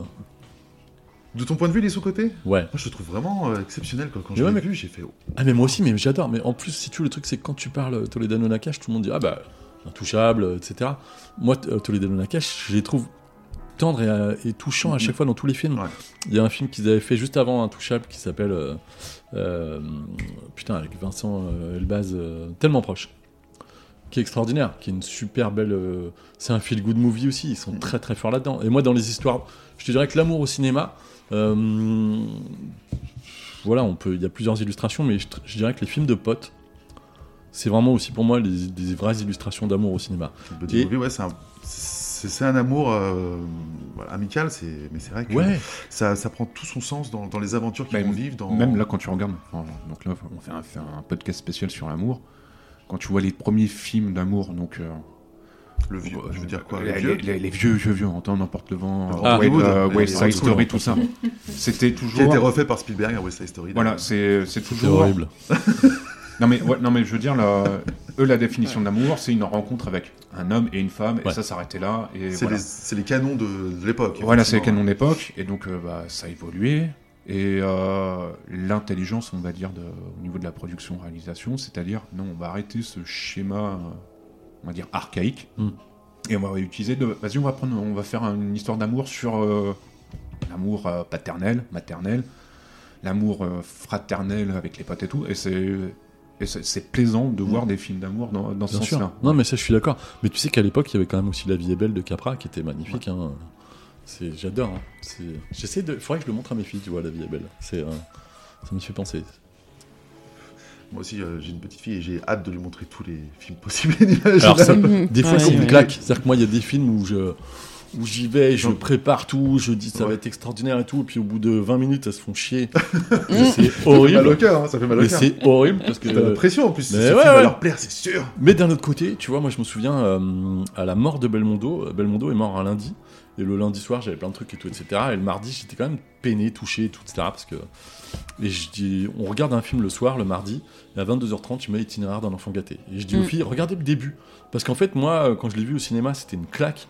S4: De ton point de vue, il est sous-côté
S7: ouais.
S4: Moi je le trouve vraiment euh, exceptionnel quoi. quand
S7: Mais
S4: je
S7: ouais,
S4: l'ai
S7: mais-
S4: vu, j'ai fait. oh,
S7: Ah, mais moi aussi, mais j'adore. Mais en plus, si tu veux, le truc, c'est que quand tu parles Toledano Nakash, tout le monde dit Ah, bah, intouchable, euh, etc. Moi, t- euh, Toledano Nakash, je les trouve tendres et, euh, et touchants à chaque fois dans tous les films.
S5: Mm.
S4: Ouais.
S7: Il y a un film qu'ils avaient fait juste avant Intouchable qui s'appelle. euh, euh, putain, avec Vincent euh, Elbaz, euh, tellement proche. Qui est extraordinaire, qui est une super belle. euh, c'est un feel good movie aussi, ils sont très très forts là-dedans. Et moi, dans les histoires, je te dirais que l'amour au cinéma. euh, voilà, on peut, il y a plusieurs illustrations, mais je, tr- je dirais que les films de potes, C'est vraiment aussi pour moi les- des vraies illustrations d'amour au cinéma.
S4: Buddy
S7: Et-
S4: Movie, ouais, c'est un, c'est c'est un amour euh, voilà, amical, c'est, mais c'est vrai que
S7: Ouais,
S4: ça, ça prend tout son sens dans, dans les aventures qu'ils
S5: Même-
S4: vont vivre. Dans...
S5: Même là, quand tu regardes, enfin, donc là, on fait un, fait un podcast spécial sur l'amour. Quand tu vois les premiers films d'amour, donc euh,
S4: le vieux,
S5: euh,
S4: je veux dire quoi
S5: les,
S4: le vieux
S5: les- les- les vieux, vieux, vieux, on entend n'importe le vent,
S4: Ah,
S5: euh, West-
S4: Hollywood,
S5: euh,
S4: les-
S5: West
S4: les-
S5: Side
S4: les-
S5: Story, tout ça. C'était
S4: Qui a été
S5: toujours.
S4: refait par Spielberg à West Side Story.
S5: Voilà, c'est c'est
S7: c'est
S5: toujours.
S7: horrible.
S5: Non mais, ouais, non mais je veux dire, la- eux, la définition de l'amour, c'est une rencontre avec un homme et une femme,
S7: Ouais.
S5: et ça s'arrêtait là. Et
S4: C'est,
S5: voilà,
S4: les, c'est les canons de, de l'époque.
S5: Voilà, c'est les
S4: effectivement.
S5: canons d'époque, et donc euh, bah, ça a évolué. Et euh, l'intelligence, on va dire, de- au niveau de la production-réalisation, c'est-à-dire, non, on va arrêter ce schéma, euh, on va dire, archaïque,
S4: Hmm.
S7: Mm.
S5: et on va utiliser de... Vas-y, on va prendre, on va faire une histoire d'amour sur euh, l'amour euh, paternel, maternel, l'amour euh, fraternel avec les potes et tout, et c'est... et c'est- c'est plaisant
S4: Hmm.
S5: de voir des films d'amour dans, dans ce
S7: Bien sûr.
S5: sens-là.
S7: Non, mais ça, je suis d'accord. Mais tu sais qu'à l'époque, il y avait quand même aussi La vie est belle de Capra qui était magnifique. hein. C'est, j'adore. hein. C'est, j'essaie de. Faudrait que je le montre à mes filles, tu vois, La vie est belle. C'est, euh, ça me fait penser.
S4: Moi aussi, euh, j'ai une petite fille et j'ai hâte de lui montrer tous les films possibles et imaginables.
S7: Alors ça,
S6: Mhm.
S7: des fois
S6: Ouais,
S7: c'est une
S6: ouais.
S7: claque. C'est-à-dire que moi il y a des films où je où j'y vais, je
S4: Non.
S7: prépare tout, je dis ça va
S4: Ouais.
S7: être extraordinaire et tout, et puis au bout de 20 minutes elles se font chier.
S6: Mm.
S7: Et c'est
S4: Ça fait mal au
S7: horrible.
S4: cœur, hein, ça fait mal au
S7: Mais
S4: cœur.
S7: c'est horrible parce que.
S4: T'as l'impression en plus,
S7: Mais
S4: ce
S7: ouais,
S4: film va
S7: ouais.
S4: leur plaire, c'est sûr.
S7: Mais d'un autre côté, tu vois, moi je me souviens euh, à la mort de Belmondo. euh, Belmondo est mort un lundi. Et le lundi soir, j'avais plein de trucs et tout, etc. Et le mardi, j'étais quand même peiné, touché, et tout, etc. Parce que. Et je dis, on regarde un film le soir, le mardi, et à 22h30, je mets itinéraire d'un enfant gâté. Et je dis aux
S6: Mm.
S7: filles, regardez le début. Parce qu'en fait, moi, euh, quand je l'ai vu au cinéma, c'était une claque.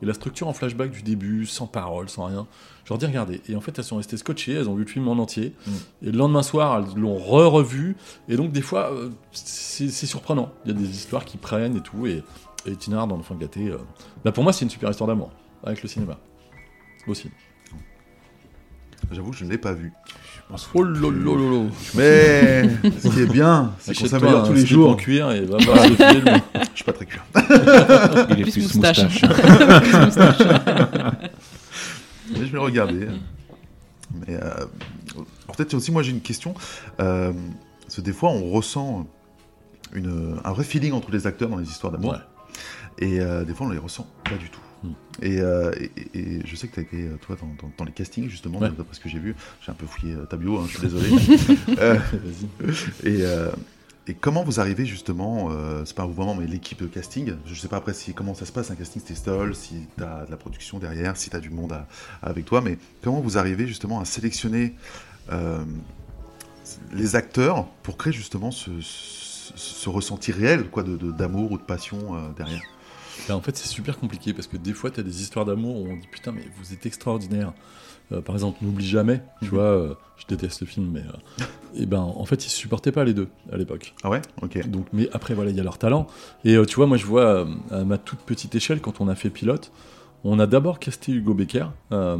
S7: Et la structure en flashback du début, sans parole, sans rien. Je leur dis, regardez. Et en fait, elles sont restées scotchées, elles ont vu le film en entier. Et le lendemain soir, elles l'ont re-revu. Et donc, des fois, euh, c'est c'est surprenant. Il y a des histoires qui prennent et tout. Et, et Itinéraire dans l'enfant gâté, euh, bah pour moi, c'est une super histoire d'amour. Avec le cinéma. Aussi.
S4: J'avoue, je ne l'ai pas vu.
S7: Oh lolololo.
S4: Mais ce qui est bien, c'est qu'on
S7: Achète-toi
S4: s'améliore
S7: un
S4: tous les
S7: slip en
S4: jours.
S7: cuir et va voir le film.
S4: Je suis pas très cuir.
S5: Il est
S6: Plus
S5: plus,
S6: moustache.
S5: moustache.
S4: Mais je vais le regarder. Mais euh, alors, peut-être aussi, moi j'ai une question. Euh, parce que des fois, on ressent une, un vrai feeling entre les acteurs dans les histoires d'amour.
S7: Ouais.
S4: Et euh, des fois, on les ressent pas du tout.
S7: Mm.
S4: Et, euh, et- et- et je sais que tu as été, euh, toi, dans, dans- dans les castings, justement,
S7: Ouais.
S4: d'après ce que j'ai vu. J'ai un peu fouillé euh, ta bio, hein, je suis désolé.
S7: Vas-y.
S4: Et, euh, et comment vous arrivez justement, euh, c'est pas vous vraiment, mais l'équipe de casting Je sais pas après si, comment ça se passe un casting, si t'es seul, si t'as de la production derrière, si t'as du monde à- avec toi, mais comment vous arrivez justement à sélectionner euh, les acteurs pour créer justement ce, ce- ce ressenti réel quoi, de- de- d'amour ou de passion euh, derrière
S7: Bah, en fait, c'est super compliqué parce que des fois, tu as des histoires d'amour où on dit putain, mais vous êtes extraordinaire. Euh, par exemple, N'oublie jamais, tu
S4: Mhm.
S7: vois, euh, je déteste le film, mais. et ben, en fait, ils se supportaient pas les deux à l'époque.
S4: Ah ouais Ok.
S7: Donc, mais après, voilà, il y a leur talent. Et euh, tu vois, moi, je vois euh, à ma toute petite échelle, quand on a fait pilote, on a d'abord casté Hugo Becker, euh,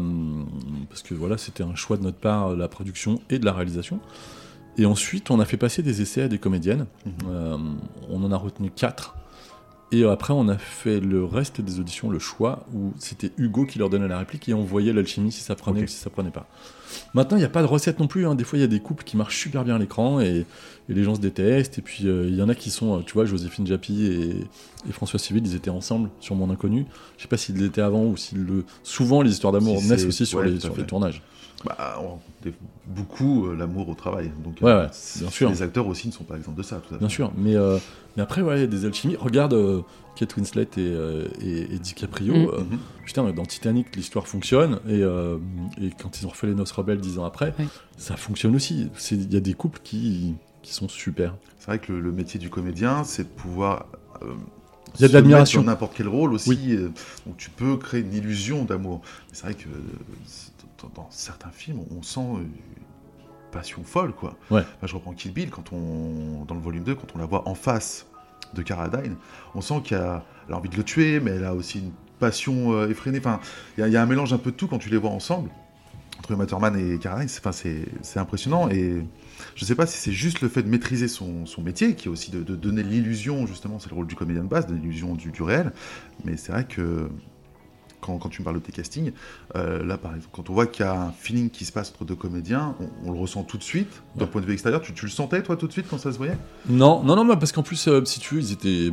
S7: parce que voilà, c'était un choix de notre part, euh, la production et de la réalisation. Et ensuite, on a fait passer des essais à des comédiennes.
S4: Mhm.
S7: Euh, on en a retenu quatre. Et euh, après, on a fait le reste des auditions, le choix, où c'était Hugo qui leur donnait la réplique et on voyait l'alchimie si ça prenait
S4: Ok.
S7: ou si ça prenait pas. Maintenant, il n'y a pas de recette non plus. hein. Des fois, il y a des couples qui marchent super bien à l'écran et, et les gens se détestent. Et puis, euh, il y en a qui sont, euh, tu vois, Joséphine Japy et, et François Civil, ils étaient ensemble sur Mon Inconnu. Je sais pas s'ils l'étaient avant ou s'ils le. Souvent, les histoires d'amour
S4: Si
S7: naissent
S4: c'est-
S7: aussi sur,
S4: ouais,
S7: les,
S4: tout à
S7: sur
S4: fait.
S7: les tournages.
S4: Bah, on rencontre beaucoup euh, l'amour au travail. Donc,
S7: Ouais,
S4: euh,
S7: ouais, bien sûr.
S4: Les acteurs aussi ne sont pas exempts de ça. tout à fait.
S7: Bien sûr, mais, euh, mais après, ouais, il y a des alchimies. Regarde euh, Kate Winslet et, euh, et, et DiCaprio.
S6: Mm.
S7: euh,
S4: Mhm.
S7: putain, dans Titanic, l'histoire fonctionne. Et, euh, et quand ils ont refait Les Noces Rebelles dix ans après,
S6: Oui.
S7: ça fonctionne aussi. C'est- Il y a des couples qui, qui sont super.
S4: C'est vrai que le, le métier du comédien, c'est de pouvoir. euh,
S7: Il y a
S4: se
S7: de l'admiration.
S4: mettre dans n'importe quel rôle aussi.
S7: Oui.
S4: euh, donc tu peux créer une illusion d'amour. Mais c'est vrai que euh, c'est- dans- dans certains films, on sent euh, une passion folle, quoi.
S7: Ouais.
S4: Enfin, je reprends Kill Bill, quand on, dans le volume 2, quand on la voit en face de Caradine, on sent qu'elle a, elle a envie de le tuer, mais elle a aussi une passion euh, effrénée. Enfin, il y, a- il y a un mélange un peu de tout quand tu les vois ensemble. Entre Matterman et Caradine, c'est enfin, c'est- c'est impressionnant. Et je sais pas si c'est juste le fait de maîtriser son, son métier, qui est aussi de, de donner l'illusion, justement, c'est le rôle du comédien de base, de l'illusion du, du réel. Mais c'est vrai que quand, quand tu me parles de tes castings, euh, là par exemple, quand on voit qu'il y a un feeling qui se passe entre deux comédiens, on, on le ressent tout de suite, d'un
S7: Ouais.
S4: point de vue extérieur. Tu, tu le sentais toi tout de suite quand ça se voyait
S7: Non, non, non, mais parce qu'en plus, euh, si tu veux, ils étaient.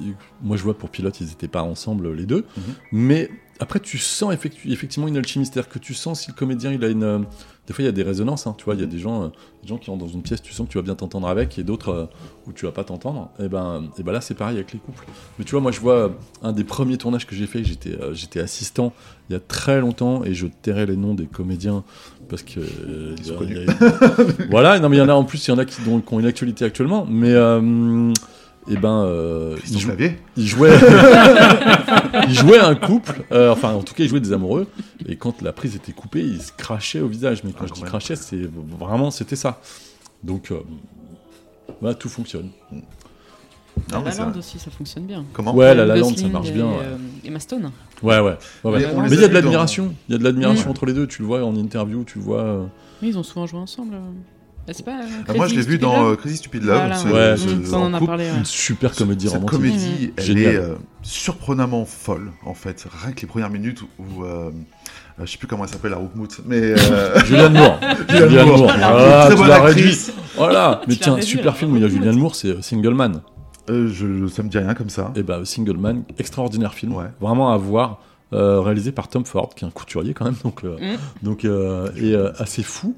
S7: ils- Moi, je vois pour pilote, ils étaient pas ensemble euh, les deux.
S4: Mhm.
S7: Mais après, tu sens effectu- effectivement une alchimie, c'est-à-dire que tu sens si le comédien, il a une. euh, Des fois, il y a des résonances. hein, tu vois,
S4: Mhm.
S7: il y a des gens, euh, des gens qui entrent dans une pièce, tu sens que tu vas bien t'entendre avec, et d'autres euh, où tu vas pas t'entendre. Et ben, et ben là, c'est pareil avec les couples. Mais tu vois, moi, je vois euh, un des premiers tournages que j'ai fait. J'étais, euh, j'étais assistant il y a très longtemps, et je tairai les noms des comédiens parce que. euh,
S4: Ils sont
S7: il y a-
S4: connus.
S7: il y a- voilà, non mais il y en a en plus, il y en a qui, dont- qui ont une actualité actuellement, mais euh, eh ben, euh,
S4: Christian
S7: ils, jou-
S4: Clavier
S7: ils jouaient, ils jouaient un couple, euh, enfin en tout cas ils jouaient des amoureux, et quand la prise était coupée, ils se crachaient au visage, mais quand
S4: Ah,
S7: je dis
S4: quand même.
S7: crachais, c'est vraiment c'était ça. Donc euh, voilà, tout fonctionne.
S4: Non, mais
S6: La
S4: c'est
S6: Land
S4: vrai.
S6: aussi, ça fonctionne bien.
S4: Comment
S7: Ouais, la
S6: Ryan
S7: La Land, ça
S6: Gosling
S7: marche
S6: et,
S7: bien. Ouais,
S6: euh, Emma Stone.
S7: ouais, ouais. ouais, ouais.
S4: Mais on
S7: Mais
S4: les
S7: il y a
S4: a
S7: de
S4: vus Mmh.
S7: l'admiration, il y a de l'admiration
S6: Mm.
S7: entre les deux. Tu le vois en interview, tu le vois. euh,
S6: Oui, ils ont souvent joué ensemble. euh. Ah, C'est pas. euh,
S4: Ah, moi,
S6: Crazy
S4: je l'ai vu
S6: Stupid
S4: dans
S6: Love
S4: euh, Crazy Stupid Love.
S6: Voilà.
S4: ce-
S7: Ouais.
S4: ce-
S6: Mm, ça, on en a
S4: couple.
S6: parlé. ouais.
S7: Une super comédie
S4: Ah. Cette
S7: romantique.
S4: comédie, elle
S7: Génial.
S4: est euh, surprenamment folle, en fait. Rien que les premières minutes où... euh, euh, je sais plus comment elle s'appelle, la Roukmout, mais... euh,
S7: Julianne Moore. Julianne Moore. Ah,
S4: très
S7: tu
S4: bonne
S7: l'as
S4: actrice.
S7: Voilà, mais
S6: Tu l'as hein.
S7: tiens,
S6: revu,
S7: super
S6: là.
S7: film où il y a Julianne Moore, c'est euh, Single Man.
S4: Euh, je, ça me dit rien comme ça.
S7: Et bah, Single Man, extraordinaire film,
S4: Ouais.
S7: vraiment à voir, euh, réalisé par Tom Ford, qui est un couturier quand même, donc, euh,
S6: Mm.
S7: donc euh, et euh, assez fou.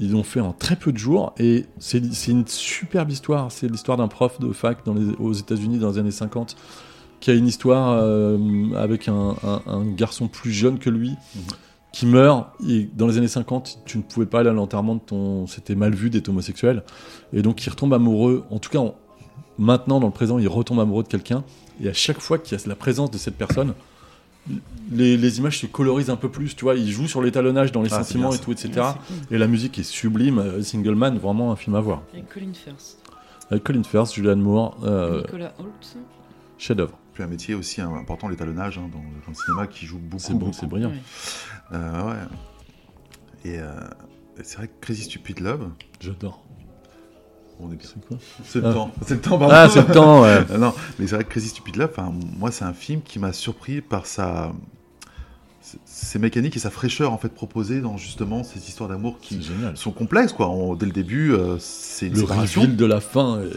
S7: Ils l'ont fait en très peu de jours et c'est c'est une superbe histoire. C'est l'histoire d'un prof de fac dans les- aux États-Unis dans les années 50 qui a une histoire euh, avec un, un- un garçon plus jeune que lui qui meurt. Et dans les années 50, tu ne pouvais pas aller à l'enterrement de ton. C'était mal vu d'être homosexuel. Et donc, il retombe amoureux. En tout cas, en- maintenant, dans le présent, il retombe amoureux de quelqu'un. Et à chaque fois qu'il y a la présence de cette personne, les, les images se colorisent un peu plus. Tu vois, il joue sur l'étalonnage dans les
S4: Ah, c'est
S7: sentiments
S4: bien
S7: et
S4: ça.
S7: tout, etc.
S6: Ouais, c'est cool.
S7: Et la musique est sublime. Euh, Single Man, vraiment un film à voir.
S6: Avec Colin Firth.
S7: Avec Colin Firth, Julianne Moore, euh,
S6: Nicolas Holt.
S7: chef-d'œuvre.
S4: Puis un métier aussi hein, important, l'étalonnage, hein, dans, dans le cinéma, qui joue beaucoup.
S7: C'est bon,
S4: beaucoup.
S7: c'est brillant.
S6: Ouais.
S4: Euh, ouais. Et euh, c'est vrai que Crazy Stupid Love,
S7: J'adore.
S4: on est bien.
S7: C'est quoi
S4: C'est le
S7: Ah.
S4: temps. C'est le temps, pardon.
S7: Ah, c'est le temps. ouais.
S4: Ah non, mais c'est vrai que Crazy Stupid Love, enfin, moi, c'est un film qui m'a surpris par sa ses- ses mécaniques et sa fraîcheur en fait proposée dans justement ces histoires d'amour
S7: C'est
S4: qui
S7: génial.
S4: sont complexes quoi. On- dès le début, euh, c'est une
S7: Le
S4: séparation.
S7: reveal de la fin. euh,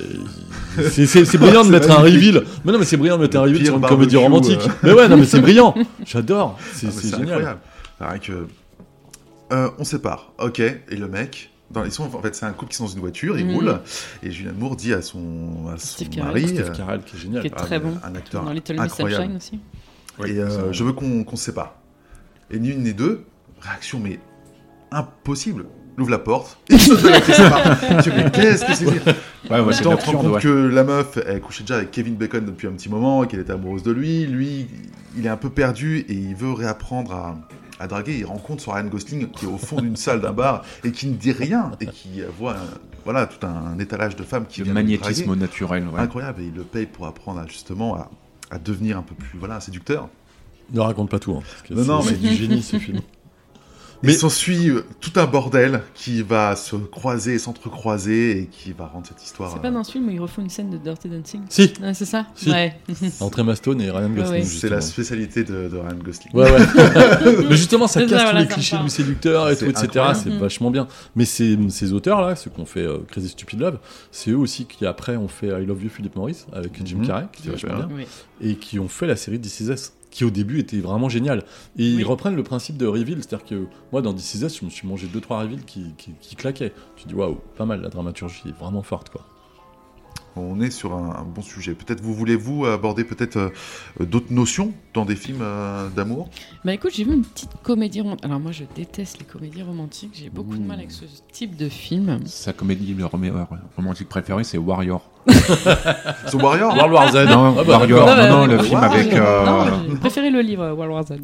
S7: c'est- C'est c'est brillant de
S4: C'est
S7: mettre un
S4: magnifique.
S7: reveal. Mais non, mais c'est brillant de mettre
S4: Le
S7: un reveal
S4: pire
S7: sur une
S4: barbecue,
S7: comédie
S4: euh.
S7: romantique. Mais ouais, non, mais c'est brillant. J'adore. C'est
S4: Ah, mais
S7: c'est
S4: c'est
S7: génial.
S4: incroyable. Enfin, rien que Euh, on sépare, ok. Et le mec, dans, ils sont en fait c'est un couple qui sont dans une voiture, ils
S6: Mhm.
S4: roulent. Et Julianne Moore dit à son à son
S6: Steve Carell.
S4: mari,
S7: Steve
S4: euh,
S7: Carell qui est
S6: Qui est
S7: génial.
S4: ah,
S6: très
S4: mais
S6: bon.
S4: un acteur
S6: Dans Little Miss
S4: incroyable.
S6: Sunshine aussi.
S4: Et euh,
S7: ça-
S4: je veux qu'on qu'on se sépare. Et ni une ni deux, réaction mais impossible. Il ouvre la porte, il saute de la qui se sépare. Tu fais, mais qu'est-ce que c'est que ça
S5: Ouais, ouais, c'est
S4: Tant tu te rends
S5: absurde,
S4: compte
S5: ouais.
S4: que la meuf, elle couchait déjà avec Kevin Bacon depuis un petit moment et qu'elle était amoureuse de lui. Lui, il est un peu perdu et il veut réapprendre à, à draguer. Il rencontre son Ryan Gosling qui est au fond d'une salle d'un bar et qui ne dit rien et qui voit un- voilà, tout un étalage de femmes qui
S5: Le
S4: viennent le
S5: magnétisme
S4: draguer. Ah,
S5: au naturel, ouais.
S4: Incroyable. Et il le paye pour apprendre à, justement à, à devenir un peu plus voilà, séducteur.
S7: Ne raconte pas tout. hein, parce que
S4: Non,
S7: c'est-
S4: non, mais-
S7: c'est du génie ce film. Mais-
S4: Mais s'ensuit euh, tout un bordel qui va se croiser et s'entrecroiser et qui va rendre cette histoire.
S6: C'est pas
S4: euh,
S6: dans ce film où ils refont une scène de Dirty Dancing
S7: Si,
S6: Ouais, c'est ça
S7: Si.
S6: Ouais.
S7: entre Emma Stone et Ryan Gosling.
S6: ouais.
S4: C'est la
S7: justement.
S4: spécialité de, de Ryan Gosling.
S7: Ouais, ouais. Mais justement, ça
S6: C'est
S7: casse
S6: ça,
S7: tous
S6: voilà,
S7: les
S6: ça me
S7: clichés
S6: parle.
S7: du séducteur et
S4: C'est
S7: tout, etc.
S4: incroyable.
S7: C'est
S6: Mhm.
S7: vachement bien. Mais ces, ces auteurs-là, ceux qu'on fait euh, Crazy Stupid Love, c'est eux aussi qui après ont fait I Love You Philip Morris avec Jim
S4: Mhm.
S7: Carrey, qui est vachement bien,
S6: Oui.
S7: et qui ont fait la série This Is Us, qui au début était vraiment géniale. Et
S6: Oui.
S7: ils reprennent le principe de reveal, c'est-à-dire que moi dans This Is Us, je me suis mangé deux trois reveals qui, qui, qui claquaient. Tu dis waouh, pas mal, la dramaturgie est vraiment forte quoi.
S4: On est sur un, un bon sujet. Peut-être vous voulez-vous aborder peut-être euh, euh, d'autres notions dans des films euh, d'amour
S6: Bah écoute, j'ai vu une petite comédie romantique. Alors moi, je déteste les comédies romantiques. J'ai beaucoup de mal avec ce type de film.
S5: Sa comédie le romé- euh, romantique préférée, c'est Warrior.
S4: Son Warrior
S7: World War Z.
S5: Non,
S7: Ah bah,
S5: Warrior, non, non,
S6: d'accord. Ah bah,
S5: le film
S4: Warrior.
S5: avec. euh,
S6: Non, j'ai préféré le livre euh, World War Z.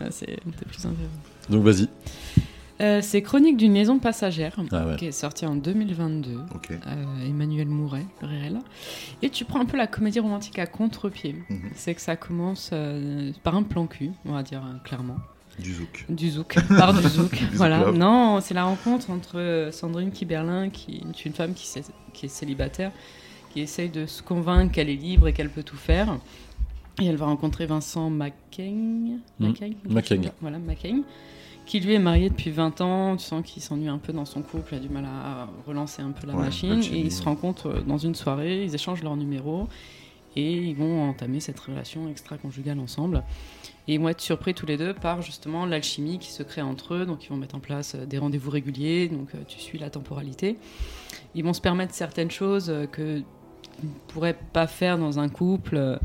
S6: Ah, C'est c'est plus intéressant.
S7: Donc vas-y.
S6: Euh, c'est Chronique d'une liaison passagère,
S7: Ah ouais.
S6: qui est sorti en 2022.
S4: Ok.
S6: euh, Emmanuel Mouret, le réel. Et tu prends un peu la comédie romantique à contre-pied.
S4: Mhm.
S6: C'est que ça commence euh, par un plan cul, on va dire euh, clairement.
S4: Du zouk.
S6: Du zouk, par du zouk. voilà.
S4: love.
S6: Non, c'est la rencontre entre euh, Sandrine Kiberlin, qui est une femme qui, s'est- qui est célibataire, qui essaye de se convaincre qu'elle est libre et qu'elle peut tout faire. Et elle va rencontrer Vincent McCain.
S7: Hmm. McCain.
S6: Voilà, McCain. Qui lui est marié depuis 20 ans. Tu sens qu'il s'ennuie un peu dans son couple, a du mal à relancer un peu la
S4: Ouais,
S6: machine.
S4: Alchimie.
S6: Et ils se rencontrent euh, dans une soirée, ils échangent leurs numéros. Et ils vont entamer cette relation extra-conjugale ensemble. Et ils vont être surpris tous les deux par justement l'alchimie qui se crée entre eux. Donc ils vont mettre en place euh, des rendez-vous réguliers. Donc euh, tu suis la temporalité. Ils vont se permettre certaines choses euh, que qu'ils ne pourraient pas faire dans un couple. euh,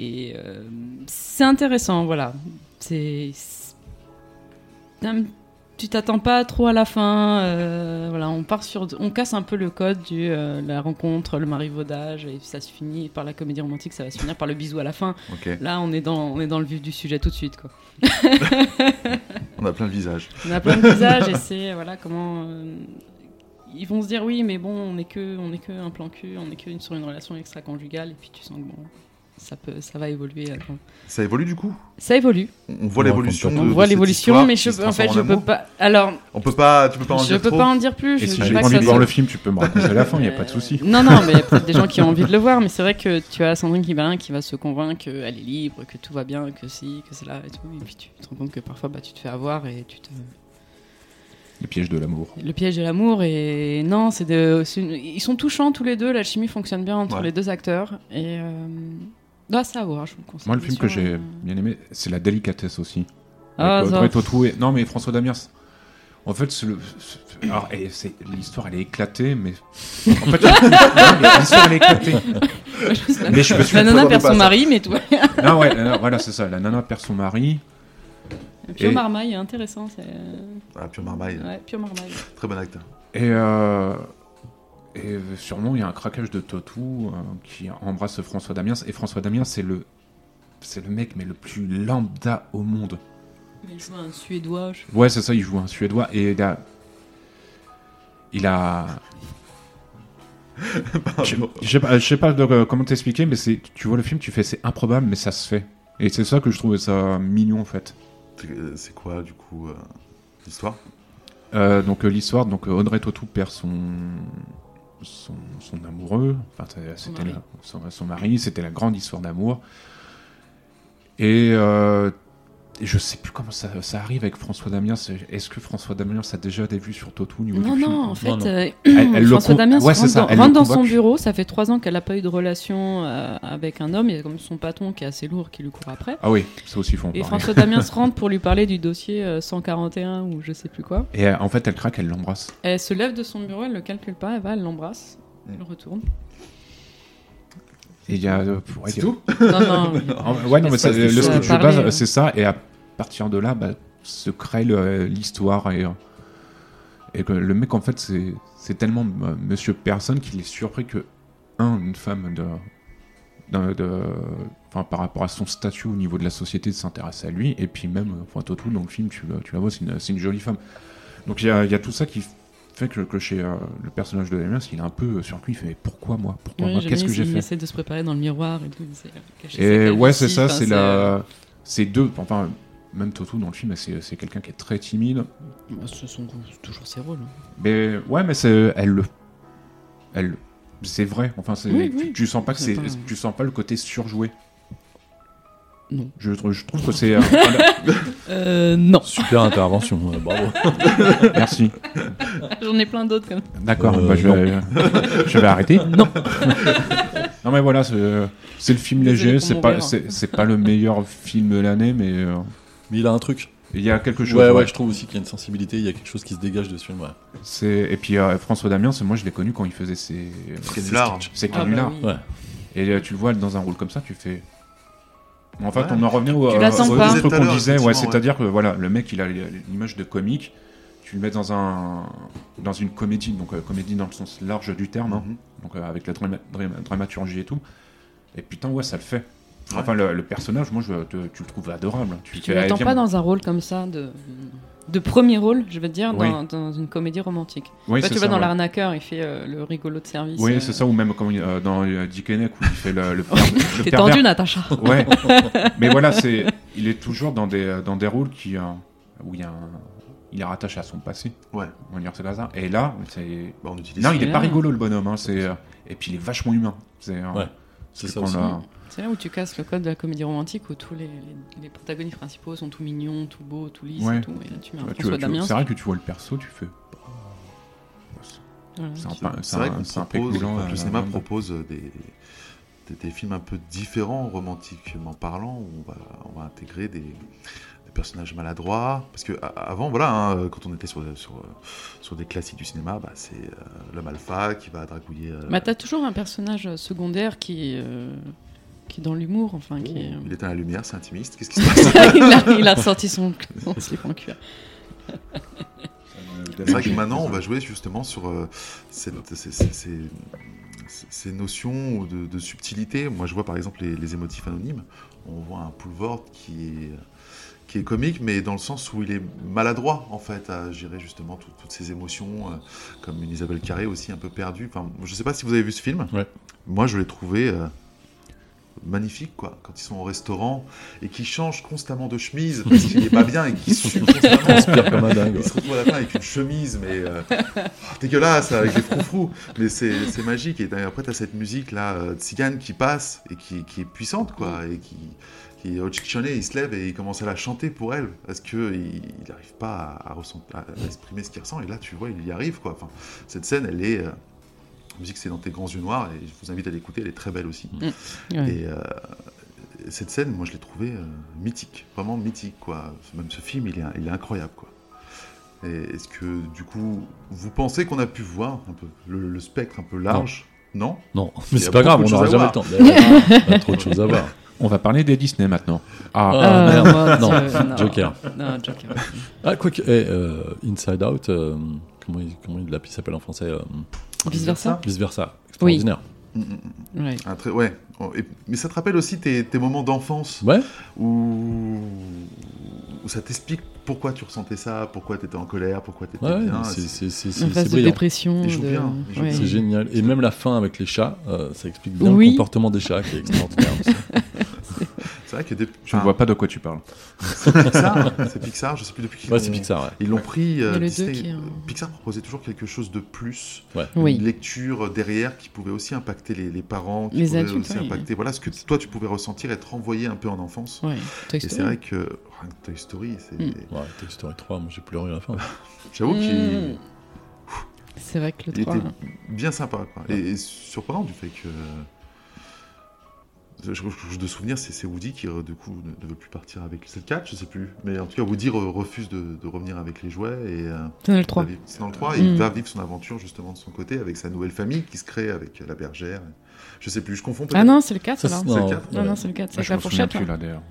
S6: et euh, c'est intéressant, voilà. C'est. c'est- Hum, Tu t'attends pas trop à la fin. euh, voilà, on part sur, on casse un peu le code du euh, la rencontre, le marivaudage, et ça se finit par la comédie romantique, ça va se finir par le bisou à la fin.
S4: Ok.
S6: Là, on est dans, on est dans le vif du sujet tout de suite, quoi.
S4: On a plein de visages.
S6: On a plein de visages et c'est voilà comment euh, ils vont se dire oui, mais bon, on est que, on est que un plan cul, on est que une- sur une relation extra-conjugale, et puis tu sens que bon, ça peut, ça va évoluer. euh, quand-
S4: Ça évolue du coup
S6: Ça évolue.
S4: On voit
S7: On
S4: l'évolution. de-
S7: raconte pas.
S6: On
S4: de
S6: voit
S4: cette
S6: l'évolution,
S4: histoire
S6: mais
S4: qui
S6: je,
S4: se
S6: en fait,
S4: transforme en
S6: je peux
S4: amour.
S6: pas. Alors,
S4: On peut pas, tu peux pas en
S6: je
S4: dire
S6: peux
S4: trop.
S6: pas en dire plus.
S5: Et
S6: je
S5: si
S6: veux
S5: j'ai pas
S6: pas que
S5: envie
S6: ça
S5: de voir
S6: soit-
S5: le film, tu peux me raconter la fin, il n'y a pas de
S6: Euh,
S5: souci.
S6: Non, non, mais il y a peut-être des gens qui ont envie de le voir, mais c'est vrai que tu as Sandrine Guibarin qui va se convaincre qu'elle est libre, que tout va bien, que si, que cela et tout. Et puis tu te rends compte que parfois, bah, tu te fais avoir et tu te.
S5: Les pièges de l'amour.
S6: Le piège de l'amour et non, c'est de, c'est une- ils sont touchants tous les deux. La chimie fonctionne bien entre
S4: Ouais.
S6: les deux acteurs et euh... doit savoir. Je vous le conseille.
S5: Moi, le film que
S6: sur,
S5: j'ai
S6: euh,
S5: bien aimé, c'est La délicatesse aussi.
S6: Ah,
S5: Avec
S6: ça.
S5: Audrey Tautou et- Non, mais François Damiens. En fait, c'est le. c'est- Alors, et c'est- l'histoire, elle est éclatée, mais. En fait, non, mais l'histoire, elle est éclatée. Mais je me suis
S6: La nana
S4: attendue
S6: perd
S4: pas à
S6: son
S4: ça.
S6: mari, mais toi.
S5: Non, ouais, la nana- voilà, c'est ça. La nana perd son mari.
S6: Pio
S5: Et-
S6: Marmaille est intéressant. c'est-
S4: Ah, Pure Marmaille,
S6: Ouais, Pio Marmaille.
S4: très bon acteur.
S5: Et, euh, et sûrement, il y a un craquage de Totou euh, qui embrasse François Damiens. Et François Damiens, c'est le, c'est le mec, mais le plus lambda au monde.
S6: Il joue un Suédois. je-
S5: Ouais, c'est ça, il joue un Suédois. Et il a. Il a. Je je sais pas, je sais pas de- euh, comment t'expliquer, mais c'est, tu vois le film, tu fais c'est improbable, mais ça se fait. Et c'est ça que je trouvais ça mignon en fait.
S4: Euh, C'est quoi du coup euh, l'histoire
S5: Euh, donc euh, l'histoire, donc euh, Audrey Tautou perd son son, son amoureux, enfin c'est- c'était
S6: mari.
S5: la- son, son mari, c'était la grande histoire d'amour. Et, euh, et je sais plus comment ça, ça arrive avec François Damien. c'est- Est-ce que François Damien a déjà des vues sur Tautou au niveau
S6: Non,
S5: du
S6: non,
S5: film
S6: en fait,
S7: non.
S6: euh,
S5: Elle- elle le
S6: François
S5: con-
S6: Damiens
S5: ouais, c'est
S6: rentre,
S5: ça,
S6: dans,
S5: elle le
S6: rentre dans son
S5: convoque.
S6: bureau. Ça fait trois ans qu'elle n'a pas eu de relation euh, avec un homme. Il y a comme son patron qui est assez lourd qui lui court après.
S5: Ah oui, c'est aussi fond.
S6: Et François Damien se rentre pour lui parler du dossier euh, 141 ou je sais plus quoi.
S5: Et euh, en fait, elle craque, elle l'embrasse.
S6: Elle se lève de son bureau, elle le calcule pas, elle va, elle l'embrasse, elle retourne.
S5: Et il y a, euh, pour-
S4: C'est
S5: il y a-
S4: tout
S6: Non, non, oui.
S5: Ah, ouais, non, mais ça,
S6: Parce que
S5: le
S6: ça
S5: script de
S6: parlait,
S5: base,
S6: euh.
S5: c'est ça. Et à partir de là, bah, se crée le- l'histoire. Et, euh, et que le mec, en fait, c'est c'est tellement euh, monsieur personne qu'il est surpris que, un, une femme de. de- de- Enfin, par rapport à son statut au niveau de la société, s'intéresse à lui, et puis même, euh, enfin, Totou, dans le film, tu, la- tu la vois, c'est une, c'est une jolie femme. Donc, il y a, il y a tout ça qui fait que, que chez euh, le personnage de Damiens, il est un peu surpris, il fait Mais pourquoi moi Pourquoi
S6: Oui,
S5: moi
S6: j'aime
S5: Qu'est-ce
S6: bien,
S5: que j'ai
S6: il
S5: fait
S6: essaie de se préparer dans le miroir et tout. il essaie de cacher sa
S5: et
S6: calvitie,
S5: ouais, c'est ça,
S6: enfin,
S5: c'est
S6: euh,
S5: la. C'est deux. Enfin, même Toto dans le film, c'est c'est quelqu'un qui est très timide.
S6: Bah, Ce sont toujours ses rôles. hein.
S5: Mais ouais, mais c'est. Elle le. Elle. C'est vrai. Enfin, c'est.
S6: Oui,
S5: tu-
S6: oui.
S5: Tu sens pas que
S6: C'est
S5: c'est.
S6: pas-
S5: Tu sens pas le côté surjoué.
S6: Non.
S5: Je, trou- je trouve que c'est. euh, voilà.
S6: Euh, non.
S7: Super intervention, euh, bravo.
S5: Merci.
S6: J'en ai plein d'autres comme
S5: D'accord.
S7: Euh,
S5: bah, je, vais, je vais arrêter. Non. non, mais voilà, c'est c'est le film
S6: Désolé
S5: léger.
S6: pour
S5: C'est
S6: mon
S5: pas.
S6: verre.
S5: C'est c'est pas le meilleur film de l'année, mais euh,
S7: Mais il a un truc.
S5: il y a quelque chose.
S7: Ouais,
S5: ouais.
S7: ouais, je trouve aussi qu'il y a une sensibilité, il y a quelque chose qui se dégage de ce film, ouais.
S5: C'est- Et puis euh, François Damien, c'est- moi je l'ai connu quand il faisait ses.
S4: Canular.
S5: C'est
S6: Ah,
S5: canular.
S6: bah oui.
S7: Ouais.
S5: Et euh, tu le vois dans un rôle comme ça, tu fais. En fait,
S4: Ouais.
S5: on en revient au,
S6: Tu
S5: euh,
S6: l'attends
S5: au
S6: pas.
S5: titre
S4: Tout à
S5: qu'on
S4: l'heure,
S5: disait, ouais,
S4: effectivement,
S5: c'est-à-dire que voilà, le mec il a l'image de comique, tu le mets dans un dans une comédie, donc euh, comédie dans le sens large du terme, hein,
S4: Mhm.
S5: donc euh, avec la drama- drama- dramaturgie et tout. Et putain, ouais, ça le fait. Enfin, le, le personnage, moi, je, te- tu le trouves adorable. Tu,
S6: Tu
S5: fais,
S6: l'attends
S5: eh, viens,
S6: pas dans un rôle comme ça de. De premier rôle, je veux dire,
S5: Oui.
S6: dans, dans une comédie romantique.
S5: Oui,
S6: Toi,
S5: c'est
S6: tu
S5: ça,
S6: vois, dans
S5: ouais.
S6: l'arnaqueur, il fait euh, le rigolo de service.
S5: Oui,
S6: euh,
S5: c'est ça, ou même comme euh, dans euh, Dick Henneck où il fait le, le, le
S6: T'es
S5: pervers.
S6: tendu, Natacha.
S5: Ouais. Mais voilà, c'est, il est toujours dans des, dans des rôles qui, euh, où il y a un- il est rattaché à son passé.
S4: Ouais.
S5: On va dire c'est comme ça. Et là, c'est.
S4: Bah, on utilise.
S5: Non, il est
S6: bien.
S5: pas rigolo le bonhomme. hein, c'est. euh, Et puis il est vachement humain. C'est. euh,
S7: Ouais. C'est
S5: C'est
S7: ça
S5: qu'on
S7: aussi.
S5: l'a-
S6: C'est là où tu casses le code de la comédie romantique où tous les, les- les protagonistes principaux sont tout mignons, tout beaux, tout lisses
S5: Ouais.
S6: et tout. Et là, tu mets
S5: tu
S6: un
S5: vois, tu
S6: François
S5: vois,
S6: Damiens.
S5: C'est vrai que tu vois le perso, tu fais.
S6: voilà.
S5: C'est un
S4: C'est-
S5: pain-
S4: C'est
S5: c'est
S4: vrai
S5: un-
S4: qu'on
S5: c'est un
S4: propose,
S5: péculant,
S4: enfin, que le
S5: euh,
S4: cinéma
S5: vraiment.
S4: propose des, des, des films un peu différents, romantiquement parlant, où on va, on va intégrer des, des personnages maladroits. Parce que a- avant, voilà, hein, quand on était sur, sur, sur des classiques du cinéma, bah, c'est euh, l'homme alpha qui va dragouiller. euh,
S6: Bah, t'as toujours un personnage secondaire qui, euh, qui est dans l'humour, enfin, hein, qui est-
S7: Oh.
S4: il éteint la lumière, c'est intimiste. Qu'est-ce qui se passe
S6: il, a, il a ressorti son, son slip en cuir.
S4: C'est vrai que maintenant, on va jouer justement sur euh, cette- ces, ces- ces- ces notions de, de subtilité. Moi, je vois par exemple les, les émotifs anonymes. On voit un Poulvord qui est, qui est comique, mais dans le sens où il est maladroit, en fait, à gérer justement tout- toutes ces émotions, euh, comme une Isabelle Carré aussi, un peu perdue. Enfin, je ne sais pas si vous avez vu ce film.
S7: Ouais.
S4: Moi, je l'ai trouvé... euh, magnifique quoi quand ils sont au restaurant et qui changent constamment de chemise parce qu'il n'est pas bien et qui suent constamment
S7: Pire comme un dingue. ouais.
S4: il se retrouve à la fin avec une chemise, mais euh, oh, dégueulasse, avec des froufrous. Mais c'est c'est magique. Et d'ailleurs, après, tu as cette musique là, euh, tzigane, qui passe et qui, qui est puissante, quoi. Et qui, qui est chichonné, il se lève et il commence à la chanter pour elle. Parce qu'il n'arrive pas à, à ressent- à- à exprimer ce qu'il ressent. Et là, tu vois, il y arrive, quoi. Enfin, cette scène, elle est. euh, la musique, c'est dans tes grands yeux noirs. Et je vous invite à l'écouter, elle est très belle aussi.
S7: Mm.
S6: Ouais.
S4: Et euh, cette scène, moi, je l'ai trouvée euh, mythique, vraiment mythique, quoi. Même ce film, il est, il est incroyable, quoi. Et Est-ce que, du coup, vous pensez qu'on a pu voir un peu le, le spectre un peu large Non,
S7: Non,
S4: Il
S7: mais
S4: y a
S7: c'est pas grave,
S4: beaucoup
S7: on
S4: de
S7: n'aura
S4: choses
S7: jamais
S4: à
S7: le temps. D'ailleurs, on a trop de choses à voir.
S5: On va parler des Disney maintenant. Ah,
S7: Ah,
S6: Euh,
S7: merde.
S6: moi,
S7: Non,
S6: euh, non.
S7: Joker.
S6: Non, Joker.
S7: Ah, quoi que, eh, euh, Inside Out, euh, comment, il, comment il l'a- il s'appelle en français euh,
S6: Vice versa.
S7: Vice versa. Extraordinaire.
S6: Ouais.
S4: Mm, Un très- ouais. Oh, et- mais ça te rappelle aussi tes, tes moments d'enfance
S7: Ouais,
S4: où... où ça t'explique pourquoi tu ressentais ça, pourquoi t'étais en colère, pourquoi t'étais
S7: ouais,
S4: bien.
S7: c'est-
S4: C'est-
S7: c'est c'est-
S6: En phase
S7: c'est- c'est
S6: de
S7: brillant.
S6: dépression.
S4: Ils jouent
S6: de-
S4: bien, ils jouent
S6: ouais.
S4: bien.
S7: C'est génial. Et même la fin avec les chats, euh, ça explique bien
S6: Oui.
S7: le comportement des chats qui est extraordinaire. aussi.
S4: C'est vrai que des...
S5: je ne vois pas de quoi tu parles.
S4: Pixar, c'est Pixar, je sais plus depuis qu'ils
S7: ouais, c'est
S4: l'ont-
S7: Pixar, ouais.
S4: Ils l'ont pris. euh,
S6: Il y a le
S4: Disney-
S6: deux qui est en-
S4: Pixar proposait toujours quelque chose de plus.
S6: Oui.
S4: une lecture derrière qui pouvait aussi impacter les, les parents, qui
S6: Les
S4: pouvait
S6: adultes,
S4: aussi
S6: oui.
S4: impacter voilà ce que toi tu pouvais ressentir et te renvoyer un peu en enfance.
S6: Ouais. Toy
S4: Et c'est
S6: Story.
S4: vrai que oh, Toy Story, c'est
S6: Mm.
S7: Ouais, Toy Story 3, moi j'ai pleuré à la fin.
S4: j'avoue
S6: Mm.
S4: qu'il
S6: Mmh. C'est vrai que
S4: il
S6: le 3.
S4: était bien sympa quoi. Et, et surprenant du fait que euh, je, je- je- de souvenir c'est c'est Woody qui euh, du coup ne, ne veut plus partir avec les 4, je sais plus. Mais en tout cas Woody re- refuse de, de revenir avec les jouets et euh,
S6: C'est le 3.
S4: va vivre- c'est dans le 3 et
S6: Mm.
S4: il va vivre son aventure justement de son côté avec sa nouvelle famille qui se crée avec euh, la bergère. Je sais plus, je confonds
S6: Ah
S4: peut-être.
S6: non, c'est le 4
S7: Ça,
S6: alors.
S7: c'est-
S4: C'est
S7: non,
S4: le quatre.
S6: Non,
S7: ouais.
S6: non, c'est le 4. C'est
S5: Ah,
S6: avec
S5: je
S6: la
S5: me souviens
S6: fourchette.
S5: plus
S6: là.
S5: là d'ailleurs.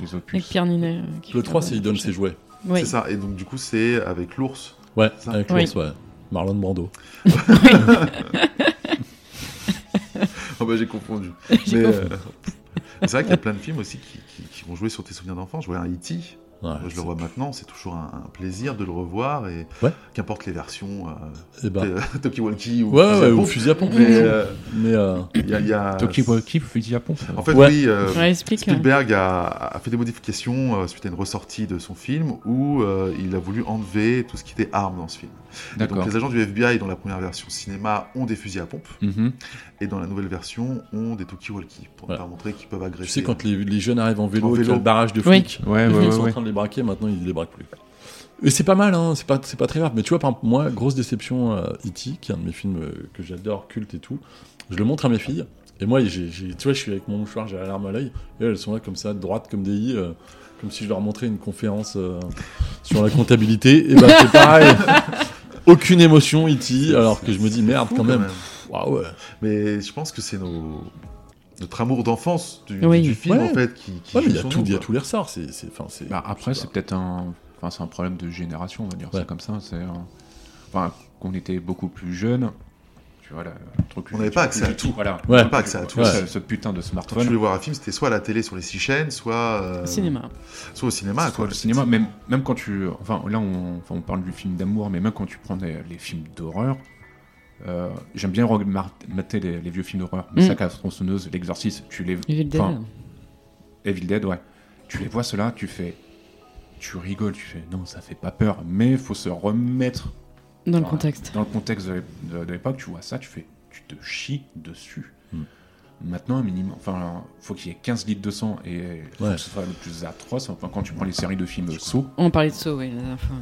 S5: Les
S6: Avec
S5: opus.
S6: Pierre Ninet. euh, qui
S7: Le
S6: fait
S7: 3,
S6: la
S7: c'est il donne ses jouets.
S6: Oui.
S4: C'est ça. Et donc, du coup, c'est avec l'ours.
S7: Ouais,
S4: Ça.
S7: avec
S6: Oui.
S7: l'ours, ouais. Marlon Brando.
S4: Ah bah, j'ai confondu.
S6: J'ai
S4: Mais,
S6: confondu.
S4: euh, C'est vrai qu'il y a plein de films aussi qui, qui- qui vont jouer sur tes souvenirs d'enfance. Je voyais un E.T.
S7: Ouais,
S4: Moi, je
S7: Ah, c'est-
S4: le vois maintenant. C'est toujours un, un plaisir de le revoir. Et
S7: Ouais.
S4: qu'importe les versions, euh,
S7: eh ben,
S4: Tokiwalki ou.
S7: ouais, ouais,
S4: Fusil à
S7: au
S4: pompe.
S7: fusil
S4: Mais
S7: à pompe.
S4: euh,
S7: Mais euh,
S4: il y a. il y a-
S5: Toki Walkie, fusil à pompe.
S4: En fait,
S7: Ouais.
S4: oui. euh,
S6: Ouais, explique. euh,
S4: Spielberg a, a fait des modifications euh, suite à une ressortie de son film où euh, il a voulu enlever tout ce qui était armes dans ce film. Et Donc
S5: D'accord.
S4: les agents du FBI dans la première version cinéma ont des fusils à pompe.
S5: Mhm.
S4: et dans la nouvelle version ont des Toki-Walki pour ne
S7: Voilà.
S4: pas montrer qu'ils peuvent
S7: tu
S4: agresser.
S7: sais, quand les, les jeunes arrivent en vélo,
S4: En
S7: et qu'il y
S4: vélo.
S7: a le barrage de
S6: Oui.
S7: flics,
S5: Ouais,
S7: ils
S5: ouais, ouais.
S7: sont en
S5: ouais.
S7: train de les braquer, maintenant ils les braquent plus. Et c'est pas mal, hein, c'est pas, c'est pas très grave. Mais tu vois, par exemple, moi, grosse déception, euh, E.T., qui est un de mes films euh, que j'adore, culte et tout, je le montre à mes filles. Et moi, j'ai, j'ai- tu vois, je suis avec mon mouchoir, j'ai la larme à l'œil. Et elles sont là, comme ça, droites comme des i, euh, comme si je leur montrais une conférence euh, sur la comptabilité. Et bah, c'est pareil. Aucune émotion, E.T., alors que je me dis, merde,
S4: Fou,
S7: quand même. Waouh, ouais.
S4: Mais je pense que c'est nos... notre amour d'enfance du,
S6: Oui.
S4: du film
S7: Ouais.
S4: en fait qui, qui
S7: Ouais, mais il y
S4: joue
S7: a
S4: sur
S7: tout,
S4: nous,
S7: il y a
S4: quoi.
S7: tous les ressorts. C'est, c'est, enfin, c'est,
S5: Bah, après, c'est peut-être un... Enfin, c'est un problème de génération, on va dire
S7: Ouais.
S5: ça comme ça. C'est... euh, Enfin, qu'on était beaucoup plus jeunes. Tu vois, là, le truc...
S4: On n'avait pas accès à
S5: tout. Voilà.
S7: Ouais. On
S4: n'avait pas accès à tout.
S5: Ouais,
S7: Ouais.
S5: Ce, ce putain de
S4: Quand tu voulais
S5: smartphone.
S4: voir un film, c'était soit à la télé sur les six chaînes, soit, euh,
S6: Au cinéma.
S4: soit au cinéma.
S5: Soit
S4: quoi.
S5: le cinéma, même, même quand tu. Enfin, là, on, enfin, on parle du film d'amour, mais même quand tu prends des- les films d'horreur, euh, j'aime bien remar- mater les, les vieux films d'horreur.
S6: Mm.
S5: Massacre à la tronçonneuse, L'Exorciste, tu les.
S6: Evil Dead.
S5: Enfin, Evil Dead, ouais. Tu les vois, ceux-là, tu fais. Tu rigoles, tu fais. Non, ça fait pas peur, mais faut se remettre
S6: Dans le
S5: ouais.
S6: contexte.
S4: Hmm.
S5: dans le contexte de, l'ép- de- de l'époque, tu vois ça, tu fais. Tu te chies dessus.
S7: Mm.
S5: Maintenant, un minimum. Enfin, faut qu'il y ait 15 litres de sang et faut
S7: Ouais.
S5: que ce soit le plus atroce. Enfin, quand tu prends les séries de films Saw,
S6: On parlait de ça, oui, la dernière fois.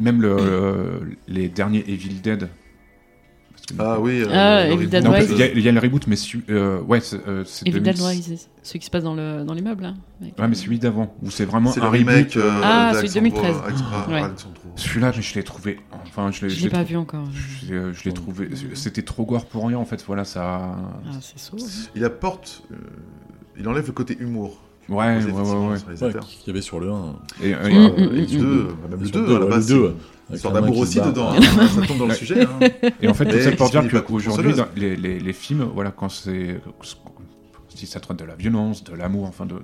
S5: même le, euh, les derniers Evil Dead. Parce que-
S4: Ah oui. euh,
S6: Ah,
S4: le
S6: Evil Dead
S5: Non,
S4: reboot,
S5: parce
S6: Rise.
S5: qu'il y a- Il y, a le reboot, mais celui- euh, ouais, c'est euh, c'est
S6: Evil Dead
S5: 2006.
S6: Rises, celui qui se passe dans le- dans l'immeuble, là. avec-
S5: Ouais, mais celui d'avant, où c'est vraiment
S4: C'est
S5: un
S4: le remake.
S5: reboot.
S4: euh,
S6: Ah,
S4: d'Alexandre-
S6: celui de 2013.
S4: Alexandre-
S6: Ouais.
S4: Alexandre-
S5: Celui-là, je je l'ai trouvé. Enfin, je l'ai
S6: euh, Je
S5: je
S6: l'ai
S5: l'ai
S6: pas
S5: trou-
S6: vu encore.
S5: Je l'ai- je l'ai trouvé. C'était trop gore pour rien en fait. Voilà, ça.
S6: Ah, c'est ça.
S4: Il apporte. euh, il enlève le côté humour. que
S5: Ouais,
S4: proposait
S5: ouais,
S4: effectivement
S5: ouais,
S4: le
S7: Ouais,
S4: réalisateur.
S7: qu'il y avait sur le 1.
S5: Et,
S4: Euh,
S5: euh,
S4: Et
S6: Mm, mm,
S4: le
S6: mm,
S4: deux, bah, même le
S7: Sur
S4: 2 à
S7: le ouais,
S4: la
S7: le
S4: base.
S7: deux,
S4: c'est-
S7: ouais.
S4: Une
S7: Avec
S4: sorte
S7: la main
S4: d'amour
S7: qui se
S4: aussi
S7: barre.
S4: dedans. hein, Ça tombe dans le sujet. hein.
S5: et en fait, tout
S4: Mais
S5: ça
S4: qui
S5: pour
S4: se
S5: dire
S4: finit pas contre
S5: qu'aujourd'hui,
S4: sonneuse.
S5: dans les, les, les films, voilà, quand c'est. Si ça traite de la violence, de l'amour, enfin de.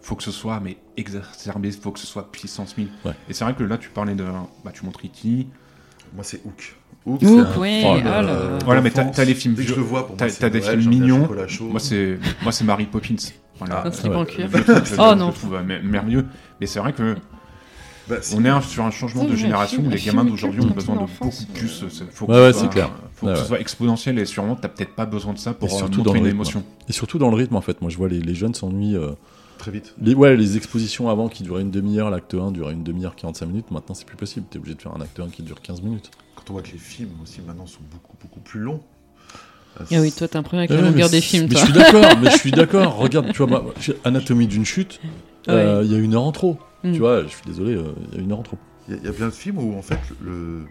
S5: Faut que ce soit, mais exacerbé, faut que ce soit puissance 1000.
S7: Ouais.
S5: Et c'est vrai que là, tu parlais de. Bah, tu montres Kitty.
S4: Moi, c'est Hook. Hook,
S6: Hook,
S4: un
S6: ouais,
S4: film,
S7: oh là
S4: euh,
S6: là.
S5: Voilà, mais t'as-
S4: d'enfance.
S5: t'as les films
S4: Dès que je
S5: vieux.
S4: le vois, pour moi,
S5: T'as
S4: c'est
S5: t'as des
S4: Noël,
S5: films
S4: j'en ai un
S5: mignons.
S4: chocolat chaud.
S5: Moi, c'est moi, c'est Mary Poppins. Voilà.
S6: Un slip
S7: ouais.
S6: en cuir.
S5: Le truc, je-
S6: Oh,
S5: je
S6: non.
S5: trouve, euh, mer- merveilleux. Mais c'est vrai que
S4: Bah, c'est-
S5: on est un- sur un changement
S6: Oui,
S5: de
S6: mais
S5: génération
S6: un
S5: où
S6: film-
S5: les
S6: un
S5: gamins
S6: film
S5: d'aujourd'hui
S6: culte
S5: ont
S6: quand
S5: besoin
S6: on est
S5: de
S6: enfant,
S5: beaucoup
S6: c'est-
S5: plus. euh, c'est- Faut que
S7: Ouais,
S5: ce
S7: ouais,
S5: soit-
S7: c'est clair.
S5: Faut que
S7: Ouais,
S5: ce
S7: ouais.
S5: soit exponentiel et sûrement t'as peut-être pas besoin de ça pour
S7: Et
S5: euh,
S7: surtout dans
S5: montrer
S7: le
S5: une
S7: rythme.
S5: émotion.
S4: hein.
S7: Et surtout dans le rythme, en fait. Moi, je vois les, les jeunes s'ennuient. euh,
S4: Très vite.
S7: les, ouais, les expositions avant qui duraient une demi-heure, l'acte 1 durait une demi-heure, 45 minutes. Maintenant, c'est plus possible. T'es obligé de faire un acte 1 qui dure 15 minutes.
S4: Quand on voit que les films aussi maintenant sont beaucoup, beaucoup plus longs. Ah
S6: Ah oui, toi, t'as un problème avec
S7: Ouais,
S6: la longueur
S7: mais
S6: des
S7: c'est-
S6: films,
S7: mais
S6: toi.
S7: je suis d'accord, mais je suis d'accord. Regarde, tu vois, moi, j'ai Anatomie d'une chute, euh, il y a une heure en trop.
S6: Mm.
S7: Tu vois, je suis désolé, euh, il y a une heure en trop.
S4: Il y, a- il y a plein de films où en fait le...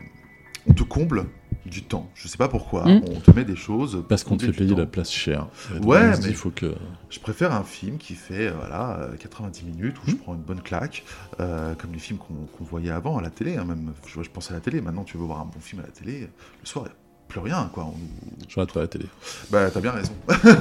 S4: on te comble du temps. Je sais pas pourquoi. hein.
S6: Mm.
S4: On te met des choses.
S7: Parce qu'on te
S4: comble
S7: fait
S4: du
S7: payer
S4: temps.
S7: la place chère. Et donc,
S4: hein. Ouais,
S7: on se dit,
S4: mais-
S7: il faut que.
S4: Je préfère un film qui fait euh, voilà, euh, 90 minutes où je
S7: Hmm.
S4: prends une bonne claque, euh, comme les films qu'on qu'on voyait avant à la télé. hein, même, je, je pense à la télé. Maintenant, tu veux voir un bon film à la télé, euh, le soir, il n'y a plus rien. Quoi. On-
S7: Je regarde pas la télé.
S4: Bah, t'as bien raison.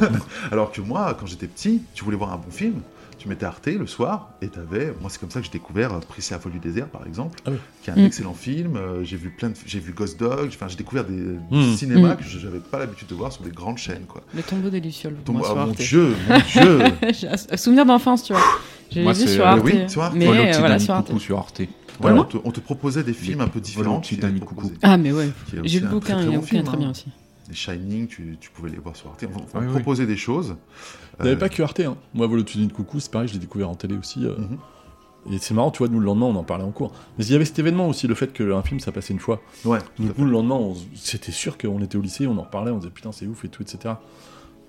S4: Alors que moi, quand j'étais petit, tu voulais voir un bon film, tu mettais Arte le soir et t'avais. Moi, c'est comme ça que j'ai découvert euh, Prissé à Folie du désert, par exemple,
S7: Ah oui.
S4: qui est un
S6: Mm.
S4: excellent film. Euh, J'ai vu plein de... J'ai vu Ghost Dog. Enfin, j'ai découvert des
S7: Mm.
S4: du cinéma
S6: Mm.
S4: que je n'avais pas l'habitude de voir sur des grandes chaînes, quoi.
S6: Le tombeau des Lucioles.
S4: Ton-
S6: moi,
S4: ah,
S6: sur
S4: mon
S6: Arte.
S4: Dieu, mon Dieu.
S6: J'ai un souvenir d'enfance, tu vois. J'ai
S5: Moi,
S6: vu
S5: c'est-
S6: sur
S5: euh,
S6: Arte.
S4: oui, sur Arte.
S6: Mais
S5: Voilà,
S6: euh,
S5: petit
S6: voilà,
S5: Dami
S6: sur Arte.
S5: Coucou sur Arte.
S4: Ouais,
S6: Comment
S4: on, te, on te proposait des films un peu différents.
S5: Voilà, petit
S4: qui étaient
S5: Danny
S4: proposés.
S5: Coucou.
S6: Ah, mais ouais.
S4: Qui est
S6: J'ai
S4: aussi
S6: le
S4: un
S6: bouquin,
S4: très,
S6: il y a un
S4: bon
S6: bouquin
S4: film,
S6: très
S4: hein.
S6: bien aussi.
S4: Les Shining, tu, tu pouvais les voir sur Arte. On, on
S5: Ah oui, oui.
S4: proposait des choses.
S7: Il n'y
S4: Euh,
S7: avait pas que Arte. Hein. Moi, Volotudine de Coucou, c'est pareil, je l'ai découvert en télé aussi. euh.
S4: Mhm.
S7: Et c'est marrant, tu vois, nous, le lendemain, on en parlait en cours. Mais il y avait cet événement aussi, le fait qu'un film, ça passait une fois.
S4: Ouais,
S7: Du coup, le lendemain, on s- c'était sûr qu'on était au lycée, on en parlait, on disait putain, c'est ouf et tout, etc.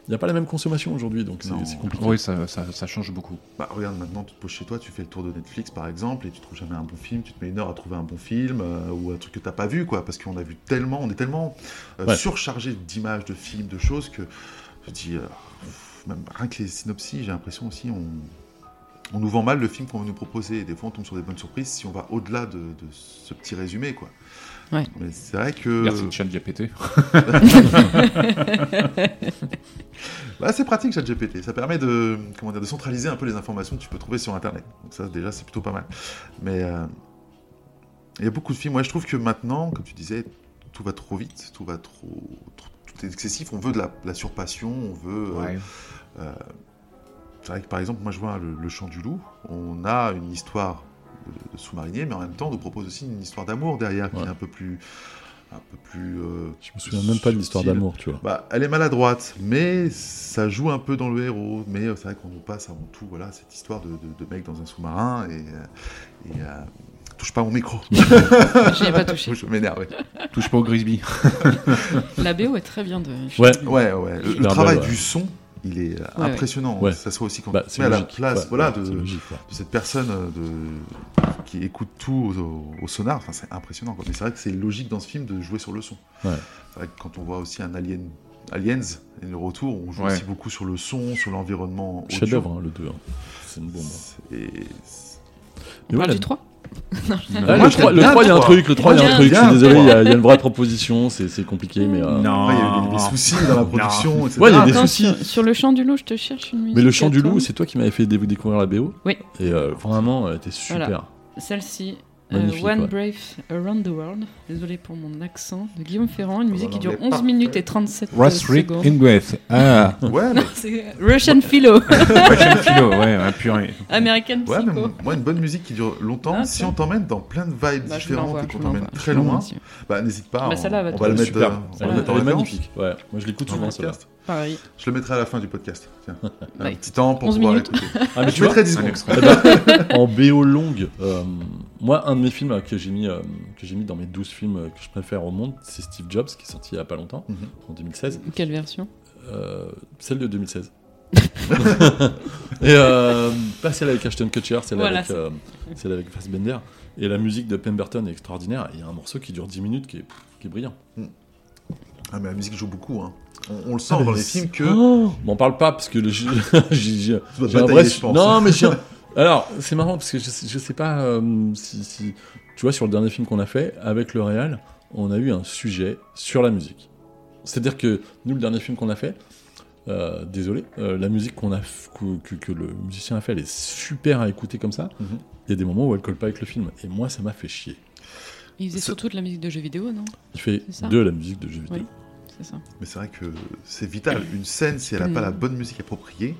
S7: Il n'y a pas la même consommation aujourd'hui, donc
S4: Non.
S7: c'est c'est compliqué.
S5: Oui, ça, ça, ça change beaucoup.
S4: Bah regarde maintenant tu te poses chez toi, tu fais le tour de Netflix par exemple et tu trouves jamais un bon film, tu te mets une heure à trouver un bon film euh, ou un truc que t'as pas vu quoi, parce qu'on a vu tellement, on est tellement euh,
S7: Ouais.
S4: surchargé d'images, de films, de choses que je dis euh, pff, même rien que les synopsis, j'ai l'impression aussi on, on nous vend mal le film qu'on veut nous proposer. Et des fois on tombe sur des bonnes surprises si on va au-delà de, de ce petit résumé quoi.
S6: Ouais.
S4: Mais c'est vrai que
S5: Merci Chat GPT.
S4: Bah, c'est pratique ChatGPT, ça permet de, comment dire, de centraliser un peu les informations que tu peux trouver sur Internet. Donc ça déjà c'est plutôt pas mal. Mais euh, il y a beaucoup de films, moi je trouve que maintenant, comme tu disais, tout va trop vite, tout va trop... trop- tout est excessif, on veut de la, de la surpassion, on veut... euh, c'est vrai que par exemple, moi je vois le, le Chant du Loup, on a une histoire de, de sous-marinier, mais en même temps on nous propose aussi une histoire d'amour derrière, qui
S7: Ouais.
S4: est un peu plus... Un peu plus... euh,
S7: Je me souviens même pas de l'histoire
S4: Subtil.
S7: d'amour, tu vois.
S4: bah, elle est maladroite, mais ça joue un peu dans le héros. Mais euh, c'est vrai qu'on nous passe avant tout voilà, cette histoire de, de, de mec dans un sous-marin et. euh, et, euh, touche pas mon micro.
S6: Je l'ai pas touché.
S4: Je m'énerve. ouais.
S5: Touche pas au Grisby.
S6: La BO est très bien de.
S7: Ouais.
S4: Ouais, ouais. Le, le
S7: Super
S4: travail
S7: belle, ouais.
S4: du son, il est euh,
S6: Ouais, ouais.
S4: impressionnant.
S7: Ouais.
S4: Que ça soit aussi quand
S7: Bah,
S4: tu te
S7: c'est
S4: mets à la
S7: logique.
S4: place
S7: Ouais,
S4: voilà,
S7: ouais,
S4: de,
S7: c'est logique, quoi.
S4: de cette personne euh, de, qui écoute tout au, au sonar. Enfin, c'est impressionnant. quoi. Mais c'est vrai que c'est logique dans ce film de jouer sur le son.
S7: Ouais.
S4: C'est vrai que quand on voit aussi un Alien, Aliens et le retour, on joue
S5: Ouais.
S4: aussi beaucoup sur le son, sur l'environnement. audio.
S7: Chef-d'œuvre, hein, le 2. hein. C'est une bombe. hein.
S4: Et-
S6: On parle
S7: voilà.
S6: du 3
S7: Ah,
S4: Moi,
S7: le
S4: je
S7: 3,
S4: trouve bien
S7: il y a un
S4: le
S7: truc, le 3, il y a un
S4: Bien,
S7: truc. Je suis
S4: bien,
S7: désolé,
S4: trois.
S7: il y, a il y a une vraie proposition, c'est c'est compliqué, mais. euh,
S4: Après, il y a eu des, des soucis dans la production, etc.
S7: Ouais, il y a des
S4: Mais-
S6: Non,
S7: soucis.
S6: sur, sur le chant du loup, je te cherche une musique.
S7: Mais le chant du
S6: attends.
S7: loup, c'est toi qui m'avais fait dé- découvrir la BO.
S6: Oui.
S7: Et euh, vraiment, euh, t'es super.
S6: Voilà. Celle-ci, euh,
S7: Magnifique,
S6: One
S7: ouais.
S6: Brave Around the World. Désolé pour mon accent. De Guillaume Ferrand, une musique qui dure
S4: l'anglais
S6: 11
S4: parfait.
S6: minutes et 37
S5: Rustrick
S6: secondes.
S5: Ingress. Ah,
S4: Ouais, mais,
S6: C'est euh, Russian Philo,
S5: Russian Philo, ouais, ouais, purée.
S6: American
S4: ouais, mais
S6: Psycho.
S4: moi, une bonne musique qui dure longtemps,
S6: Ah,
S4: si
S6: ça.
S4: on t'emmène dans plein de vibes
S6: Bah, je vous
S4: différentes
S6: l'envoie,
S4: et
S6: je
S4: qu'on
S6: vous
S4: t'emmène
S6: l'envoie, je
S4: très
S6: vous l'envoie
S4: loin,
S6: aussi.
S4: bah n'hésite pas,
S6: Bah,
S4: on,
S6: celle-là va
S4: on
S6: te-
S4: va le mettre,
S7: Super.
S4: euh, on va
S6: Celle-là,
S4: le mettre en
S7: Elle est
S4: référence.
S7: magnifique. Ouais, moi je l'écoute
S4: En
S7: souvent,
S4: podcast.
S7: celle-là.
S6: Pareil.
S4: Je le mettrai à la fin du podcast. Tiens, un
S6: Ouais.
S4: petit temps pour
S6: 11
S4: pouvoir
S6: Bah, minutes.
S4: l'écouter.
S7: Ah, mais Eh
S4: Je mettrai 10
S5: Un
S4: secondes.
S5: extrait.
S7: ben, en BO longue, euh, moi, un de mes films euh, que j'ai mis, euh, que j'ai mis dans mes 12 films euh, que je préfère au monde, c'est Steve Jobs, qui est sorti il y a pas longtemps,
S4: Mhm.
S7: en 2016.
S6: Quelle version
S7: Euh, celle de 2016. et euh, pas celle avec Ashton Kutcher, celle,
S6: Voilà,
S7: avec, euh, celle avec Fassbender. Et la musique de Pemberton est extraordinaire. Il y a un morceau qui dure 10 minutes qui est, qui est brillant.
S4: Ah, mais la musique joue beaucoup. Hein. On, on le sent
S7: Ah, mais
S4: dans les
S7: c'est-
S4: films que.
S7: Oh M'en parle pas parce que le j'ai- j'ai- j'ai-
S4: Tu dois
S7: j'ai un
S4: batailler,
S7: vrai
S4: je
S7: su-
S4: pense.
S7: Non, mais j'ai un- alors c'est marrant parce que je, sais- je sais pas euh, si, si- tu vois sur le dernier film qu'on a fait avec le Real, on a eu un sujet sur la musique. C'est-à-dire que nous le dernier film qu'on a fait, euh, désolé, euh, la musique qu'on a f- que, que- que le musicien a fait, elle est super à écouter comme ça.
S4: Mhm.
S7: Il y a des moments où elle colle pas avec le film et moi ça m'a fait chier.
S6: Il faisait
S4: C'est-
S6: surtout de la musique de jeux vidéo, non
S7: Il fait
S6: C'est ça.
S7: de la musique de jeux vidéo.
S6: Oui. C'est ça.
S4: Mais c'est vrai que c'est vital. Une scène, si elle n'a
S6: Mm.
S4: pas la bonne musique appropriée,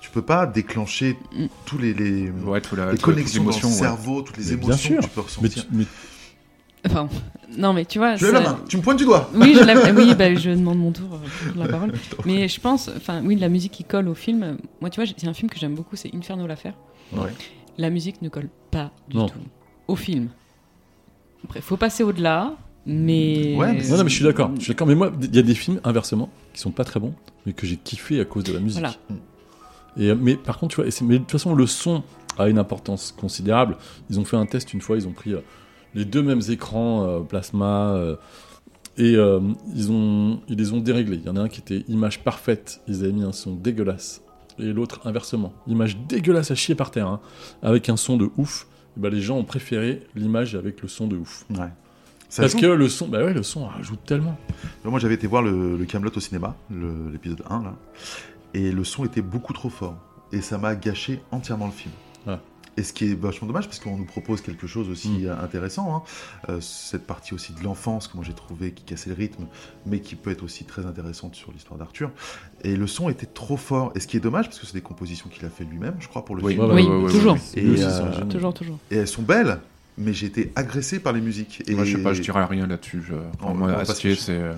S4: tu peux pas déclencher
S6: Mm.
S4: tous les, les,
S5: Ouais, tout
S4: les
S5: la, tout- toutes Euh, les
S4: connexions dans le
S5: émotions, ouais.
S4: cerveau, toutes les
S7: Mais bien
S4: émotions que
S7: sûr.
S4: tu peux
S7: Mais,
S4: ressentir.
S7: tu- mais
S6: Enfin, non, mais tu vois.
S4: Je lève la
S6: ça-
S4: main, tu me pointes du doigt.
S6: Oui, je, la- oui bah, je demande mon tour euh, pour la parole. Mais je pense, enfin, oui, de la musique qui colle au film. euh, Moi, tu vois, j'ai- c'est un film que j'aime beaucoup, c'est Inferno l'affaire.
S4: Ouais.
S6: La musique ne colle pas du
S7: Non.
S6: tout au film. Après, faut passer au-delà, mais.
S4: Ouais, mais
S7: Non, non, mais je suis d'accord. Je suis d'accord. Mais moi, il y a des films inversement qui sont pas très bons, mais que j'ai kiffé à cause de la musique.
S6: Voilà.
S7: Et, euh, mais par contre, tu vois, et c'est- mais de toute façon, le son a une importance considérable. Ils ont fait un test une fois. Ils ont pris euh, les deux mêmes écrans euh, plasma euh, et euh, ils ont, ils les ont déréglés. Il y en a un qui était image parfaite. Ils avaient mis un son dégueulasse et l'autre inversement, image dégueulasse à chier par terre, hein, avec un son de ouf. Et ben, les gens ont préféré l'image avec le son de ouf.
S4: Ouais. Ça
S7: Parce
S4: joue.
S7: que le son, bah ouais, le son rajoute tellement.
S4: Moi, j'avais été voir le, Camelot au cinéma, le- l'épisode 1, là, et le son était beaucoup trop fort. Et ça m'a gâché entièrement le film.
S7: Ouais.
S4: Et ce qui est vachement dommage, parce qu'on nous propose quelque chose aussi intéressant. hein. Euh, cette partie aussi de l'enfance, que moi j'ai trouvé qui cassait le rythme, mais qui peut être aussi très intéressante sur l'histoire d'Arthur. Et le son était trop fort. Et ce qui est dommage, parce que c'est des compositions qu'il a fait lui-même, je crois, pour le
S5: Oui.
S4: film.
S7: Ouais,
S6: Oui,
S7: ouais, ouais, ouais,
S6: toujours.
S7: ouais.
S4: Et,
S7: Eux aussi
S4: euh,
S7: sont géniaux.
S6: Toujours, toujours.
S4: Et elles sont belles, mais j'ai été agressé par les musiques. Et
S5: Moi, je sais pas, je dirais rien là-dessus. je- Pour
S4: On- Oh, on
S5: moi,
S4: va pas
S5: Astier,
S4: se-
S5: c'est euh,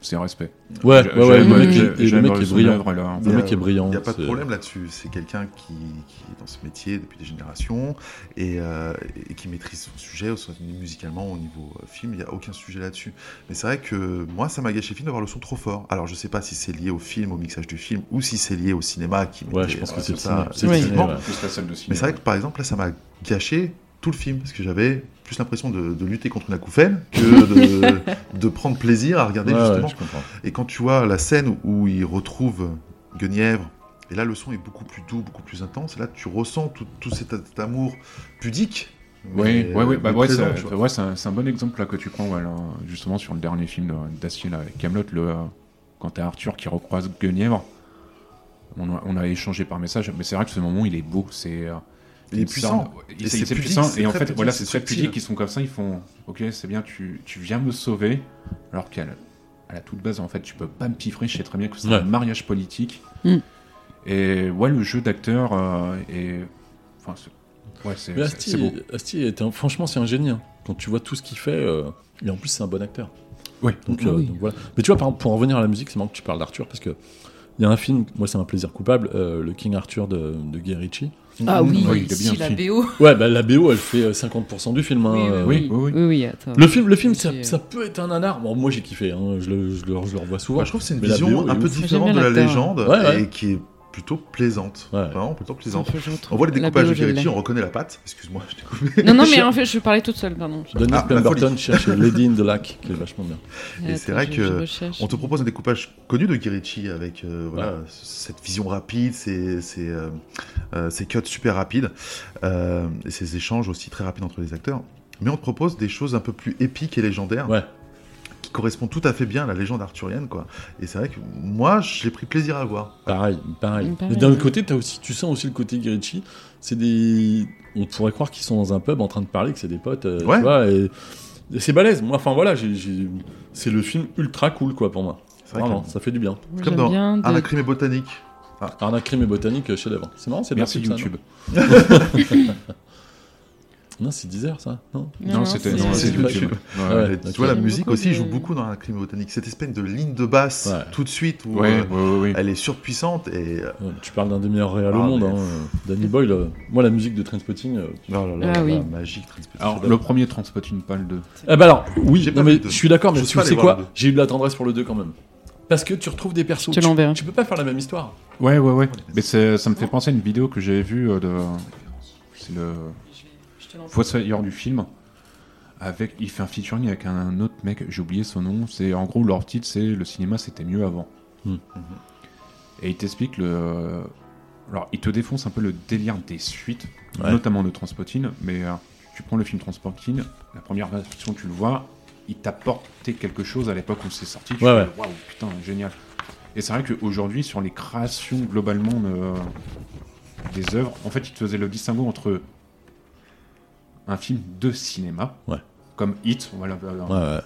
S5: c'est un respect.
S7: Ouais,
S5: Je-
S7: ouais, ouais,
S5: j'aime-
S7: le mec,
S5: je-
S7: est- et le
S5: j'aime
S7: mec est
S5: son
S7: brillant.
S5: œuvre, elle a-
S7: Le
S4: Il y a-
S7: mec est brillant.
S4: Il n'y a pas de
S7: c'est-
S4: problème là-dessus. C'est quelqu'un qui, qui est dans ce métier depuis des générations et, euh, et qui maîtrise son sujet, au- musicalement, au niveau euh, film. Il n'y a aucun sujet là-dessus. Mais c'est vrai que moi, ça m'a gâché le film d'avoir le son trop fort. Alors, je ne sais pas si c'est lié au film, au mixage du film, ou si c'est lié au cinéma qui
S7: Ouais,
S4: mettait,
S7: je pense
S4: euh,
S7: que c'est le
S4: ça,
S7: ciné. C'est le
S6: Oui.
S7: ciné,
S4: effectivement.
S7: ouais.
S5: Juste la salle de cinéma.
S4: Mais c'est vrai que, par exemple, là, ça m'a gâché tout le film, parce que j'avais plus l'impression de, de lutter contre une acouphène que de, de prendre plaisir à regarder
S7: Ouais, ouais,
S4: justement
S7: je comprends.
S4: et quand tu vois la scène où il retrouve Guenièvre, et là le son est beaucoup plus doux, beaucoup plus intense, et là tu ressens tout, tout cet, cet amour pudique.
S5: Oui,
S4: mais- euh,
S5: ouais, ouais,
S4: mais
S5: bah ouais,
S4: présent,
S5: c'est
S4: tu vois.
S5: ouais, c'est un, c'est un bon exemple là que tu prends, voilà, justement sur le dernier film de- d'Astier là, avec Camelot, le euh, quand t'as Arthur qui recroise Guenièvre. On a, on a échangé par message, mais c'est vrai que ce moment il est beau, c'est euh,
S4: Il est
S5: une
S4: puissant.
S5: sorte-
S4: Et
S5: il-
S4: c'est
S5: c'est c'est
S4: pudique,
S5: puissant
S4: c'est
S5: et en
S4: très
S5: fait
S4: pudique,
S5: voilà,
S4: c'est
S5: c'est très
S4: subtil.
S5: pudique qui sont comme ça, ils font OK, c'est bien tu, tu viens me sauver alors qu'à la, à la toute base en fait, tu peux pas me piffrer, je sais très bien que c'est
S7: Ouais.
S5: un mariage politique.
S6: Mm.
S5: Et ouais, le jeu d'acteur euh, est enfin c'est- ouais, c'est
S7: Mais
S5: c'est- c'est beau.
S7: Asti, Asti est un- franchement, c'est un génie. hein. Quand tu vois tout ce qu'il fait, euh, et en plus, c'est un bon acteur.
S5: Ouais.
S7: Donc,
S6: Ah
S7: euh,
S6: oui.
S7: donc voilà. Mais tu vois, par exemple, pour en revenir à la musique, c'est marrant que tu parles d'Arthur parce que il y a un film, moi, c'est un plaisir coupable, euh, le King Arthur de, de Guy Ritchie.
S6: Ah oui,
S5: Mm. Oui, il est bien,
S6: si la
S5: si.
S6: BO.
S7: Ouais, bah la BO, elle fait euh, 50% du film. hein, euh,
S5: oui. oui.
S6: attends.
S7: Le film, le film, ça,
S6: C'est-
S7: ça peut être un nanar. Bon, moi, j'ai kiffé. hein. Je, le, je le- je le revois souvent.
S4: Moi, je trouve que c'est une
S7: Mais la
S4: vision
S7: BO est
S4: un peu
S7: ouf.
S4: différente
S6: J'aime
S4: de
S6: bien
S4: la
S6: l'acteur.
S4: légende
S7: Ouais, ouais.
S4: et qui est plutôt plaisante.
S7: Ouais.
S4: Vraiment plutôt plaisante.
S6: Faut que je retrouve.
S4: On voit les
S6: La
S4: découpages de
S6: BO, je l'ai.
S4: Fioretti, on reconnaît la patte. Excuse-moi, je t'ai coupé.
S6: Non, non, mais en fait, je parlais toute seule, pardon.
S7: Dennis
S4: Ah, la
S7: Pemberton
S4: folie.
S7: cherche Lady in the Lake, qui est vachement bien.
S4: Et c'est vrai
S6: je-
S4: que
S6: je recherche.
S4: On te propose un découpage connu de Girichi avec euh, voilà, cette vision rapide, ces, ces, euh, euh, ces cuts super rapides euh, et ces échanges aussi très rapides entre les acteurs. Mais on te propose des choses un peu plus épiques et légendaires
S7: Ouais.
S4: qui correspondent tout à fait bien à la légende arthurienne. Quoi. Et c'est vrai que moi, j'ai pris plaisir à le voir.
S7: Pareil, pareil.
S6: Mm, pareil,
S7: Mais d'un autre
S6: ouais.
S7: côté, as aussi, tu sens aussi le côté Girichi. C'est des, on pourrait croire qu'ils sont dans un pub en train de parler, que c'est des potes, euh,
S4: Ouais.
S7: tu vois. Et, et c'est balèze. Moi, enfin voilà, j'ai- j'ai- c'est le film ultra cool quoi pour moi.
S4: C'est vrai
S7: Vraiment,
S4: que
S7: ça fait du bien.
S6: Moi,
S4: comme
S6: j'aime
S4: dans
S6: bien de-
S4: Anacrim et Botanique.
S7: euh, Arnaque crime et botanique, chef d'œuvre. C'est marrant, c'est
S5: Merci
S7: bien, ça,
S5: YouTube.
S7: non Non, c'est Deezer, ça Non
S5: Non, c'était non,
S7: c'est
S5: c'est
S7: YouTube.
S5: YouTube. Ouais, ouais.
S7: Ouais,
S4: Et
S7: d'accord.
S4: tu vois, la
S6: J'aime
S4: musique
S6: beaucoup
S4: aussi
S6: les-
S4: joue beaucoup dans la crimotonique. Cette espèce de ligne de basse
S7: Ouais.
S4: tout de suite où
S5: Ouais,
S4: euh,
S5: ouais, ouais, ouais.
S4: elle est surpuissante et. euh,
S7: Ouais, Tu parles d'un des meilleurs réels au
S4: Ah,
S7: monde,
S4: mais-
S7: hein, euh, Danny Boyle. euh, Moi, la musique de Trainspotting. euh,
S4: Oh là là,
S6: Ah
S4: la
S6: oui.
S4: magique, Trainspotting.
S5: Alors, le premier Transpotting, pas le 2.
S7: Ah bah alors, oui,
S4: J'ai
S7: non
S4: pas
S7: mais
S4: vu le deux.
S7: je suis d'accord, mais
S4: J'ose
S7: tu
S4: pas
S7: sais
S4: aller voir
S7: quoi
S4: le deux.
S7: J'ai eu de la tendresse pour le 2 quand même. Parce que tu retrouves des persos.
S6: Je te
S7: tu,
S6: l'enverrai.
S7: tu peux pas faire la même histoire.
S5: Ouais, ouais, ouais. Mais c'est- ça me fait penser à une vidéo que j'avais vue euh, de. C'est le Fossoyeur du film. Avec, il fait un featuring avec un autre mec, j'ai oublié son nom. C'est en gros leur titre, c'est le cinéma c'était mieux avant.
S7: Hmm.
S5: Et il t'explique le. Alors il te défonce un peu le délire des suites,
S7: Ouais.
S5: notamment de Transpotine. Mais euh, tu prends le film Transpotine, la première version tu le vois, il t'a porté quelque chose à l'époque où c'est sorti. Tu
S7: Ouais,
S5: fais,
S7: ouais.
S5: Waouh, putain, génial. Et c'est vrai qu'aujourd'hui, sur les créations globalement euh, de- des œuvres, en fait, ils te faisaient le distinguo entre un film de cinéma,
S7: Ouais.
S5: comme Hit, voilà, euh,
S7: Ouais, ouais.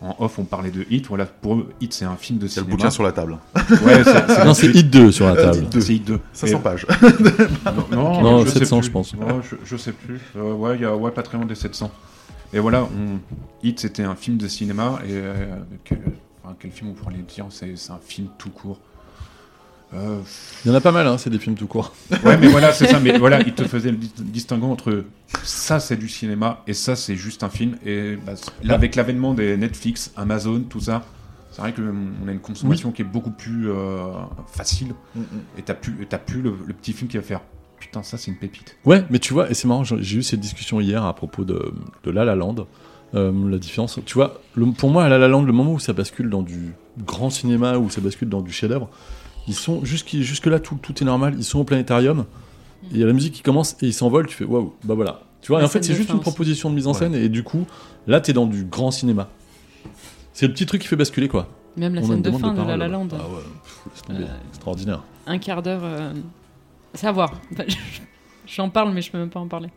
S5: en off on parlait de Hit, voilà, pour eux, Hit c'est un film de
S4: Il y a le
S5: cinéma.
S4: bouquin sur la table.
S5: Ouais, c'est- c'est-
S7: Ah, Non, c'est Hit 2 sur la
S4: Euh,
S7: table.
S4: Hit 2.
S5: c'est Ah, Hit 2.
S4: 500 pages.
S5: Non, non,
S7: Non,
S5: sais
S7: 700,
S5: plus.
S7: je pense.
S5: Ouais, je, je sais plus. Euh, ouais, il y a ouais, Patreon des 700. Et voilà, on... Hit, c'était un film de cinéma. Et euh, quel, enfin, quel film on pourrait le dire C'est c'est un film tout court. Euh,
S7: Il y en a pas mal, hein, c'est des films tout courts.
S5: ouais, mais voilà, c'est ça. Mais voilà, il te faisait le dis- distinguant entre ça, c'est du cinéma, et ça, c'est juste un film. Et bah, là, avec l'avènement des Netflix, Amazon, tout ça, c'est vrai qu'on a une consommation qui est beaucoup plus euh, facile. Et t'as plus, t'as plus le, le petit film qui va faire. Putain, ça, c'est une pépite.
S7: Ouais, mais tu vois, et c'est marrant, j'ai j'ai eu cette discussion hier à propos de, de La La Land. euh, la différence, tu vois, le- pour moi, à La La Land, le moment où ça bascule dans du grand cinéma, où ça bascule dans du chef-d'œuvre, ils sont jusqu'- jusque-là, tout, tout est normal. Ils sont au planétarium, et il y a la musique qui commence et ils s'envolent. Tu fais waouh, bah voilà. Tu vois,
S6: La
S7: et en fait,
S6: scène
S7: c'est
S6: de
S7: juste
S6: fin
S7: une
S6: aussi.
S7: proposition de mise en scène, et du coup, là, t'es dans du grand cinéma. C'est le petit truc qui fait basculer quoi.
S6: Même la
S7: On a
S6: scène
S7: une
S6: de
S7: demande
S6: fin de La
S7: parole,
S6: La
S7: là.
S6: Land.
S7: Ah ouais, pff, laisse tomber,
S6: Euh,
S7: extraordinaire.
S6: Un quart d'heure. euh, Savoir. Bah, je- J'en parle, mais je peux même pas en parler.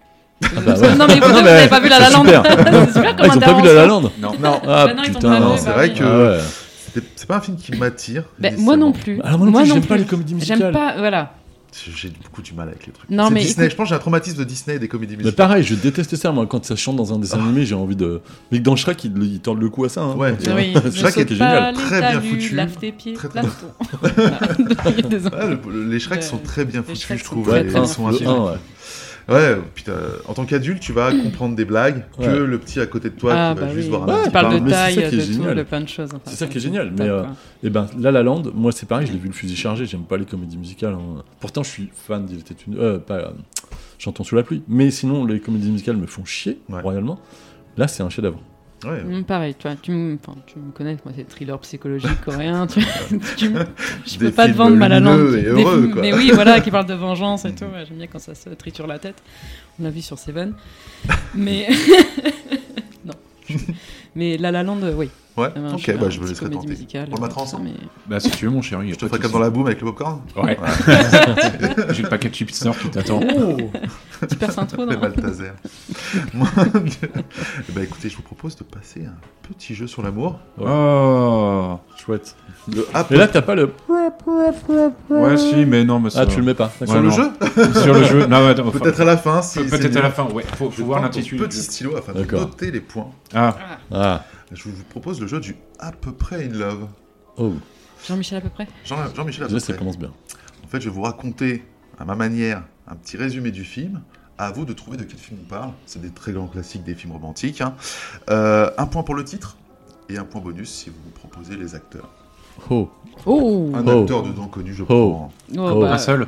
S7: bah ouais.
S6: Non, mais vous
S7: Non,
S6: deux, vous
S7: mais
S6: avez pas vu La La
S7: c'est
S6: Land.
S7: super.
S6: C'est super
S7: Ah,
S6: comme
S7: ils ont pas vu La La
S6: intervention.
S7: Land
S5: Non.
S4: Non,
S7: Ah
S6: Bah non, ils ont
S7: putain,
S6: pas
S7: non,
S6: vu,
S7: c'est
S4: c'est
S6: bah
S4: vrai
S6: oui.
S4: que-
S7: Ah ouais.
S4: C'est c'est pas un film qui m'attire.
S6: Bah, moi
S4: nécessairement.
S6: non plus.
S7: Alors Ah, moi non plus, j'aime pas les comédies musicales.
S6: J'aime pas, voilà.
S4: J'ai beaucoup du mal avec les trucs.
S6: Non,
S4: C'est
S6: mais
S4: Disney, je pense que j'ai un traumatisme de Disney et des comédies
S7: Mais
S4: musicales.
S7: pareil, je détestais ça, moi, quand ça chante dans un dessin animé, j'ai envie de. Mais que dans Shrek, ils il tordent le cou à ça. Hein.
S4: Ouais.
S7: Tu vois.
S6: Oui,
S7: C'est
S6: ne
S7: ça qui
S6: saute
S7: était
S6: pas
S7: génial.
S6: les
S4: Très bien
S6: talus,
S4: foutu.
S6: Lave tes pieds,
S4: Très, très
S6: lave ton. Voilà. Il y a des
S4: Ah, le- le- les Shrek
S6: Euh,
S4: sont très bien
S6: les
S4: foutus,
S6: Shrek
S4: je
S6: sont
S4: trouve.
S6: très,
S4: et
S6: très
S4: ils
S6: bien
S4: sont
S7: Le
S4: intelligents.
S7: un, ouais.
S4: Ouais, putain. En tant qu'adulte, tu vas comprendre des blagues que
S7: Ouais.
S4: le petit à côté de toi
S6: Ah
S4: qui
S6: bah
S4: va juste
S6: oui.
S4: voir
S7: Ouais,
S4: un
S6: Tu
S4: petit
S7: parle
S6: parles
S4: parent.
S6: de
S7: mais c'est
S6: taille,
S7: ça qui est
S6: de tout,
S7: génial.
S6: de plein de choses. Enfin,
S7: C'est ça qui est
S6: c'est
S7: génial,
S6: top,
S7: mais,
S6: quoi.
S7: euh, Et ben, La La Land, moi, c'est pareil, je l'ai vu le fusil chargé, j'aime pas les comédies musicales. hein. Pourtant, je suis fan d'Il était une. Euh, pas. euh, Chantons sous la pluie. Mais sinon, les comédies musicales me font chier,
S4: Ouais.
S7: royalement. Là, c'est un chef-d'œuvre.
S4: Ouais.
S6: Hum, pareil, tu, vois, tu, me, enfin, tu me connais, moi c'est thriller psychologique coréen, tu, tu me- je
S4: Des
S6: peux pas te
S4: films
S6: vendre mal à
S4: lumineux et heureux,
S6: mais,
S4: quoi.
S6: mais oui, voilà, qui parle de vengeance et tout, ouais, j'aime bien quand ça se triture la tête, on l'a vu sur Seven, mais... non. Mais La La Land, euh, oui.
S4: Ouais,
S6: Euh,
S4: ok,
S6: suis
S4: bah,
S6: un
S4: je me
S6: petit
S4: laisserai
S6: comédie
S4: tenter.
S6: musicale,
S4: On le mettra
S6: tout ça,
S4: ensemble
S6: mais-
S5: Bah, si tu veux, mon chéri.
S4: Je te ferai comme dans la boum avec le popcorn.
S5: Ouais. J'ai le paquet de chips qui t'attend.
S6: Tu perds un trou, non
S4: Les Balthazar. Moi, je- bah écoutez, je vous propose de passer à un petit jeu sur l'amour.
S5: Oh
S7: Chouette.
S4: Le
S7: Et là,
S4: Apple
S7: t'as pas le.
S5: Ouais, si, mais non, mais ça.
S7: Ah, tu le mets pas.
S5: Ouais,
S4: sur le
S5: non.
S4: jeu
S5: Sur le jeu Non, attends,
S4: Peut-être
S5: enfin,
S4: à la fin. Si
S5: peut-
S4: c'est
S5: peut-être
S4: mieux.
S5: à la fin, ouais. Faut,
S4: Je
S5: faut voir
S4: prends mon
S5: l'intitulé. du
S4: Petit
S5: jeu.
S4: stylo afin de
S7: D'accord.
S4: noter les points.
S5: Ah,
S7: Ah,
S4: Je vous propose le jeu du à peu près in love.
S7: oh,
S6: Jean-Michel à peu près
S4: Jean- Jean-Michel, à peu
S7: déjà, ça
S4: près.
S7: commence bien.
S4: En fait, je vais vous raconter, à ma manière, un petit résumé du film. À vous de trouver de quel film on parle. C'est des très grands classiques des films romantiques. hein. Euh, un point pour le titre et un point bonus si vous me proposez les acteurs.
S7: Oh,
S6: Oh,
S4: Un
S7: Oh.
S4: acteur dedans connu, je
S7: Oh.
S4: prends.
S6: Oh,
S7: Oh.
S6: bah,
S5: un seul.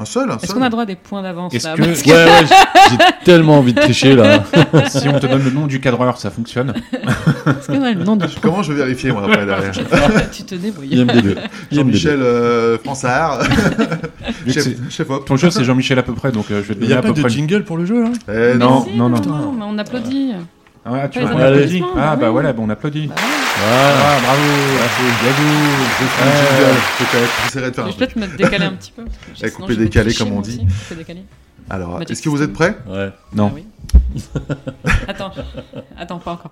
S4: Un seul, un seul.
S6: Est-ce qu'on a droit à des points d'avance
S5: Est-ce
S6: là
S5: que-
S6: Parce
S7: Ouais, ouais, j'- j'ai tellement envie de tricher là.
S5: Si on te donne le nom du cadreur, ça fonctionne.
S6: Est-ce qu'on a le nom de
S4: Comment je vais vérifier, moi, après, derrière
S6: Tu te débrouilles.
S7: IMDB.
S4: Jean-Michel euh, Fransard,
S5: Vu que c'est-
S4: chef, chef op.
S5: Ton jeu, c'est Jean-Michel à peu près, donc euh, je vais te
S7: Il y
S5: donner
S7: a
S5: à
S7: pas
S5: peu
S7: de
S5: près.
S7: jingle pour le jeu là
S4: Eh,
S5: Non.
S6: Si, non, mais on applaudit.
S5: Ah, tu vois,
S6: Pas les
S5: on applaudit.
S6: applaudissements,
S5: Ah,
S6: bah
S5: bah
S6: oui.
S5: voilà, bah, on applaudit.
S6: Bah, ouais.
S7: Ah,
S5: Ah, bravo. Bravo.
S4: Un jingle, peut-être. J'essaierai de faire
S6: Je
S4: un
S6: vais
S4: truc.
S6: peut-être me décaler un petit peu.
S4: Eh, couper, décaler, comme on dit. Alors,
S6: Magic
S4: est-ce que vous êtes prêts
S7: ouais.
S5: Non.
S6: Non. Ah Attends, attends, pas encore.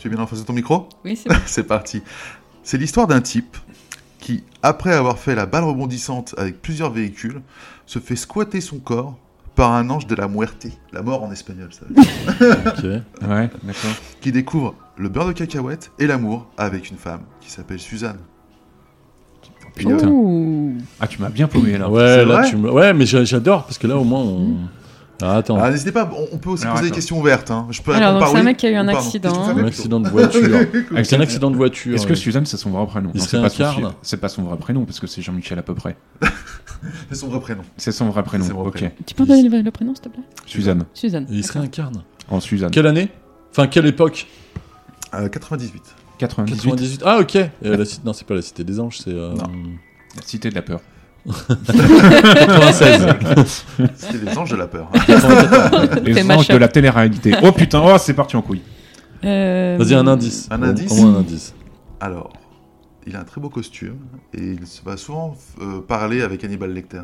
S4: Tu es bien en face de ton micro
S6: Oui, c'est bon.
S4: C'est parti. C'est l'histoire d'un type qui, après avoir fait la balle rebondissante avec plusieurs véhicules, se fait squatter son corps par un ange de la muerte, la mort en espagnol, ça veut dire,
S7: Ok.
S5: Ouais, d'accord.
S4: qui découvre le beurre de cacahuète et l'amour avec une femme qui s'appelle Suzanne. euh,
S5: Putain.
S6: Ouh.
S5: Ah, tu m'as bien paumé là.
S7: ouais, là,
S4: vrai
S7: tu me- ouais, mais j'a- j'adore parce que là, au moins, on. Ah, attends.
S4: Ah, n'hésitez pas, on, on peut aussi
S5: Alors,
S4: poser des
S5: attends.
S4: questions ouvertes. hein. Je peux
S6: Alors,
S4: répondre
S6: donc,
S4: par
S6: c'est un
S4: oui
S6: mec qui a eu
S4: ou
S6: un
S4: par non.
S6: accident.
S4: Qu'est-ce que vous
S7: un
S4: avez
S7: accident de voiture.
S4: plutôt
S7: Avec un accident de voiture.
S5: Est-ce que Suzanne, c'est son vrai prénom
S7: Il
S5: Non,
S7: se
S5: c'est pas, son
S7: réincarne
S5: fils- c'est pas son vrai prénom, parce que c'est Jean-Michel à peu près.
S4: C'est son vrai prénom.
S5: C'est son vrai prénom,
S4: C'est son vrai
S5: ok.
S4: prénom.
S6: Tu peux me donner le, le prénom, s'il te plaît
S5: Suzanne.
S6: Suzanne.
S7: Il se
S6: D'accord.
S7: réincarne.
S5: En Suzanne.
S7: Quelle année Enfin, quelle époque
S4: Euh, 98.
S5: 98,
S7: 98. Ah, ok. Euh, la ci- Non, c'est pas la Cité des Anges, c'est. euh,
S5: la cité de la peur.
S7: 96.
S4: C'était les anges de la peur.
S5: Les
S6: ma
S5: anges de
S6: chatte.
S5: la télé-réalité. Oh putain, oh, c'est parti en couille.
S6: Euh,
S7: Vas-y, un indice.
S4: Un
S7: Au-
S4: indice
S7: Au moins un indice.
S4: Alors, il a un très beau costume et il se va souvent euh, parler avec Hannibal Lecter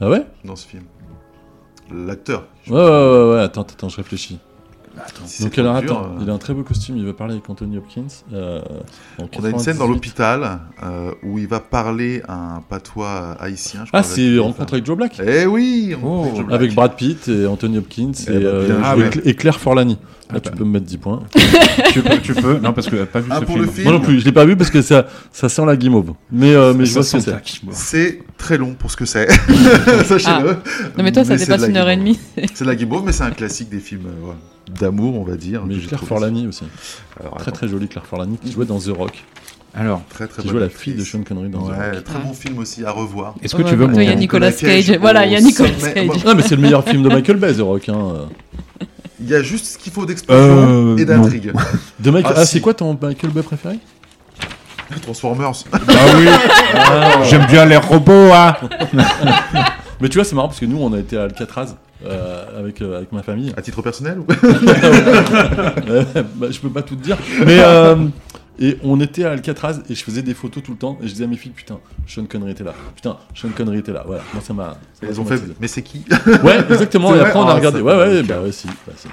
S7: Ah ouais
S4: dans ce film. L'acteur.
S7: Ouais, ouais, ouais, ouais, attends, attends, je réfléchis.
S4: Si
S7: Donc
S4: c'est
S7: alors,
S4: trop dur,
S7: attends,
S4: euh,
S7: il a un très beau costume, il va parler avec Anthony Hopkins. euh, en
S4: On a une scène
S7: 98.
S4: dans l'hôpital euh, où il va parler un patois haïtien. Je crois,
S7: Ah, c'est Rencontre avec Joe Black
S4: Eh oui Rencontre
S5: Oh.
S4: Joe Black.
S7: Avec Brad Pitt et Anthony Hopkins et,
S4: bah, bien
S7: euh,
S4: joué.
S7: et Cl- et Claire Forlani. Là,
S5: Ah
S7: tu
S5: bah.
S7: peux me mettre 10 points.
S5: tu, peux, tu peux. Non, parce que euh, pas vu
S4: Ah,
S5: ce
S4: pour
S5: film.
S4: le film
S7: Moi non plus, je l'ai pas vu parce que ça, ça sent la guimauve. Mais, euh, mais je vois ce que
S5: Ça sent
S7: c'est.
S5: le tac.
S4: C'est très long pour ce que c'est. Sachez-le.
S6: Ah. Non, mais toi, ça
S4: c'est de
S6: dépasse
S4: la
S6: une heure et
S4: guimauve.
S6: demie.
S4: C'est de la guimauve, mais c'est un classique des films euh, voilà, d'amour, on va dire.
S7: Mais
S4: que j'ai
S7: Claire
S4: trouvé.
S7: Forlani aussi.
S4: hein, Alors,
S7: Très
S4: attends, Mmh.
S7: très jolie Claire Forlani qui jouait dans The Rock.
S5: Alors,
S4: très, très
S7: Qui
S4: bonne
S7: jouait la fille de
S4: actrice.
S7: Sean Connery dans The Rock.
S4: Ouais, très bon film aussi à revoir.
S5: est-ce que tu veux
S7: bah,
S6: Toi,
S5: mon.
S6: il y a Nicolas Cage.
S4: au
S6: Voilà, il y a Nicolas
S4: sommet.
S6: Cage.
S4: Moi,
S7: Ah, mais c'est le meilleur film de Michael Bay, The Rock. Hein.
S4: Il y a juste ce qu'il faut d'explosion
S5: Euh,
S4: et d'intrigue.
S7: De Michael...
S4: Ah,
S7: Ah,
S4: si.
S7: c'est quoi ton Michael Bay préféré
S4: Transformers.
S5: Ah oui J'aime bien les robots, hein
S7: Mais tu vois, c'est marrant parce que nous, on a été à Alcatraz euh, avec, euh, avec ma famille.
S4: À titre personnel ou
S7: Euh, bah, je peux pas tout te dire. Mais euh, et on était à Alcatraz et je faisais des photos tout le temps et je disais à mes filles putain, Sean Connery était là. Putain, Sean Connery était là. Voilà, moi ça m'a. ça m'a
S4: Ils ont fait.
S7: traumatisé.
S4: Mais c'est qui
S7: Ouais, exactement.
S4: C'est
S7: Et
S4: vrai
S7: après on
S4: Ah,
S7: a regardé.
S4: ça-
S7: Ouais, ouais,
S4: ok.
S7: bah ouais, si. bah, si.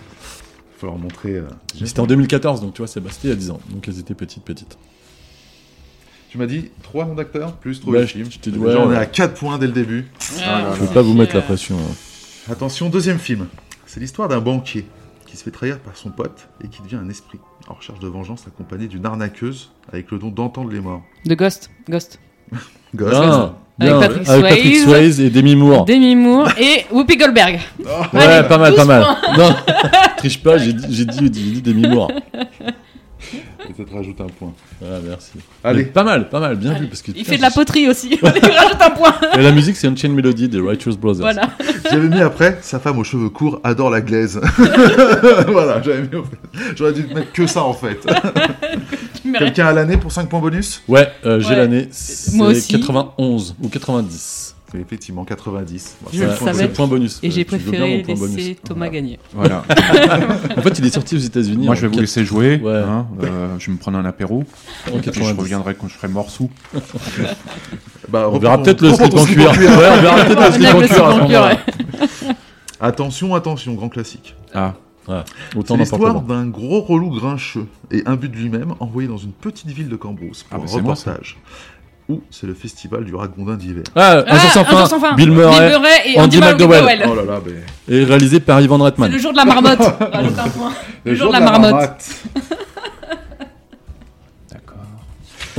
S4: Faut leur montrer. euh,
S7: C'était en 2014, donc tu vois, c'est- bah, c'était il y a 10 ans. Donc elles étaient petites, petites.
S4: Tu m'as dit trois noms d'acteurs plus trois
S7: Ouais,
S4: films.
S7: je- je t'ai dit,
S4: Déjà,
S7: ouais,
S4: on est
S7: ouais.
S4: à 4 points dès le début.
S7: Je veux pas vous mettre la pression. hein.
S4: Attention, deuxième film. C'est l'histoire d'un banquier qui se fait trahir par son pote et qui devient un esprit en recherche de vengeance accompagné d'une arnaqueuse avec le don d'entendre les morts.
S6: De Ghost. Ghost.
S4: Gosse.
S7: Bien, bien.
S6: Avec Patrick Swayze.
S7: Swayze et Demi Moore.
S6: Demi Moore et Whoopi Goldberg.
S7: Ouais,
S6: Allez,
S7: pas mal,
S6: 12
S7: pas mal. Non, triche pas, j'ai dit, j'ai dit, j'ai dit Demi Moore.
S4: Peut-être rajoute un point.
S7: Voilà, merci.
S4: Allez.
S7: Mais pas mal, pas mal, bien
S6: Allez.
S7: vu. Parce que,
S6: Il
S7: putain,
S6: fait de la
S7: j'ai-
S6: poterie aussi. On lui rajoute un point.
S7: Et la musique, c'est Unchained Melody des Righteous Brothers.
S6: Voilà.
S4: J'avais mis après, sa femme aux cheveux courts adore la glaise. voilà, j'avais mis. en fait. J'aurais dû mettre que ça en fait. Quelqu'un à l'année pour 5 points bonus
S7: Ouais, euh, j'ai
S6: Ouais.
S7: l'année.
S6: Moi
S7: C'est
S6: aussi.
S7: 91 ou 90.
S4: C'est effectivement Bah, 90. Bon,
S6: Je
S4: c'est
S6: le
S4: un point
S7: c'est
S6: savais.
S7: le
S4: bonus.
S7: point bonus.
S6: Et
S7: Euh,
S6: j'ai
S7: tu veux bien mon
S6: préféré
S7: point bonus.
S6: laisser Thomas gagner.
S5: Voilà.
S7: En fait, il est sorti aux États-Unis.
S5: Moi,
S7: en
S5: je vais vous
S7: quat-
S5: laisser jouer.
S7: Ouais.
S5: hein, euh, je vais me prendre un apéro.
S7: En
S5: Et puis, je
S7: 90.
S5: reviendrai quand je serai mort sous.
S4: Bah,
S7: On verra
S4: reprends-
S7: peut-être le
S4: reprends
S7: slip
S4: ton
S7: en
S4: slip
S7: cuir. Ouais, on verra peut-être le
S6: On
S7: slip
S6: a
S7: en
S6: le
S7: cuir. hein. à ce
S6: second cœur,
S7: moment-là.
S6: ouais.
S4: Attention, attention, grand classique.
S5: Ah,
S7: Autant
S4: C'est
S7: n'importe
S4: l'histoire
S7: quoi.
S4: d'un gros relou grincheux et imbu de lui-même envoyé dans une petite ville de Cambrousse
S5: Ah,
S4: pour
S5: bah,
S4: un
S5: c'est bon, ça.
S4: reportage. Où c'est le festival du ragondin d'hiver.
S7: Ah, un jour sans
S6: un jour
S7: fin.
S6: sans fin.
S7: Bill Murray.
S6: et Andy
S7: Andy McDowell.
S6: McDowell.
S4: Oh là là, mais...
S7: Et réalisé par Ivan
S6: C'est
S7: Reitman.
S6: le jour de la marmotte. Rajoute un point. Le jour de la marmotte.
S5: d'accord.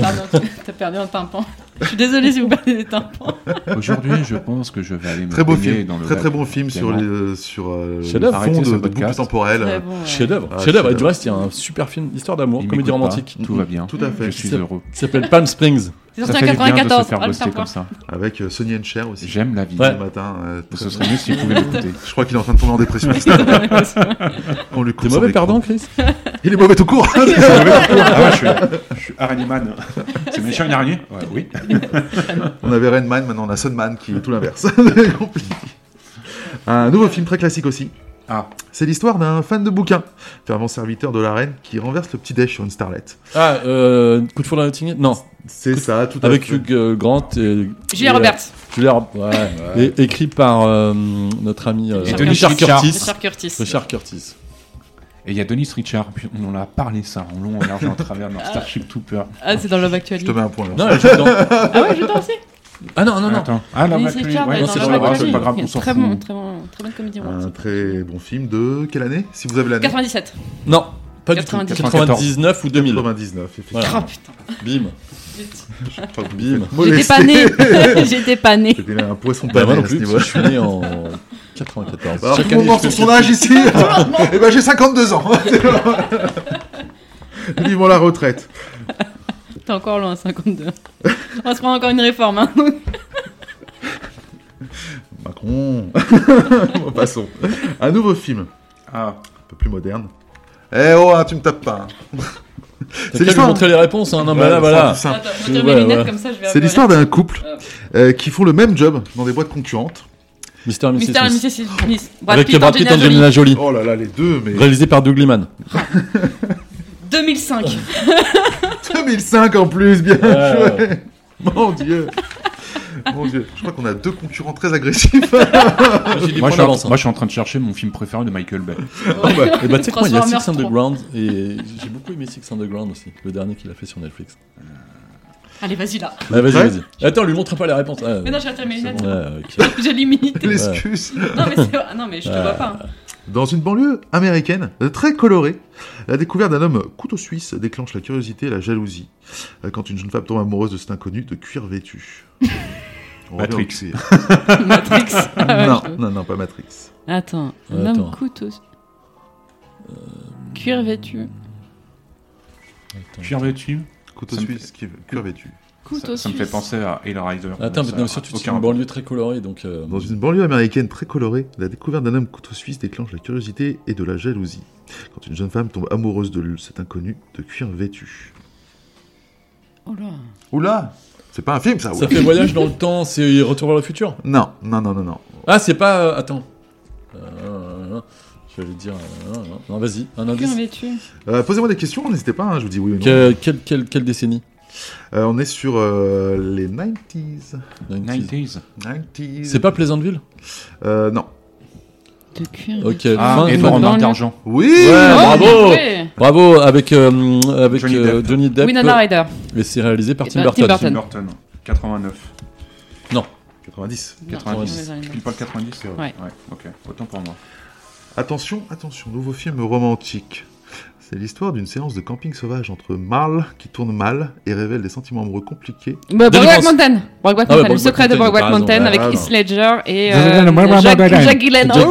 S6: Pardon, tu- t'as perdu un tympan. Je suis désolée si vous perdez des tympans.
S5: Aujourd'hui, je pense que je vais aller me
S4: Très beau
S5: baigner
S4: film,
S5: dans le
S4: très
S5: lac.
S4: très bon film sur,
S5: Clément.
S4: les, sur euh,
S7: Chef-d'œuvre.
S4: le
S5: Arrêtez
S4: fond
S5: ce
S4: de, de
S5: podcast.
S4: boucle temporelle.
S6: Très bon, euh, ouais.
S7: Chef-d'œuvre.
S4: Ah,
S7: Chef-d'œuvre. Et du
S4: chef-d'œuvre.
S7: reste, il y a un super film, histoire d'amour,
S5: Il m'écoute
S7: comédie
S5: pas,
S7: romantique.
S5: Tout va bien.
S4: Tout à
S5: Je
S4: fait.
S5: suis
S7: Ça-
S5: heureux.
S7: Qui s'appelle Palm Springs.
S6: C'est
S5: Ça
S6: sorti
S5: fait
S6: en
S5: du bien de se
S6: 94.
S5: faire
S6: Rajoute un
S5: bosser
S6: point.
S5: comme ça.
S4: Avec euh, Sonny and Cher aussi.
S5: J'aime la vie.
S7: Ouais.
S4: Ce matin. euh,
S5: Mais
S4: très-
S5: Ce serait mieux si vous pouviez m'écouter.
S4: Je crois qu'il est en train de tomber en dépression. On lui
S7: T'es
S4: coupe son
S7: mauvais
S4: micro.
S7: perdant, Chris
S4: Il est mauvais tout court.
S5: ah ouais, je suis, je suis araignée man. C'est méchant une araignée ouais, Oui.
S4: On avait Rainman, maintenant on a Sunman qui est tout l'inverse. C'est compliqué. Un nouveau film très classique aussi.
S5: Ah.
S4: C'est l'histoire d'un fan de bouquin, fervent serviteur de la reine, qui renverse le petit déj sur une starlette.
S7: Ah, euh, coup de foudre à Nottingham Non,
S4: C'est ça, tout à
S7: avec
S4: fait.
S7: Hugh euh, Grant et.
S6: Julia
S7: et, euh,
S6: Roberts.
S7: Julia Rob- ouais. Et, écrit par euh, notre ami euh,
S6: Et Tony
S7: Richard
S5: Richard.
S7: Curtis.
S6: Richard Curtis.
S7: Richard Curtis.
S5: Et il y a Denis Richard. puis On en a parlé ça en long, en large, en travers dans Starship Trooper.
S6: Ah, c'est dans Love
S4: Je te
S6: Actually.
S4: mets un point. là.
S7: Non, elle joue dans-
S6: Ah ouais, je t'en sais.
S7: Ah non, non, non.
S5: Attends. Ah, la
S6: Mais
S5: Vacuole,
S6: c'est Carl,
S5: ouais,
S6: dans
S7: c'est
S6: la
S7: dans la
S6: Vacuole.
S7: Vacuole,
S5: pas grave, on s'en
S6: Très
S5: fout.
S6: bon, très bon, très bonne comédie
S4: Un
S6: romantique.
S4: très bon film de quelle année Si vous avez l'année.
S6: 97.
S7: Non, pas du tout.
S6: 99.
S7: 99 ou 2000.
S4: 99, effectivement.
S7: Voilà.
S6: Oh putain.
S7: Bim.
S6: Zut.
S4: Enfin, vous
S7: Bim.
S4: êtes
S6: J'étais
S4: molesté.
S6: pas né. J'étais pas né.
S4: C'était un poisson
S7: Bah,
S4: pas
S7: moi
S4: né
S7: non
S4: à ce
S7: plus,
S4: niveau.
S7: je suis né en 94.
S4: Alors,
S7: Chaque
S4: tout le monde
S7: année,
S4: pense
S7: je
S4: sur
S7: fais
S4: son âge ici Eh ben, j'ai 52 ans Vivons la retraite.
S6: T'es encore loin, 52. On se prend encore une réforme. Hein.
S4: Macron Bon, Passons. Un nouveau film,
S5: Ah,
S4: un peu plus moderne. Eh oh, hein, tu me tapes pas hein.
S7: C'est l'histoire.
S4: l'histoire.
S7: montrer les réponses. Hein. Non, mais
S4: Ouais,
S7: là,
S4: c'est
S7: voilà.
S4: tout simple.
S6: Attends, je
S7: C'est-
S6: retire
S7: ouais,
S6: mes lunettes
S7: ouais.
S6: comme ça, je vais
S4: C'est l'histoire d'un couple euh, qui font le même job dans des boîtes concurrentes.
S7: Mister et Mrs.
S6: Mister et
S7: Smith.
S6: Mrs. Smith. Brad
S7: Avec
S6: Pitt,
S7: Brad Pitt,
S6: Angelina Jolie.
S7: Angelina Jolie.
S4: Oh là là, les deux, mais
S7: Réalisé par Doug Liman.
S6: 2005.
S4: 2005 en plus, bien
S7: Ouais.
S4: joué Mon dieu Mon dieu, je crois qu'on a deux concurrents très agressifs.
S5: moi, je suis en- moi, je suis en train de chercher mon film préféré de Michael Bay.
S7: Et bah, tu sais quoi, il y a
S6: Transformers
S7: Six
S6: 3.
S7: Underground. Et j'ai beaucoup aimé Six Underground aussi. Le dernier qu'il a fait sur Netflix.
S6: Allez, vas-y là.
S7: Ah, vas-y,
S4: Prêt
S7: vas-y. Attends, lui montre pas les réponses. Ah,
S6: Mais non, je retire mes lunettes.
S7: ouais, ok.
S6: J'ai l'immunité.
S4: L'excuse.
S6: Non, mais c'est vrai. Non, mais
S7: Euh,
S6: je te vois pas. hein.
S4: Dans une banlieue américaine euh, très colorée, la découverte d'un homme couteau suisse déclenche la curiosité et la jalousie euh, quand une jeune femme tombe amoureuse de cet inconnu de cuir vêtu. On revient au
S5: Matrix.
S4: cuir.
S6: Matrix. Ah ouais,
S4: non,
S6: je veux.
S4: non, non, pas Matrix.
S6: Attends, un
S7: Attends. Euh,
S6: homme couteau. Cuir vêtu.
S5: Tu en veux-tu
S4: Couteau
S5: Ça me
S4: suisse, qui- cuir vêtu.
S6: Couteau
S5: ça, ça me fait
S6: suisse.
S5: penser à Hellraiser.
S7: Attends,
S5: Ça
S7: mais non,
S5: a
S7: surtout,
S5: aucun
S7: c'est une
S5: rapport.
S7: banlieue très colorée. Donc, euh,
S4: Dans une banlieue américaine très colorée, la découverte d'un homme couteau suisse déclenche la curiosité et de la jalousie quand une jeune femme tombe amoureuse de cet inconnu de cuir vêtu.
S6: Oh là.
S4: Oula C'est pas un film ça,
S7: ça
S4: oula.
S7: fait voyage dans le temps. C'est Retour vers le futur.
S4: Non, non, non, non, non.
S7: Ah, c'est pas. euh, attends. Euh, je vais dire. euh, non, non, non, vas-y, un
S6: Cuir
S7: indice.
S6: vêtu.
S4: Euh, Posez-moi des questions, n'hésitez pas, hein, je vous dis oui ou non.
S7: Que- quelle, quelle- quelle décennie
S4: Euh, on est sur euh, les 90s.
S7: 90s.
S5: 90s.
S4: 90s.
S7: C'est pas Plaisantville
S4: Euh, non.
S6: De cuir. Oh,
S7: Ok,
S5: Ah,
S7: fin-
S5: et
S6: dans
S5: en
S6: la-
S5: manque d'argent.
S4: Oui
S7: Ouais, bravo
S6: Oui,
S7: Bravo avec, euh, avec
S5: Johnny
S7: euh,
S5: Depp.
S7: Johnny Depp.
S6: Winona Ryder. Bah,
S7: et c'est réalisé par
S6: Et
S7: Tim
S6: ben,
S7: Burton.
S5: Tim
S6: Tim Burton.
S5: Burton. 89.
S4: 90.
S5: 90.
S6: Non,
S5: Pile poil 90
S4: Ouais.
S5: Ouais, ok. Autant pour moi.
S4: Attention, attention, nouveau film romantique. C'est l'histoire d'une séance de camping sauvage entre mâles qui tournent mal et révèlent des sentiments amoureux compliqués.
S6: Bah,
S7: Deux
S6: Brokeback
S7: réponses.
S6: Mountain. Brokeback
S7: Ah ouais,
S6: Mountain. Le
S7: Brokeback
S6: secret de
S7: Mountain,
S6: Brokeback
S7: t'as raison.
S6: Mountain
S7: Ah,
S6: avec
S4: non.
S6: Heath Ledger et
S5: Jack Gyllenhaal,
S6: euh, Jack-
S5: Brokeback
S6: Jack
S7: Jack
S6: Gyllenhaal.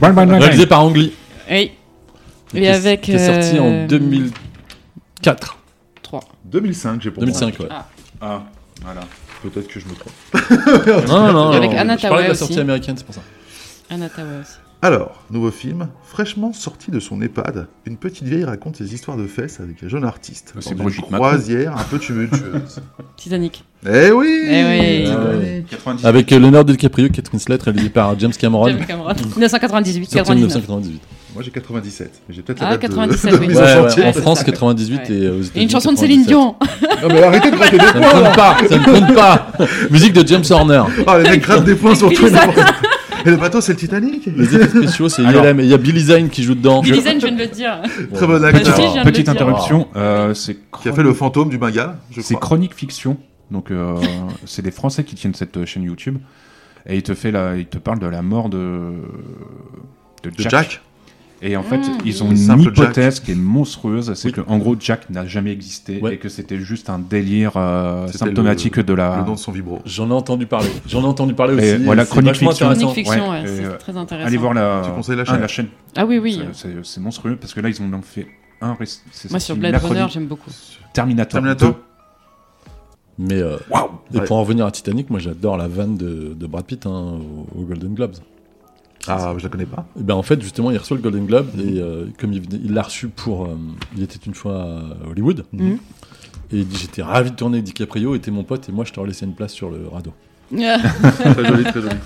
S7: Gyllenhaal, réalisé par Ang Lee.
S6: Oui.
S7: qui
S6: Et
S7: est-
S6: avec.
S7: Qui est sorti en
S6: euh,
S7: 2004.
S6: 3.
S4: 2005, j'ai pour
S7: 2005, ouais.
S5: Ah, voilà.
S4: moi. Peut-être que je me trompe.
S7: Non, non, non.
S6: Ah, Avec
S7: non,
S6: Anna
S7: je parlais de la
S6: Thaoué
S7: sortie
S6: aussi.
S7: américaine, c'est pour ça.
S6: Anna Tawai aussi.
S4: Alors, nouveau film, fraîchement sorti de son EHPAD, une petite vieille raconte ses histoires de fesses avec un jeune artiste.
S7: Ah,
S5: C'est
S4: dans une
S5: Brigitte Macron.
S4: croisière un peu tumultueuse.
S6: Titanic.
S4: eh oui
S6: Eh oui.
S4: Titanic.
S5: 90.
S7: Ah Avec euh, Leonardo DiCaprio, Kate Winslet, réalisé par James Cameron.
S6: James Cameron. 1998,
S7: Sorti en
S6: 99.
S7: 1998.
S4: Moi j'ai 97, mais j'ai peut-être
S6: Ah,
S4: la date de-
S6: 97,
S4: de,
S6: oui.
S4: mise
S7: Ouais,
S4: en
S7: ouais,
S4: chantier.
S7: en
S6: c'est
S7: France,
S6: ça.
S7: 98
S6: Ouais.
S7: et aux États-Unis.
S6: Et une chanson de Céline
S7: 97.
S6: Dion.
S4: Non mais arrêtez de gratter des
S7: Ça ne compte pas, ça ne compte pas. Musique de James Horner.
S4: Ah, les mecs grattent des points sur
S6: Billy
S4: tout.
S6: Zane.
S4: n'importe quoi. Et le bateau, c'est le Titanic
S7: Les effets spéciaux, c'est
S5: Alors.
S7: ILM. Et Il y a Billy Zane qui joue dedans.
S6: Billy Zane, je viens de le dire.
S4: Très bon
S6: Bah,
S4: acteur.
S6: si, j'ai un-
S5: Petite
S6: de le dire. Oh.
S5: interruption. euh, c'est
S4: Qui a fait le fantôme du Bengale, je
S5: C'est
S4: crois.
S5: Chronique Fiction. Donc, euh, c'est des Français qui tiennent cette euh, chaîne YouTube. Et il te, fait la, il te parle de la mort de, de,
S4: De
S5: Jack.
S4: Jack.
S5: Et en fait,
S6: Ah.
S5: ils ont
S4: Le
S5: une
S4: simple
S5: hypothèse qui est monstrueuse. C'est que, en gros, Jack n'a jamais existé
S7: Ouais.
S5: et que c'était juste un délire euh,
S4: C'était
S5: symptomatique de la.
S4: Le nom de son vibro.
S7: J'en ai entendu parler. J'en ai entendu parler
S5: Et
S7: aussi.
S5: voilà,
S7: c'est
S5: Chronique
S7: vachement
S5: Fiction.
S6: Chronique
S7: intéressant.
S6: Fiction, ouais,
S5: ouais,
S6: c'est
S5: et, euh,
S6: très intéressant.
S5: Allez voir la,
S4: Tu conseilles la
S5: ah,
S4: chaîne.
S6: Ah oui, oui.
S5: C'est- C'est c'est monstrueux parce que là, ils ont en fait un. rest- c'est
S6: Moi,
S5: sorti
S6: sur Blade
S5: mercredi.
S6: Runner, j'aime beaucoup.
S5: Terminator.
S4: Terminator.
S5: 2.
S7: Mais euh, et
S4: Ouais.
S7: pour en revenir à Titanic, moi j'adore la vanne de, de Brad Pitt hein, au, au Golden Globes.
S4: Ah, je la connais pas.
S7: Et ben en fait, justement, il reçoit le Golden Globe et euh, comme il venait- il l'a reçu pour. euh, il était une fois à Hollywood.
S6: Mhm.
S7: Et il dit J'étais ravi de tourner avec DiCaprio, était mon pote, et moi je t'aurais laissé une place sur le radeau.
S4: Très joli, très joli.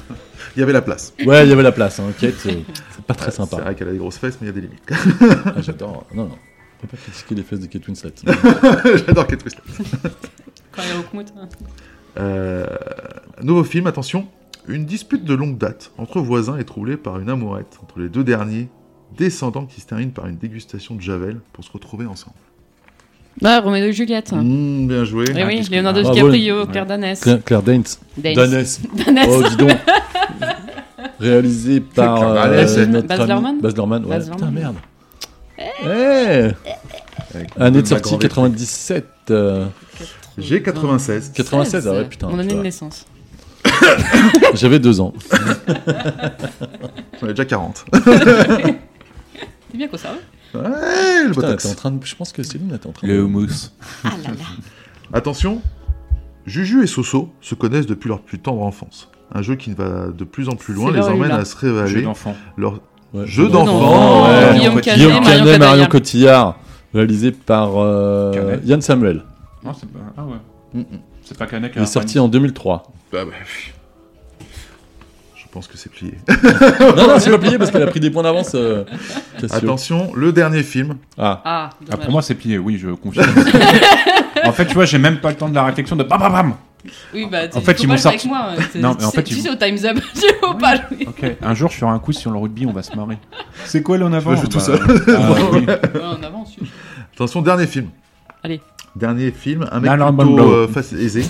S4: Il y avait la place.
S7: Ouais, il y avait la place, hein, Kate, euh, c'est pas très
S4: C'est
S7: sympa.
S4: vrai qu'elle a des grosses fesses, mais il y a des limites.
S7: Ah, J'adore. Non, non. On peut pas critiquer les fesses de Kate Winslet.
S4: J'adore Kate Winslet.
S6: Quand il y a Hawkmoot.
S4: Euh, nouveau film, attention. Une dispute de longue date entre voisins est troublée par une amourette entre les deux derniers, descendants qui se termine par une dégustation de Javel pour se retrouver ensemble.
S6: Ah, Roméo et Juliette.
S4: Mmh, bien joué.
S6: Eh
S5: Ah,
S6: oui,
S5: qu'est-ce que-
S6: Leonardo
S7: Bravo.
S6: DiCaprio,
S5: Ouais.
S6: Claire Danes.
S7: Claire, Claire Danes.
S6: Danes.
S7: Danes. Oh, dis donc. Réalisé par
S4: Claire Danes,
S7: euh,
S4: c'est-
S7: notre
S6: Baz
S7: ami-
S6: Luhrmann
S7: Baz Luhrmann, ouais.
S6: Baz
S7: Putain,
S6: Luhrmann.
S7: merde. Eh
S4: Avec
S7: Année
S4: ma
S7: de sortie
S4: grande
S7: 97. euh,
S4: J'ai 96.
S7: 96, ah ouais, putain.
S6: Mon
S7: tu
S6: année de
S7: vois.
S6: naissance.
S7: J'avais deux ans.
S4: J'en ai déjà 40.
S6: T'es bien conservé.
S4: Ouais, le
S7: Putain,
S4: botox.
S7: t'es en train de... Je pense que Céline était en train
S5: Le
S7: de...
S5: houmous.
S6: Ah là là.
S4: Attention, Juju et Soso se connaissent depuis leur plus tendre enfance. Un jeu qui va de plus en plus loin
S6: C'est
S4: les
S6: leur
S4: emmène
S6: Hula.
S4: à se
S5: Jeu
S4: révéler.
S5: d'enfant.
S4: Leur...
S7: Ouais,
S4: Jeu
S7: non.
S4: d'enfant.
S7: Non,
S4: ouais.
S6: Guillaume
S4: En fait,
S6: Canet, Marion
S7: Guillaume Canet,
S6: Cotillard.
S7: euh, Marion Cotillard. Réalisé par euh,
S5: Canet.
S7: Yann Samuel.
S5: Non, c'est pas. Ah ouais.
S4: Mm, mm.
S5: C'est pas Kanek.
S7: Il est sorti en 2003.
S4: Bah, bah, pff. Je pense que c'est plié.
S7: non, non, c'est pas plié parce qu'elle a pris des points d'avance. euh, Cassio.
S4: Attention, le dernier film.
S7: Ah,
S6: Ah,
S5: Ah,
S6: dommage.
S5: pour moi, c'est plié, oui, je confirme. en fait, tu vois, j'ai même pas le temps de la réflexion de bam bam bam
S6: oui, bah,
S5: en fait, ils m'ont sorti-
S6: Avec moi.
S5: Non, mais en fait,
S6: tu
S5: ils
S6: sais, au Time's Up, tu vois pas, Louis.
S5: Ok, un jour, je ferai un quiz sur le rugby, on va se marrer. C'est quoi là en avant
S4: Je joue tout seul.
S5: ah, oui.
S6: Ouais, on avance. oui.
S4: Attention, dernier film.
S6: Allez.
S4: Dernier film, un mec
S5: Marlon
S4: plutôt
S5: Brando.
S4: euh, face- aisé,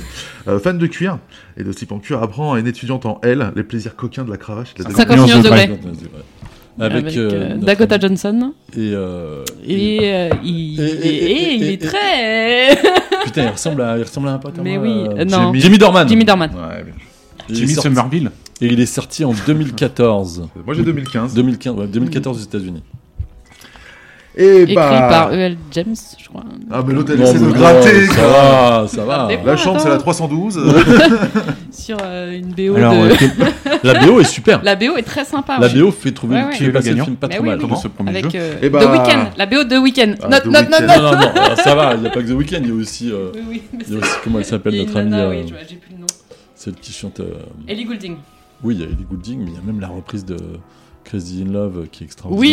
S4: euh, fan de cuir et de slip en cuir, apprend à une étudiante en L les plaisirs coquins de la cravache. et de la
S5: Ça
S4: dégaine.
S6: 50 millions de
S5: degrés.
S6: degrés.
S7: avec,
S6: Avec,
S7: euh,
S6: euh,
S7: notre
S6: Dakota
S7: ami.
S6: Johnson.
S7: Et, euh,
S6: Et euh, il
S7: Et-
S6: il est-
S7: et-
S6: et il
S7: et-
S6: est
S7: et-
S6: très.
S7: Ah, Putain, il ressemble à, il ressemble à un pote. à
S6: Mais
S7: moi,
S6: oui,
S7: euh,
S6: euh, non.
S7: Jimmy Dorman.
S6: Jimmy Dorman.
S4: Ouais, bien joué.
S7: Il est
S5: Jimmy
S7: sorti-
S5: Somerville.
S7: Et il est sorti en 2014.
S4: Moi j'ai 2015.
S7: 2015, ouais, 2014 aux États-Unis.
S4: Et
S7: Eh
S6: Écrit
S4: bah.
S6: par E.L. James, je crois.
S4: Ah, mais l'autre elle
S7: Non,
S4: essaie de
S7: mais
S4: gratter.
S7: non, Ça
S4: quoi.
S7: va, ça va.
S6: Des-
S4: La chambre, c'est la
S6: Attends.
S4: 312.
S6: Sur euh, une BO
S5: Alors,
S6: de.
S5: euh, quel,
S7: La BO est super.
S6: La BO est très sympa.
S7: La
S6: ouais.
S7: BO fait trouver
S6: Ah Ouais,
S7: le-
S6: ouais.
S7: fait
S5: Le
S7: passer le
S5: gagnant.
S7: film pas
S6: Mais
S7: trop
S6: oui,
S7: mal.
S6: oui.
S5: de ce premier jeu
S6: Avec euh,
S4: Eh
S6: The
S4: bah-
S6: Weeknd, la BO de Weeknd.
S7: Bah,
S4: Ah,
S6: not,
S4: The
S6: not, not,
S4: Weeknd.
S7: Non, non, non, alors, ça va, il n'y a pas que The Weeknd, il y a aussi, euh,
S6: Oui, oui, mais
S7: il y a
S6: c'est-
S7: aussi comment elle s'appelle,
S6: il y a
S7: notre
S6: une
S7: amie,
S6: nana,
S7: euh,
S6: oui, je- j'ai plus le nom.
S7: celle qui chante. euh,
S6: Ellie Goulding.
S7: oui, il y a Ellie Goulding, mais il y a même la reprise de Crazy in Love euh,
S6: Oui,
S7: qui est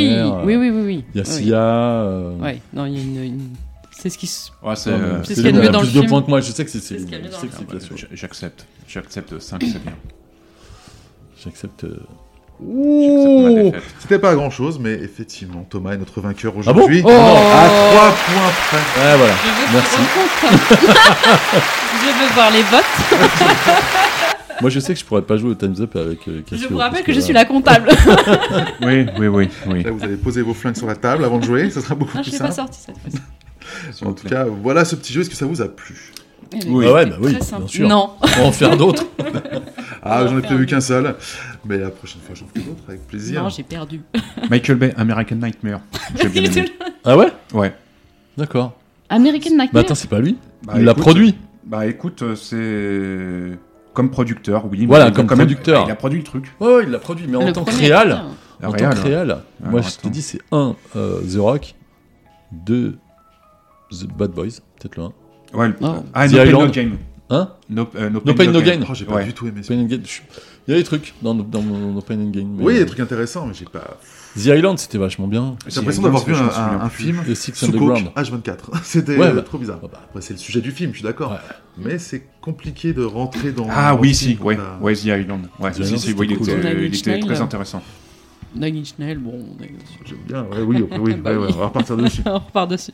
S7: extraordinaire.
S6: oui, oui, oui, oui.
S7: euh, Il y a
S6: Oui.
S7: Sia. euh,
S6: Ouais, non, il y a une. une- C'est ce qui. se-
S5: Ouais, c'est.
S7: non, mais
S5: euh,
S6: c'est ce qu'il
S7: Céline,
S6: y a de
S7: elle
S6: mieux
S7: a
S6: dans
S7: plus
S6: le
S7: de points
S6: film.
S7: que moi, je sais que c'est
S6: C'est ce qu'il y a
S7: Céline,
S6: de mieux dans
S7: je sais
S6: le
S7: que
S5: ah,
S7: c'est
S5: bah,
S7: Cassio.
S5: j- J'accepte. J'accepte 5, c'est bien.
S7: J'accepte. euh,
S5: J'accepte ma
S4: Ouh
S5: défaite.
S4: C'était pas grand chose, mais effectivement, Thomas est notre vainqueur
S5: Ah
S4: aujourd'hui.
S7: bon Oh
S4: à 3 points près.
S7: Ouais, voilà.
S6: Je veux
S7: Merci.
S6: te rencontre. je veux voir les votes.
S7: Moi, je sais que je pourrais pas jouer au Time's Up avec euh,
S6: Je
S7: Cassio,
S6: vous rappelle
S7: parce euh,
S6: que je suis
S7: voilà.
S6: la comptable.
S5: Oui, oui, oui. oui.
S4: Là, vous allez poser vos flingues sur la table avant de jouer, ça sera beaucoup
S6: Non, Ah, je
S4: plus
S6: l'ai pas
S4: simple.
S6: sorti cette fois-ci.
S4: En tout cas, voilà ce petit jeu, est-ce que ça vous a plu
S7: Oui. Ah ouais, bah oui,
S6: Très simple.
S7: bien sûr.
S6: Non.
S7: On va en faire d'autres.
S4: Ah,
S6: va
S4: j'en ai
S6: faire
S4: prévu
S6: mieux.
S4: qu'un seul, mais la prochaine fois j'en ferai d'autres avec plaisir.
S6: Non, j'ai perdu.
S5: Michael Bay, American Nightmare. J'ai bien aimé.
S7: Ah ouais
S5: Ouais.
S7: D'accord.
S6: American
S7: Bah
S6: Nightmare.
S7: attends, c'est pas lui.
S5: Bah,
S7: il l'a
S5: écoute,
S7: produit.
S5: Bah écoute, euh, c'est. Comme producteur, oui. mais
S7: Voilà,
S5: il a
S7: comme
S5: quand même-
S7: producteur.
S5: il a produit le truc.
S7: Ouais, ouais, il l'a produit, mais en
S6: Le
S7: tant que
S6: premier,
S7: réal.
S6: putain.
S7: En
S5: Réal, hein.
S7: tant que réal,
S4: hein.
S7: moi je te
S5: attends.
S7: dis, c'est 1 The Rock, 2 The Bad Boys, peut-être le 1.
S5: Ouais, le-
S6: Oh.
S5: Ah,
S7: The
S5: No Pain, No
S7: Island.
S5: Game.
S7: Hein
S5: No, euh,
S7: No Pain, No Gain.
S4: Oh, j'ai pas
S5: Ouais.
S4: du tout aimé
S7: Pain
S4: ça.
S7: and Gain, je suis- Il y a des trucs dans, dans mon Open and Game. mais-
S4: Oui, il y a des trucs intéressants, mais j'ai pas.
S7: The Island, c'était vachement bien.
S4: J'ai l'impression d'avoir vu
S5: Je
S4: un,
S5: me souviens
S4: un- un
S5: plus.
S4: film
S7: Et Six
S4: sous coke
S7: Underground.
S4: H24. C'était
S7: Ouais, ouais.
S4: trop bizarre.
S7: Ah bah,
S4: Après, c'est le sujet du film, je suis d'accord.
S7: Ouais.
S4: Mais c'est compliqué de rentrer dans.
S5: Ah
S4: dans le
S5: oui,
S4: film
S5: si,
S4: quand
S5: ouais,
S4: t'as-
S5: ouais, The Island. Ouais,
S7: The
S5: si,
S7: Island,
S5: si,
S7: c'était
S5: oui, il
S7: cool.
S5: était,
S6: Nine
S5: il
S6: Inch
S5: était
S6: Nails.
S5: très intéressant.
S6: Nine Inch Nails, bon, on est dessus.
S4: J'aime bien, ouais, oui, oui, oui,
S6: Bah
S4: ouais,
S6: oui.
S4: ouais, on va repartir dessus.
S6: On repart dessus.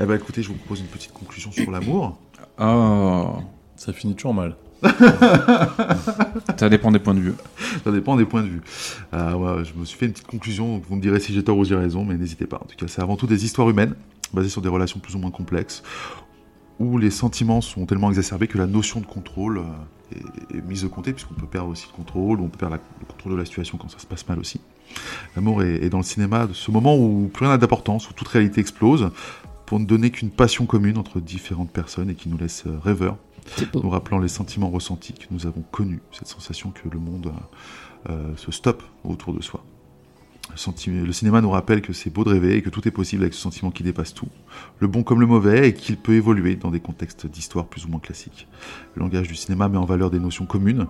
S4: Eh ben écoutez, je vous propose une petite conclusion sur l'amour.
S5: Oh,
S7: ça finit toujours mal.
S5: ça dépend des points de vue.
S4: Ça dépend des points de vue. Euh, ouais, je me suis fait une petite conclusion, donc vous me direz si j'ai tort ou j'ai raison, mais n'hésitez pas. En tout cas, c'est avant tout des histoires humaines, basées sur des relations plus ou moins complexes, où les sentiments sont tellement exacerbés que la notion de contrôle euh, est, est mise de côté, puisqu'on peut perdre aussi le contrôle, ou on peut perdre la- le contrôle de la situation quand ça se passe mal aussi. L'amour est, est dans le cinéma de ce moment où plus rien n'a d'importance, où toute réalité explose, pour ne donner qu'une passion commune entre différentes personnes et qui nous laisse euh, rêveurs
S6: C'est beau.
S4: nous rappelant les sentiments ressentis que nous avons connus, cette sensation que le monde euh, euh, se stoppe autour de soi. Le, senti- le cinéma nous rappelle que c'est beau de rêver et que tout est possible avec ce sentiment qui dépasse tout, le bon comme le mauvais, et qu'il peut évoluer dans des contextes d'histoire plus ou moins classiques. Le langage du cinéma met en valeur des notions communes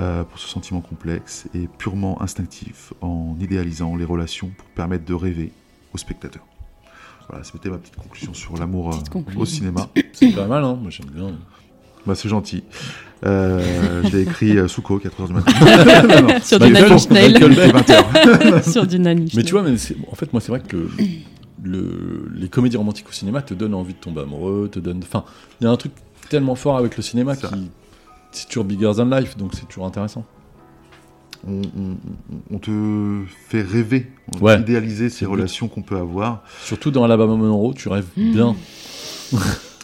S4: euh, pour ce sentiment complexe et purement instinctif, en idéalisant les relations pour permettre de rêver au spectateur. Voilà, c'était ma petite conclusion sur l'amour
S6: Petite
S4: euh,
S6: conclusion.
S4: au cinéma.
S7: C'est pas mal, hein Moi j'aime bien.
S4: Bah, c'est gentil. Euh, je l'ai écrit euh, sous coke à 3h du matin. Non, non.
S6: Sur
S7: Bah,
S6: du
S7: il
S6: Nine
S7: faut-
S6: Inch Nails.
S7: Michael Bay.
S6: Sur du Nine Inch
S7: Mais
S6: Nails.
S7: tu vois, mais c'est- en fait, moi c'est vrai que le- les comédies romantiques au cinéma te donnent envie de tomber amoureux, te donnent. Enfin, il y a un truc tellement fort avec le cinéma
S4: C'est
S7: qui. C'est toujours bigger than life, donc c'est toujours intéressant.
S4: on, on- on- on te fait rêver, on
S7: Ouais.
S4: idéaliser idéaliser
S7: C'est
S4: ces
S7: le
S4: relations qu'on peut avoir,
S7: Surtout dans Alabama Monroe, tu rêves
S6: Mmh.
S7: bien.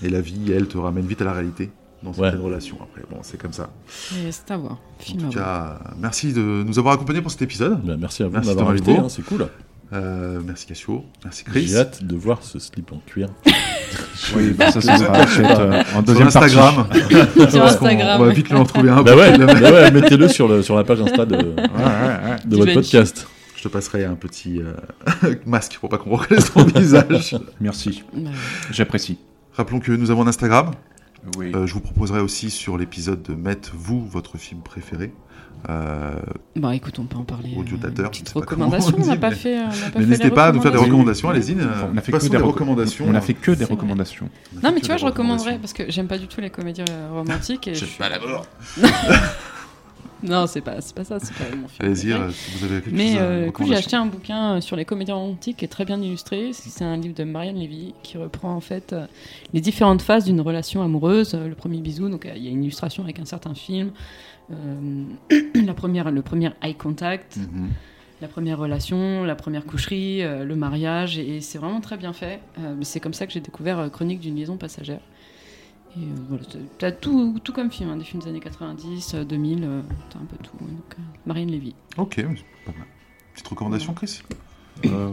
S4: et la vie, elle, te ramène vite à la réalité dans
S7: Ouais.
S4: certaines relations. Après, bon, c'est comme ça.
S6: Et C'est à voir.
S4: En
S6: Film à
S4: tout
S6: voir.
S4: cas, merci de nous avoir accompagnés pour cet épisode.
S7: Bah, merci à vous
S4: Merci
S7: de m'avoir
S4: Thomas
S7: invité,
S4: Hugo.
S7: hein, c'est cool.
S4: Euh, merci Cassio, merci Chris. Ah,
S7: J'ai hâte de voir ce slip en cuir.
S5: Oui, bah, ça, ça sera peut-être, euh, en
S4: Sur
S5: deuxième partie.
S4: Instagram.
S6: Sur
S4: Parce qu'on-
S6: Instagram.
S4: On va vite lui en trouver un.
S7: bah
S4: pour
S7: ouais,
S4: qu'il le mette.
S7: bah ouais, mettez-le sur, le, sur la page Insta de, de
S5: Ouais, ouais, ouais.
S6: Du
S7: votre
S6: Benji.
S7: podcast.
S4: Je te passerai un petit euh, masque pour pas qu'on reconnaisse ton visage.
S5: Merci,
S6: Bah,
S5: j'apprécie.
S4: Rappelons que nous avons un Instagram.
S5: Oui.
S4: Euh, je vous proposerai aussi sur l'épisode de mettre vous votre film préféré. Euh,
S6: Bon, Bah, écoute, on peut en parler.
S4: Audio
S6: euh,
S4: dateur,
S6: Petite
S4: je sais pas comment
S6: recommandation,
S4: on
S6: on n'a
S4: dit,
S6: pas
S4: mais-
S6: fait. euh, on n'a pas fait
S4: mais
S6: les
S4: n'hésitez pas à nous faire des recommandations. Allez-y, euh,
S5: on a fait
S4: passons
S5: que des,
S4: des
S5: reco-
S4: recommandations.
S5: On a fait que des
S6: C'est vrai.
S5: recommandations.
S6: Non, mais tu vois, je recommanderais parce que j'aime pas du tout les comédies euh, romantiques. Et je
S4: J'aime
S6: suis-
S4: pas la mort.
S6: Non, c'est pas, c'est pas ça, c'est pas mon film.
S4: Allez-y,
S6: préféré.
S4: euh, si vous avez quelque
S6: Mais
S4: chose à
S6: euh, du coup, j'ai
S4: recommander.
S6: acheté un bouquin euh, sur les comédies romantiques qui est très bien illustré. C'est un livre de Marianne Lévy qui reprend en fait euh, les différentes phases d'une relation amoureuse. Euh, Le premier bisou, donc euh, il y a une illustration avec un certain film. Euh, la première, le premier eye contact,
S4: Mhm.
S6: la première relation, la première coucherie, euh, le mariage. Et, et c'est vraiment très bien fait. Euh, c'est comme ça que j'ai découvert euh, Chronique d'une liaison passagère. Et euh, voilà, t'as- t'as tout, tout comme film, hein, des films des années 90, euh, 2000, euh, t'as un peu tout. ouais. Donc, euh, Marianne Lévy.
S4: Ok, mais c'est pas mal. Petite recommandation, Chris
S5: Euh,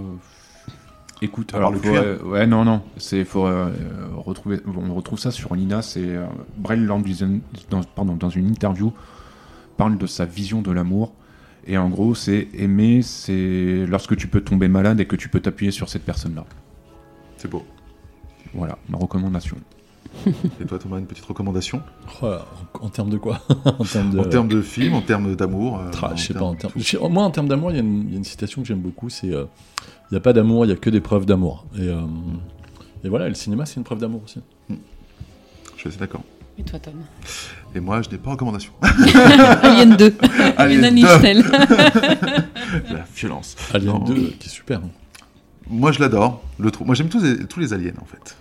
S5: Écoute,
S4: À
S5: alors
S4: part le
S5: faut,
S4: cuir.
S5: euh, ouais, non, non, c'est faut euh, euh, retrouver. On retrouve ça sur Lina. C'est euh, Brel lors d'une- dans, pardon, dans une interview parle de sa vision de l'amour. Et en gros, c'est aimer, c'est lorsque tu peux tomber malade et que tu peux t'appuyer sur cette personne-là.
S4: C'est beau.
S5: Voilà, ma recommandation.
S4: Et toi, Thomas, une petite recommandation
S7: Oh là, en, en termes de quoi En termes de.
S4: En termes de film, en termes d'amour euh,
S7: Tra-
S4: en
S7: je sais pas,
S4: termes
S7: en
S4: de
S7: termes-
S4: tout.
S7: je sais- moi en termes d'amour, il y, a une- il y a une citation que j'aime beaucoup, c'est il n'y a pas d'amour, il n'y a que des preuves d'amour. Et, euh, et voilà, et le cinéma, c'est une preuve d'amour aussi.
S4: Je suis assez d'accord.
S6: Et toi, Tom
S4: Et moi, je n'ai pas de recommandation.
S6: Alien 2.
S4: Alien
S6: Alien
S4: 2.
S6: Annishtel.
S4: La violence.
S7: Alien
S4: Non.
S7: 2, euh, qui est super. hein.
S4: Moi, je l'adore. Le trou- Moi, j'aime tous, les- tous les aliens, en fait.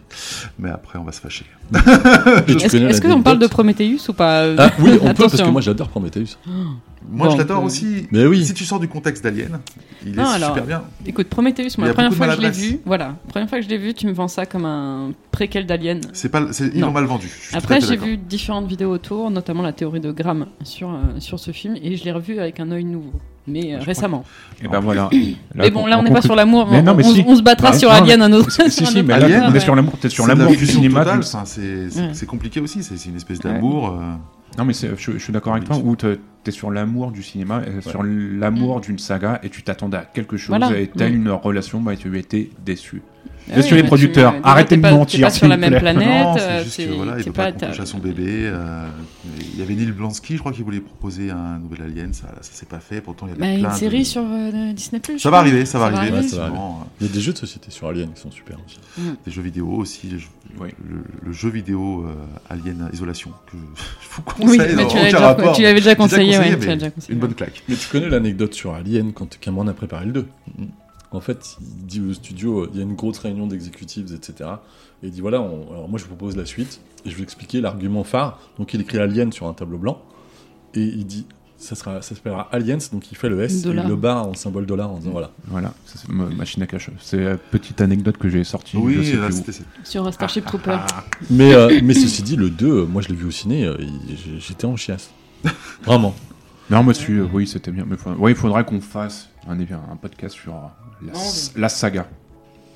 S4: Mais après, on va se fâcher.
S7: Tu
S6: Est-ce
S7: connais
S6: est-ce
S7: la
S6: qu'on parle de
S7: anecdote
S6: Prometheus ou pas euh,
S7: Ah oui, on peut, parce
S6: Attention.
S7: que moi j'adore Prometheus.
S4: Moi,
S6: Bon,
S4: je l'adore
S6: euh,
S4: aussi.
S7: Mais oui.
S4: Si tu sors du contexte d'Alien, il est
S6: Non, alors-
S4: super bien.
S6: Écoute, Prometheus, moi,
S4: Il y a
S6: la première
S4: beaucoup de
S6: fois que je l'ai
S4: maladresse.
S6: vu, voilà, première fois que je l'ai vu, tu me vends ça comme un préquel d'Alien.
S4: C'est pas, c'est- ils
S6: Non.
S4: l'ont mal vendu. Je suis
S6: Après,
S4: tout à fait
S6: j'ai
S4: d'accord.
S6: vu différentes vidéos autour, notamment la théorie de Gram sur, euh, sur ce film, et je l'ai revu avec un œil nouveau, mais euh, récemment.
S4: Eh
S5: Et ben voilà.
S6: mais bon, là, on n'est pas
S5: conclut-
S6: sur l'amour,
S5: Mais
S6: on,
S5: non, mais
S6: on-
S5: si.
S6: on se battra
S5: Bah,
S6: sur
S5: non,
S6: Alien un autre.
S5: Si,
S6: sur un
S5: si,
S6: autre
S5: mais là,
S6: podcast,
S5: on est
S6: ouais.
S5: sur l'amour, peut-être sur
S4: C'est de la
S5: l'amour du
S4: fusion
S5: cinéma.
S4: totale,
S5: d'une-
S4: ça, C'est c'est-
S6: Ouais.
S4: c'est compliqué aussi. C'est c'est une espèce
S5: Ouais.
S4: d'amour. euh,
S5: Non, mais c'est- je, je suis d'accord avec toi, où t'es t'es sur l'amour du cinéma, euh, sur l'amour d'une saga, et tu t'attendais à quelque chose,
S6: Voilà.
S5: et t'as
S6: Mm.
S5: une relation, bah, tu étais déçu.
S6: Ah oui,
S5: Messieurs les
S6: mais tu-
S5: producteurs,
S6: t'es
S5: arrêtez de
S6: pas-
S5: mentir,
S6: T'es pas sur la
S5: s'il vous
S6: même
S5: plaît.
S6: planète.
S4: Non,
S6: euh,
S4: c'est juste que
S6: t'es-
S4: voilà, il
S6: t'es
S4: veut pas
S6: pas-
S4: qu'on
S6: t'as-
S4: touche à son bébé. euh, Il y avait Neil Blansky, je crois qu'il voulait proposer un nouvel Alien. Ça, ça s'est pas fait. Pourtant, il y avait
S6: Bah,
S4: plein
S6: une
S4: de-
S6: série sur euh, Disney Plus.
S4: Ça va arriver, ça va arriver.
S7: Ouais, ça va
S4: effectivement. euh,
S7: Il y a des jeux de société sur Alien qui sont super aussi.
S4: Des jeux vidéo aussi. les jeux-
S5: Oui.
S4: Le, le jeu vidéo euh, Alien Isolation que je, je vous
S6: Oui,
S4: conseille.
S6: mais
S4: dans
S6: tu l'avais
S4: aucun
S6: déjà,
S4: rapport.
S6: tu l'avais déjà
S4: Je l'ai
S6: conseillé, ouais, tu
S4: mais
S6: l'as déjà conseillé.
S4: Une bonne claque.
S7: Mais tu connais l'anecdote sur Alien quand Cameron a préparé le 2 En fait, il dit au studio, euh, il y a une grosse réunion d'exécutives, etc. Et il dit voilà, on- alors moi je vous propose la suite et je vais expliquer l'argument phare. Donc il écrit Alien sur un tableau blanc et il dit ça sera, ça s'appellera Aliens. Donc il fait le S, et il
S6: Dollar.
S7: le barre en symbole dollar en disant voilà.
S5: Voilà, ça, c'est ma, ma Chine à cache. C'est la petite anecdote que j'ai sortie. je
S4: Oui,
S5: sais
S4: là,
S5: plus où.
S4: c'était- c'était-
S6: Sur Starship Trooper.
S7: Mais, euh, mais ceci dit, le 2, euh, moi je l'ai vu au ciné, euh, il- j- j'étais en chiasse. Vraiment.
S5: Non, mais tu- euh, oui, c'était bien. Mais faut- ouais, il faudrait qu'on fasse un, un podcast sur euh, la, s- la saga.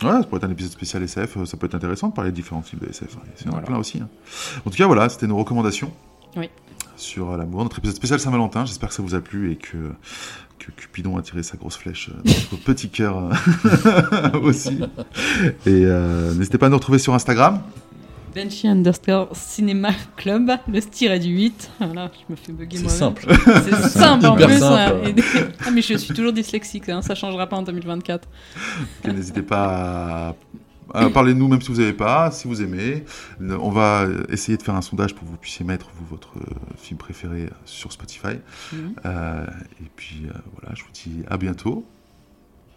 S4: Ouais, ça pourrait être un épisode spécial SF, euh, ça peut être intéressant de parler de différents types de SF. hein. C'est
S5: Voilà.
S4: plein aussi. hein. En tout cas, voilà, c'était nos recommandations
S6: Oui.
S4: sur euh, l'amour. Notre épisode spécial Saint-Valentin, j'espère que ça vous a plu et que, que Cupidon a tiré sa grosse flèche euh, dans votre petit cœur euh, aussi. Et euh, n'hésitez pas à nous retrouver sur Instagram.
S6: Benchy underscore Cinéma Club, le tiré du 8. Voilà, je me fais bugger
S7: C'est
S6: moi-même.
S7: simple.
S6: C'est simple en
S7: Hyper
S6: plus.
S7: simple.
S6: hein. Et- Ah, mais je suis toujours dyslexique, hein, ça changera pas en 2024.
S4: Et N'hésitez pas à, à parler de nous, même si vous n'avez pas, si vous aimez. Le- On va essayer de faire un sondage pour que vous puissiez mettre vous, votre euh, film préféré sur Spotify.
S6: Mhm.
S4: Euh, et puis euh, voilà, je vous dis à bientôt.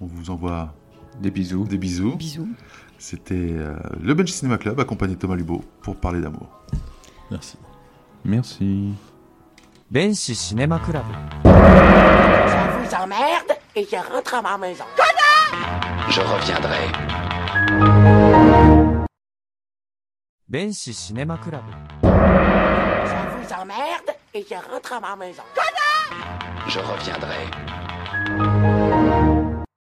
S4: On vous envoie
S5: Des bisous.
S4: Des bisous.
S6: Bisous.
S4: C'était euh, le Bench Cinema Club, accompagné de Thomas Lubot, pour parler d'amour.
S7: Merci.
S5: Merci.
S1: 弁士シネマクラブ
S8: Je vous emmerde et je rentre à ma maison.
S2: Je reviendrai.
S1: 弁士シネマクラブ
S8: Je vous emmerde et je rentre à ma maison.
S2: Je reviendrai.